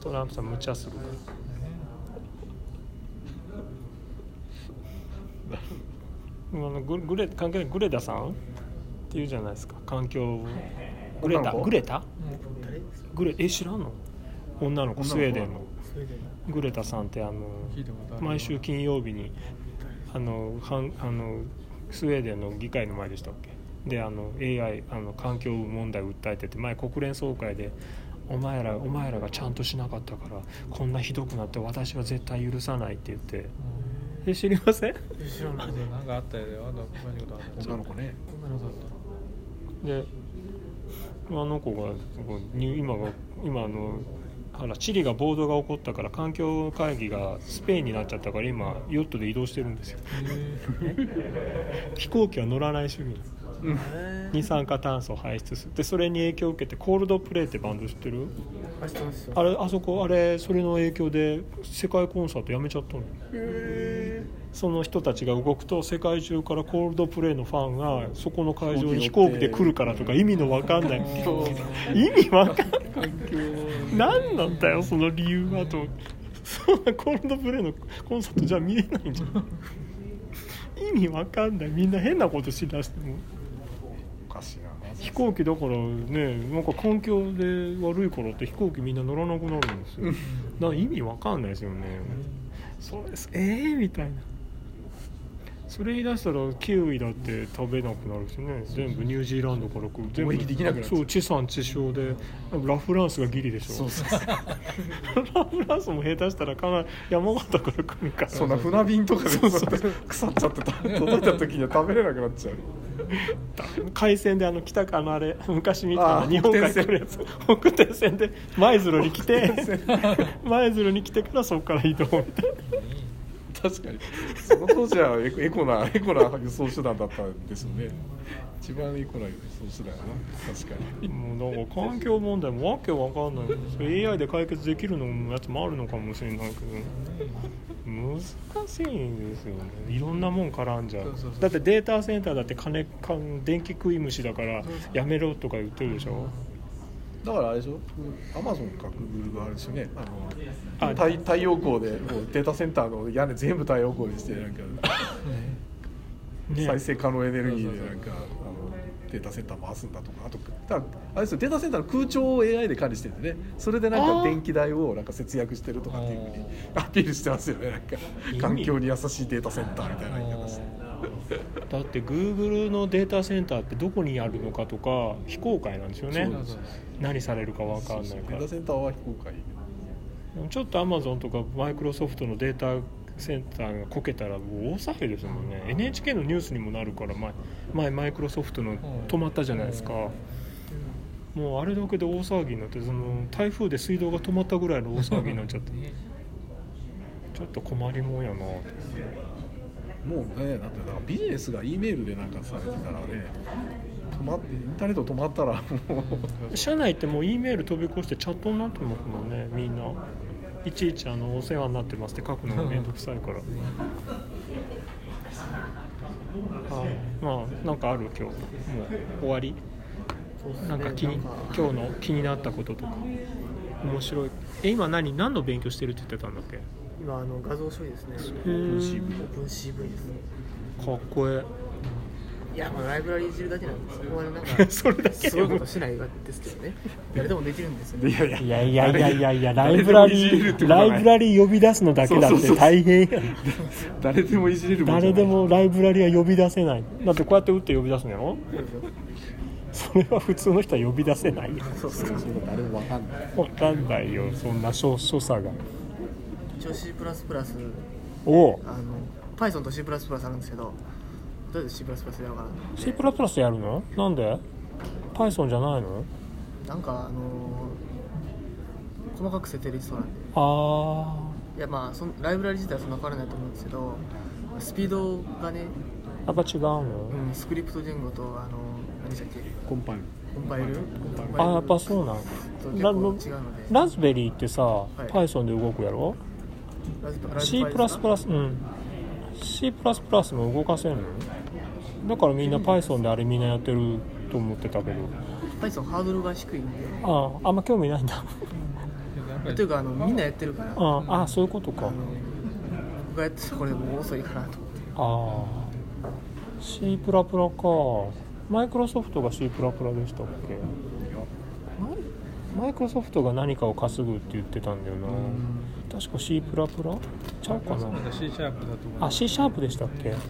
トランプさん無茶するから。あのググレ関係ないグレダさんっていうじゃないですか環境グレ
女
タ
の子
グレタグレえ知らんの女の子スウェーデンの
ょ
グレタさんってあの
聞いたことある
毎週金曜日にあのはんあのスウェーデンの議会の前でしたっけであの AI あの環境問題を訴えてて前国連総会で「お前らお前らがちゃんとしなかったからこんなひどくなって私は絶対許さない」って言ってえ知りません
なんかあったよねあんな詳しいことあった
女の子ね
女の子だった
であの子がこうに今は今あのあらチリが暴動が起こったから環境会議がスペインになっちゃったから今ヨットで移動してるんですよ飛行機は乗らない主義二酸化炭素を排出するでそれに影響を受けてコールドプレイってバンド知ってる
あ知ってますよ
あれあそこあれそれの影響で世界コンサートやめちゃったのその人たちが動くと世界中からコールドプレイのファンがそこの会場に飛
飛行
行
機乗
機
って
で来るからとか意味のわかんない意味わかんない何なんだよその理由はとそんなコールドプレイのコンサートじゃ見えないんじゃん意味わかんないみんな変なことしだしても
おかしいな
飛行機だからねなんか環境で悪いからって飛行機みんな乗らなくなるんですよだから意味わかんないですよねそうですええみたいなそれ言い出したらキウイだって食べなくなるしね全部ニュージーランドから来る全部
貿易できなくなっちゃう
そう地産地消でラ・フランスがギリでしょ
そうそうそう
*laughs* ラ・フランスも下手したらかなり山形から来るから
そんな船便とかで *laughs* 腐っちゃってた届いた時には食べれなくなっちゃう
海鮮であの北かあのあれ昔見た
あ
の
ー
日本海来るやつ北天線で舞鶴に来て舞鶴に来てからそこから移動みたい
確かにその当時はエコエコなエコな輸送手段だったんですよね一番エコな輸送手段やな確かに
なもうなんか環境問題もわけわかんないそれ AI で解決できるのもやつもあるのかもしれないけど難しいんですよねいろんなもん絡んじゃう
そうそうそう
だってデータセンターだって金か電気食い虫だからやめろとか言ってるでしょ
だからあれでしょアマゾンかグーグルがあれですよねあの
あ
太太陽光でもうデータセンターの屋根全部太陽光にして *laughs* なんか
ね
再生可能エネルギーでなんかあのデータセンター回すんだとかあとだあれですよデータセンターの空調を AI で管理してるんでねそれでなんか電気代をなんか節約してるとかっていうふうにアピールしてますよねなんか環境に優しいデータセンターみたいな言い方して
だって Google のデータセンターってどこにあるのかとか非公開なんですよね
そうそう
何されるか分かんない
デ
か
ータ
ら
センターは非公開
ちょっと Amazon とか Microsoft のデータセンターがこけたらもう大騒ぎですもんね NHK のニュースにもなるから前前マイクロソフトの止まったじゃないですかもうあれだけで大騒ぎになってその台風で水道が止まったぐらいの大騒ぎになっちゃってちょっと困りもんやなって
もうねだってだからビジネスが E メールでなんかされてたらね止まってインターネット止まったらもう
社内ってもう E メール飛び越してチャットになってますもんねみんないちいちあの「お世話になってます」って書くのが面倒くさいからはいまあなんかある今日もう終わりなんか気に今日の気になったこととか面白いえ今何何の勉強してるって言ってたんだっけ
今あの画像処理ですね
へー
オープン CV ですね
かっこえ
いやまあライブラリいじるだけなんですそこはなん
*laughs*
え *laughs*
か
それだけ
すごいことしないですけどね誰でもできるんですよね
いやいや
いやいやいやいやいやラ
誰
イ
で
ブラ
もいじれる
リ
ってこ
ー
とは
ラ
ない
イブラリー呼び出すのだけだっ
そうそうそ
て
う
大変やん
誰でもいじれるもんじゃな
誰
い
でもライブラリは呼び出せないだってこうやって打って呼び出すのやろ *laughs* それは普通の人は呼び出せないよ
そうそうそう誰もわかんない
分かんないよそんな所所作が
一応 C++
おお
あの Python と C++ あるんですけどどうやって C++ やろうかな
C++ やるのなんで Python じゃないの
なんかあのー細かく設定できそうなんで
あ
いやまあそんライブラリ自体はそんな変わらないと思うんですけどスピードがね、
ーやっぱ違うの
うん、スクリプト言語とあの何でしたっけ
コンパイル
コンパイル
あーやっぱそう
な
なの
結
ラ
構違うので
ラズベリーってさ、
い
Python で動くやろ
ラズパラズパイ
C++
ですか
うん C++ も動かせんのだからみんな Python であれみんなやってると思ってたけど
Python ハードルが低いんで
あああんま興味ないんだ
やっぱり
というかあのみんなやってるから
あああそういうことか
僕がやってるこれもう遅いかなと思っ
あ
て
あ C プラプラかマイクロソフトが C プラプラでしたっけ
マイ
マイクロソフトが何かを稼ぐって言ってたんだよな確か C プラプラちゃうかな
なんか C シャープだと思う
あ C シャープでしたっけ
とか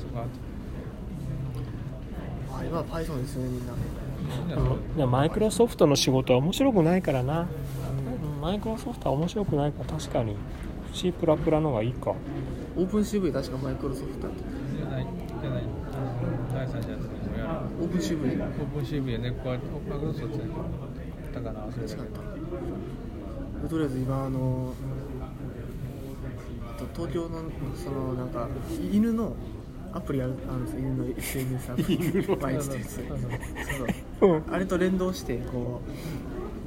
あ今は Python ですよねみんな
うんでもマイクロソフトの仕事は面白くないからな、うんマイクロソフトは面白くないから確かに C プラプラの方がいいか
オープン CV 確かマイクロソフトだった
じゃないじゃない第三者やつにもやる
オープン CV
オープン CV でねこうやってマクロソフトでだから忘れたけど
とりあえず今あのえっと東京のそのなんか犬のアプリあるあるんですよ犬の *laughs* SNS アプリ毎日ですそうそうあれと連動してこう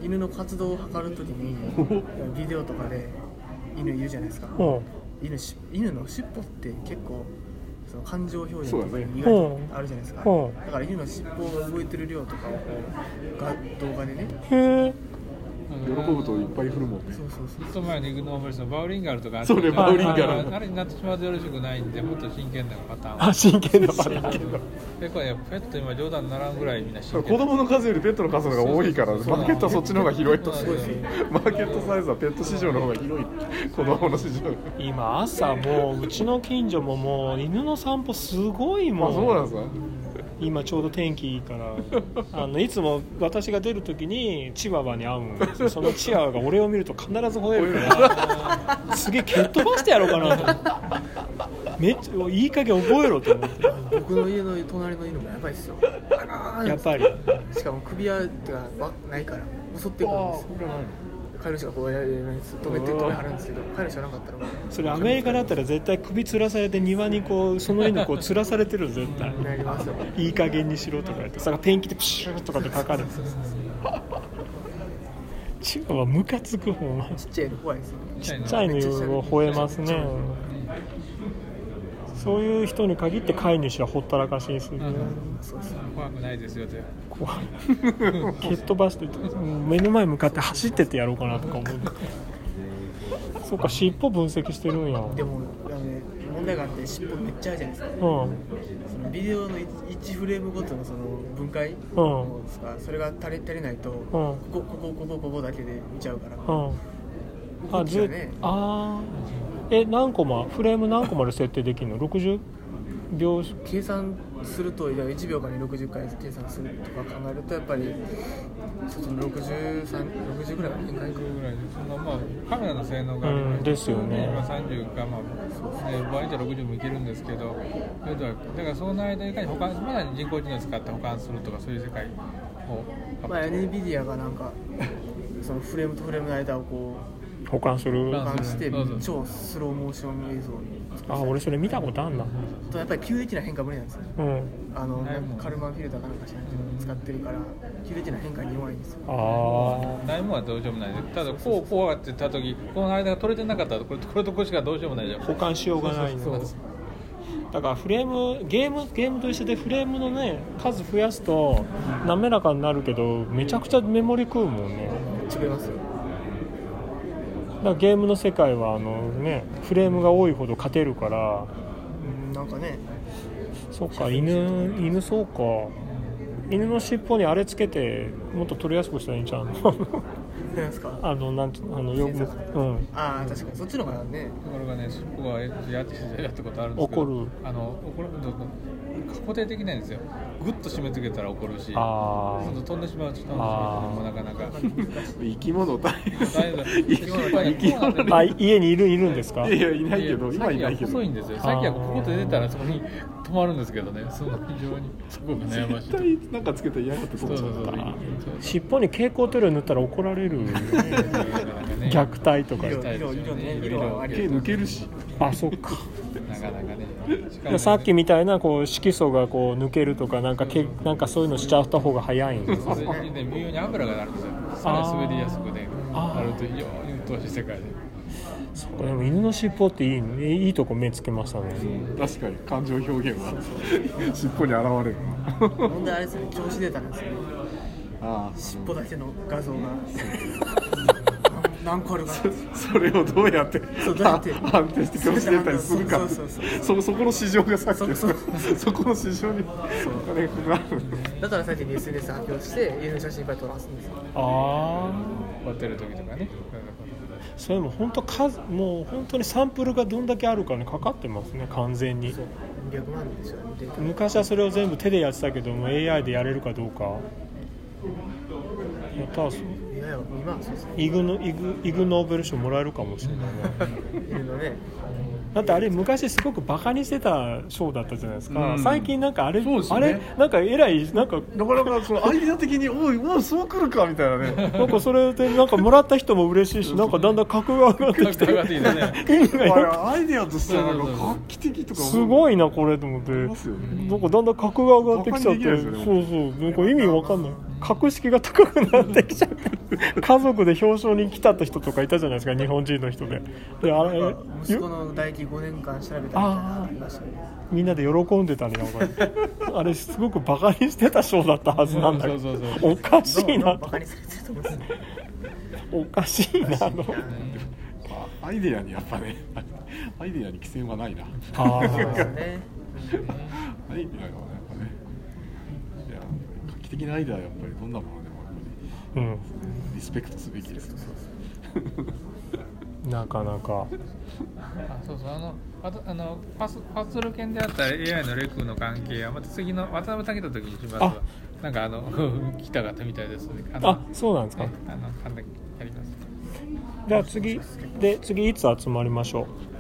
犬の活動を測るとき *laughs* にビデオとかで犬いるじゃないですか
うん
犬し犬の尻尾って結構その感情表現とかに意外
そうだ
と
ね
あるじゃないですか
うん
だから犬の尻尾が動いてる量とかをこうが動画でね
へえ
喜ぶといっぱい振るもんね
そうそうそう
ずっと前にイグ・ノーベルスのバウリンガルとかあ
そうねバウリンガル
ルあれになってしまうとよろしくないんでもっと真剣なパターン
あ真剣なパターン
結構やっぱペット今冗談にならんぐらいみんな真
子
剣な
供の数よりペットの数の方が多いからマ
そうそうそう
ーケットはそっちの方が広いと
そうなんですよ
マーケットサイズはペット市場の方が広い子供の市場
今朝もううちの近所ももう犬の散歩すごいも
あそうなんですか
今ちょうど天気いいから *laughs* あのいつも私が出る時にチワワに会う
*laughs*
んですよそのチワワが俺を見ると必ず吠えるからすげえ蹴っ飛ばしてやろうかなと思ってめっちゃいい加減覚えろと思って
僕の家の隣の犬もやばいっすよ
やっぱり
しかも首輪がないから襲ってくるんですよ飼い主がこうやるんです止めて止めはるんですけど飼い主がなかったらもう
それアメリカだったら絶対首吊らされて庭にこうその犬こう吊らされてる絶対
なりますよね
いい加減にしろとか言ってそれがペンキでプシューとかでかかるチワワムカつくほんま
ちっちゃいの怖いですよ
ちっちゃいのを吠えますねそういう人に限って飼い主はほったらかしにするね
そうそう
怖くないですよって
怖い蹴っ飛ばして目の前向かって走ってってやろうかなとか思うそっか尻尾分析してるんや
でもあの、ね、問題があって尻尾めっちゃあるじゃないですか
うん
そのビデオの 1, フレームごとのその分
う
解
ん
ですかそれが足り足りないと、ここここここここだけで見ちゃうから、
うんあ
動きが
ず
ね
あーえ何個まフレーム何個まで設定できるの 60? 秒
計算すると1秒間に60回計算するとか考えるとやっぱりその63 60ぐらいが限界か
ぐらいでそのまあカメラの性能がありま
うんですよね
今30かまあ、ね、場合によっては60もいけるんですけどそれではだからその間にいかに保管まだに人工知能を使って保管するとかそういう世界を
まあ NVIDIA がなんかそのフレームとフレームの間をこ
保管する
う保管して
そうそう
超スローモーション映像に
あ俺それ見たことあんな
とやっぱり急激な変化無理なんですよ
うん
あの
ないもん
カルマンフィルターかなんかしないけど使ってるから急激な変化に弱いんですよ
あ
ないものはどうしようもないですただこうこうやってた時この間が取れてなかったらこれとこれとこれしかどうしようもないじゃん
あ保管しようがない
そう
の
そう
だからフレームゲームゲームと一緒でフレームのね数増やすと滑らかになるけどめちゃくちゃメモリ食うもんね
違いますよ
だからゲームの世界はあのねフレームが多いほど勝てるから
うんなんかね
そっか犬犬そうか犬の尻尾にあれつけてもっと取りやすくしたらいいんちゃうの *laughs*
なんですか
あのなんてあのよくうん
ああ確かにそっちの方がね
ところがね、尻尾がやってやったことあるんですけど、
怒る
あの怒ること固定できないんですよ、ぐっと締め付けたら怒るし、
あ
今度飛んでしまうと、飛んでし
あ
ま
ー
うと、もうなかなか、
生き物大変
大丈夫
生き物大変
心配
ああい家にいるいるんですか
いやいやいないけど今はい
い
な
や
いけど
細いんですよ、さっきはここで出たら、そこに止まるんですけどね、その非常に、すごく悩ましい
絶。対なんかつけたら嫌がって
そ
取
う
っち
そ
ゃ
うそう
うから
尻尾に蛍光塗料塗ったら怒られる
逆
虐待とか
色色色ね色あ
毛
り
抜けるし
あそっか
なかなかねしかも
いやさっきみたいなこう色素がこう抜けるとかなんかけなんかそういうのしちゃった方が早いんです
それにね微妙に油があるんですよさらに滑りやすくね
あー
あると非常に鬱陶しい世界で
そっかでも犬の尻尾っていいねいいとこ目つけましたね
確かに感情表現は尻尾に現れるな
問題あれですね調子出たんですよね
ああ
尻尾だけの画像が何個あるか
それをどうやって
そうどうやって
あ安定して潰してったりするかって
そうそう
そそこの市場がさっきの
そ
そうこの市場にお金がある
だから最近 SNS で発表して家の写真いっぱい撮らすんですよ
あ
ホテル時とかね
あそれも本当数もう本当にサンプルがどんだけあるかにかかってますね完全に
200万人ですよねデータ
昔はそれを全部手でやってたけども AI でやれるかどうかやったらそう
AI は2万そうですね
イグのイグイグノーベル賞もらえるかもし
*laughs*
れないね
いるのね
だってあれ昔すごくバカにしてた賞だったじゃないですか、
うん
最近なんかあれ、
そうです
あ
よね
れなんか偉いなんか
なかなかそのアイデア的においもうそう来るかみたいなね
なん *laughs* かそれでなんかもらった人も嬉しいしなんかだんだん格が上がってきて
格が上がってき
*laughs* 意味がよく
あれアイデアとしてはなんか画期的とか
すご
い
いなこれと思って
りますよね
なんかだんだん格が上がってきちゃって
バカにで
そう
きないですよね
そうなんか意味わかんない格式が高くなってきちゃって家族で表彰に来たって人とかいたじゃないですか日本人の人でであれ
息子
よ
の唾液5年間調べたみたいなのがありましたね
みんなで喜んでたねやっぱりあれすごくバカにしてたショーだったはずなんだけど
そうそう
おかしい
どう
な
バカにされてると思うんですよ
おかしいなあの
アイデアにやっぱね *laughs* アイデアに規制はないな
あ
そうですよ
ー
ね
アイデアがやっぱねいや画期的なアイデアはやっぱりどんなものでもやっぱ
うん
りリスペクトすべきですよね
なかなか
あそうそうあのあとあのパスパズル犬であった AI のレクの関係はまた次の渡辺武人の時にします
あ
がなんかあの *laughs* 聞きたかったみたいですねあの
あそうなんですか
ねあの簡単にやります
じゃあ次で次いつ集まりましょう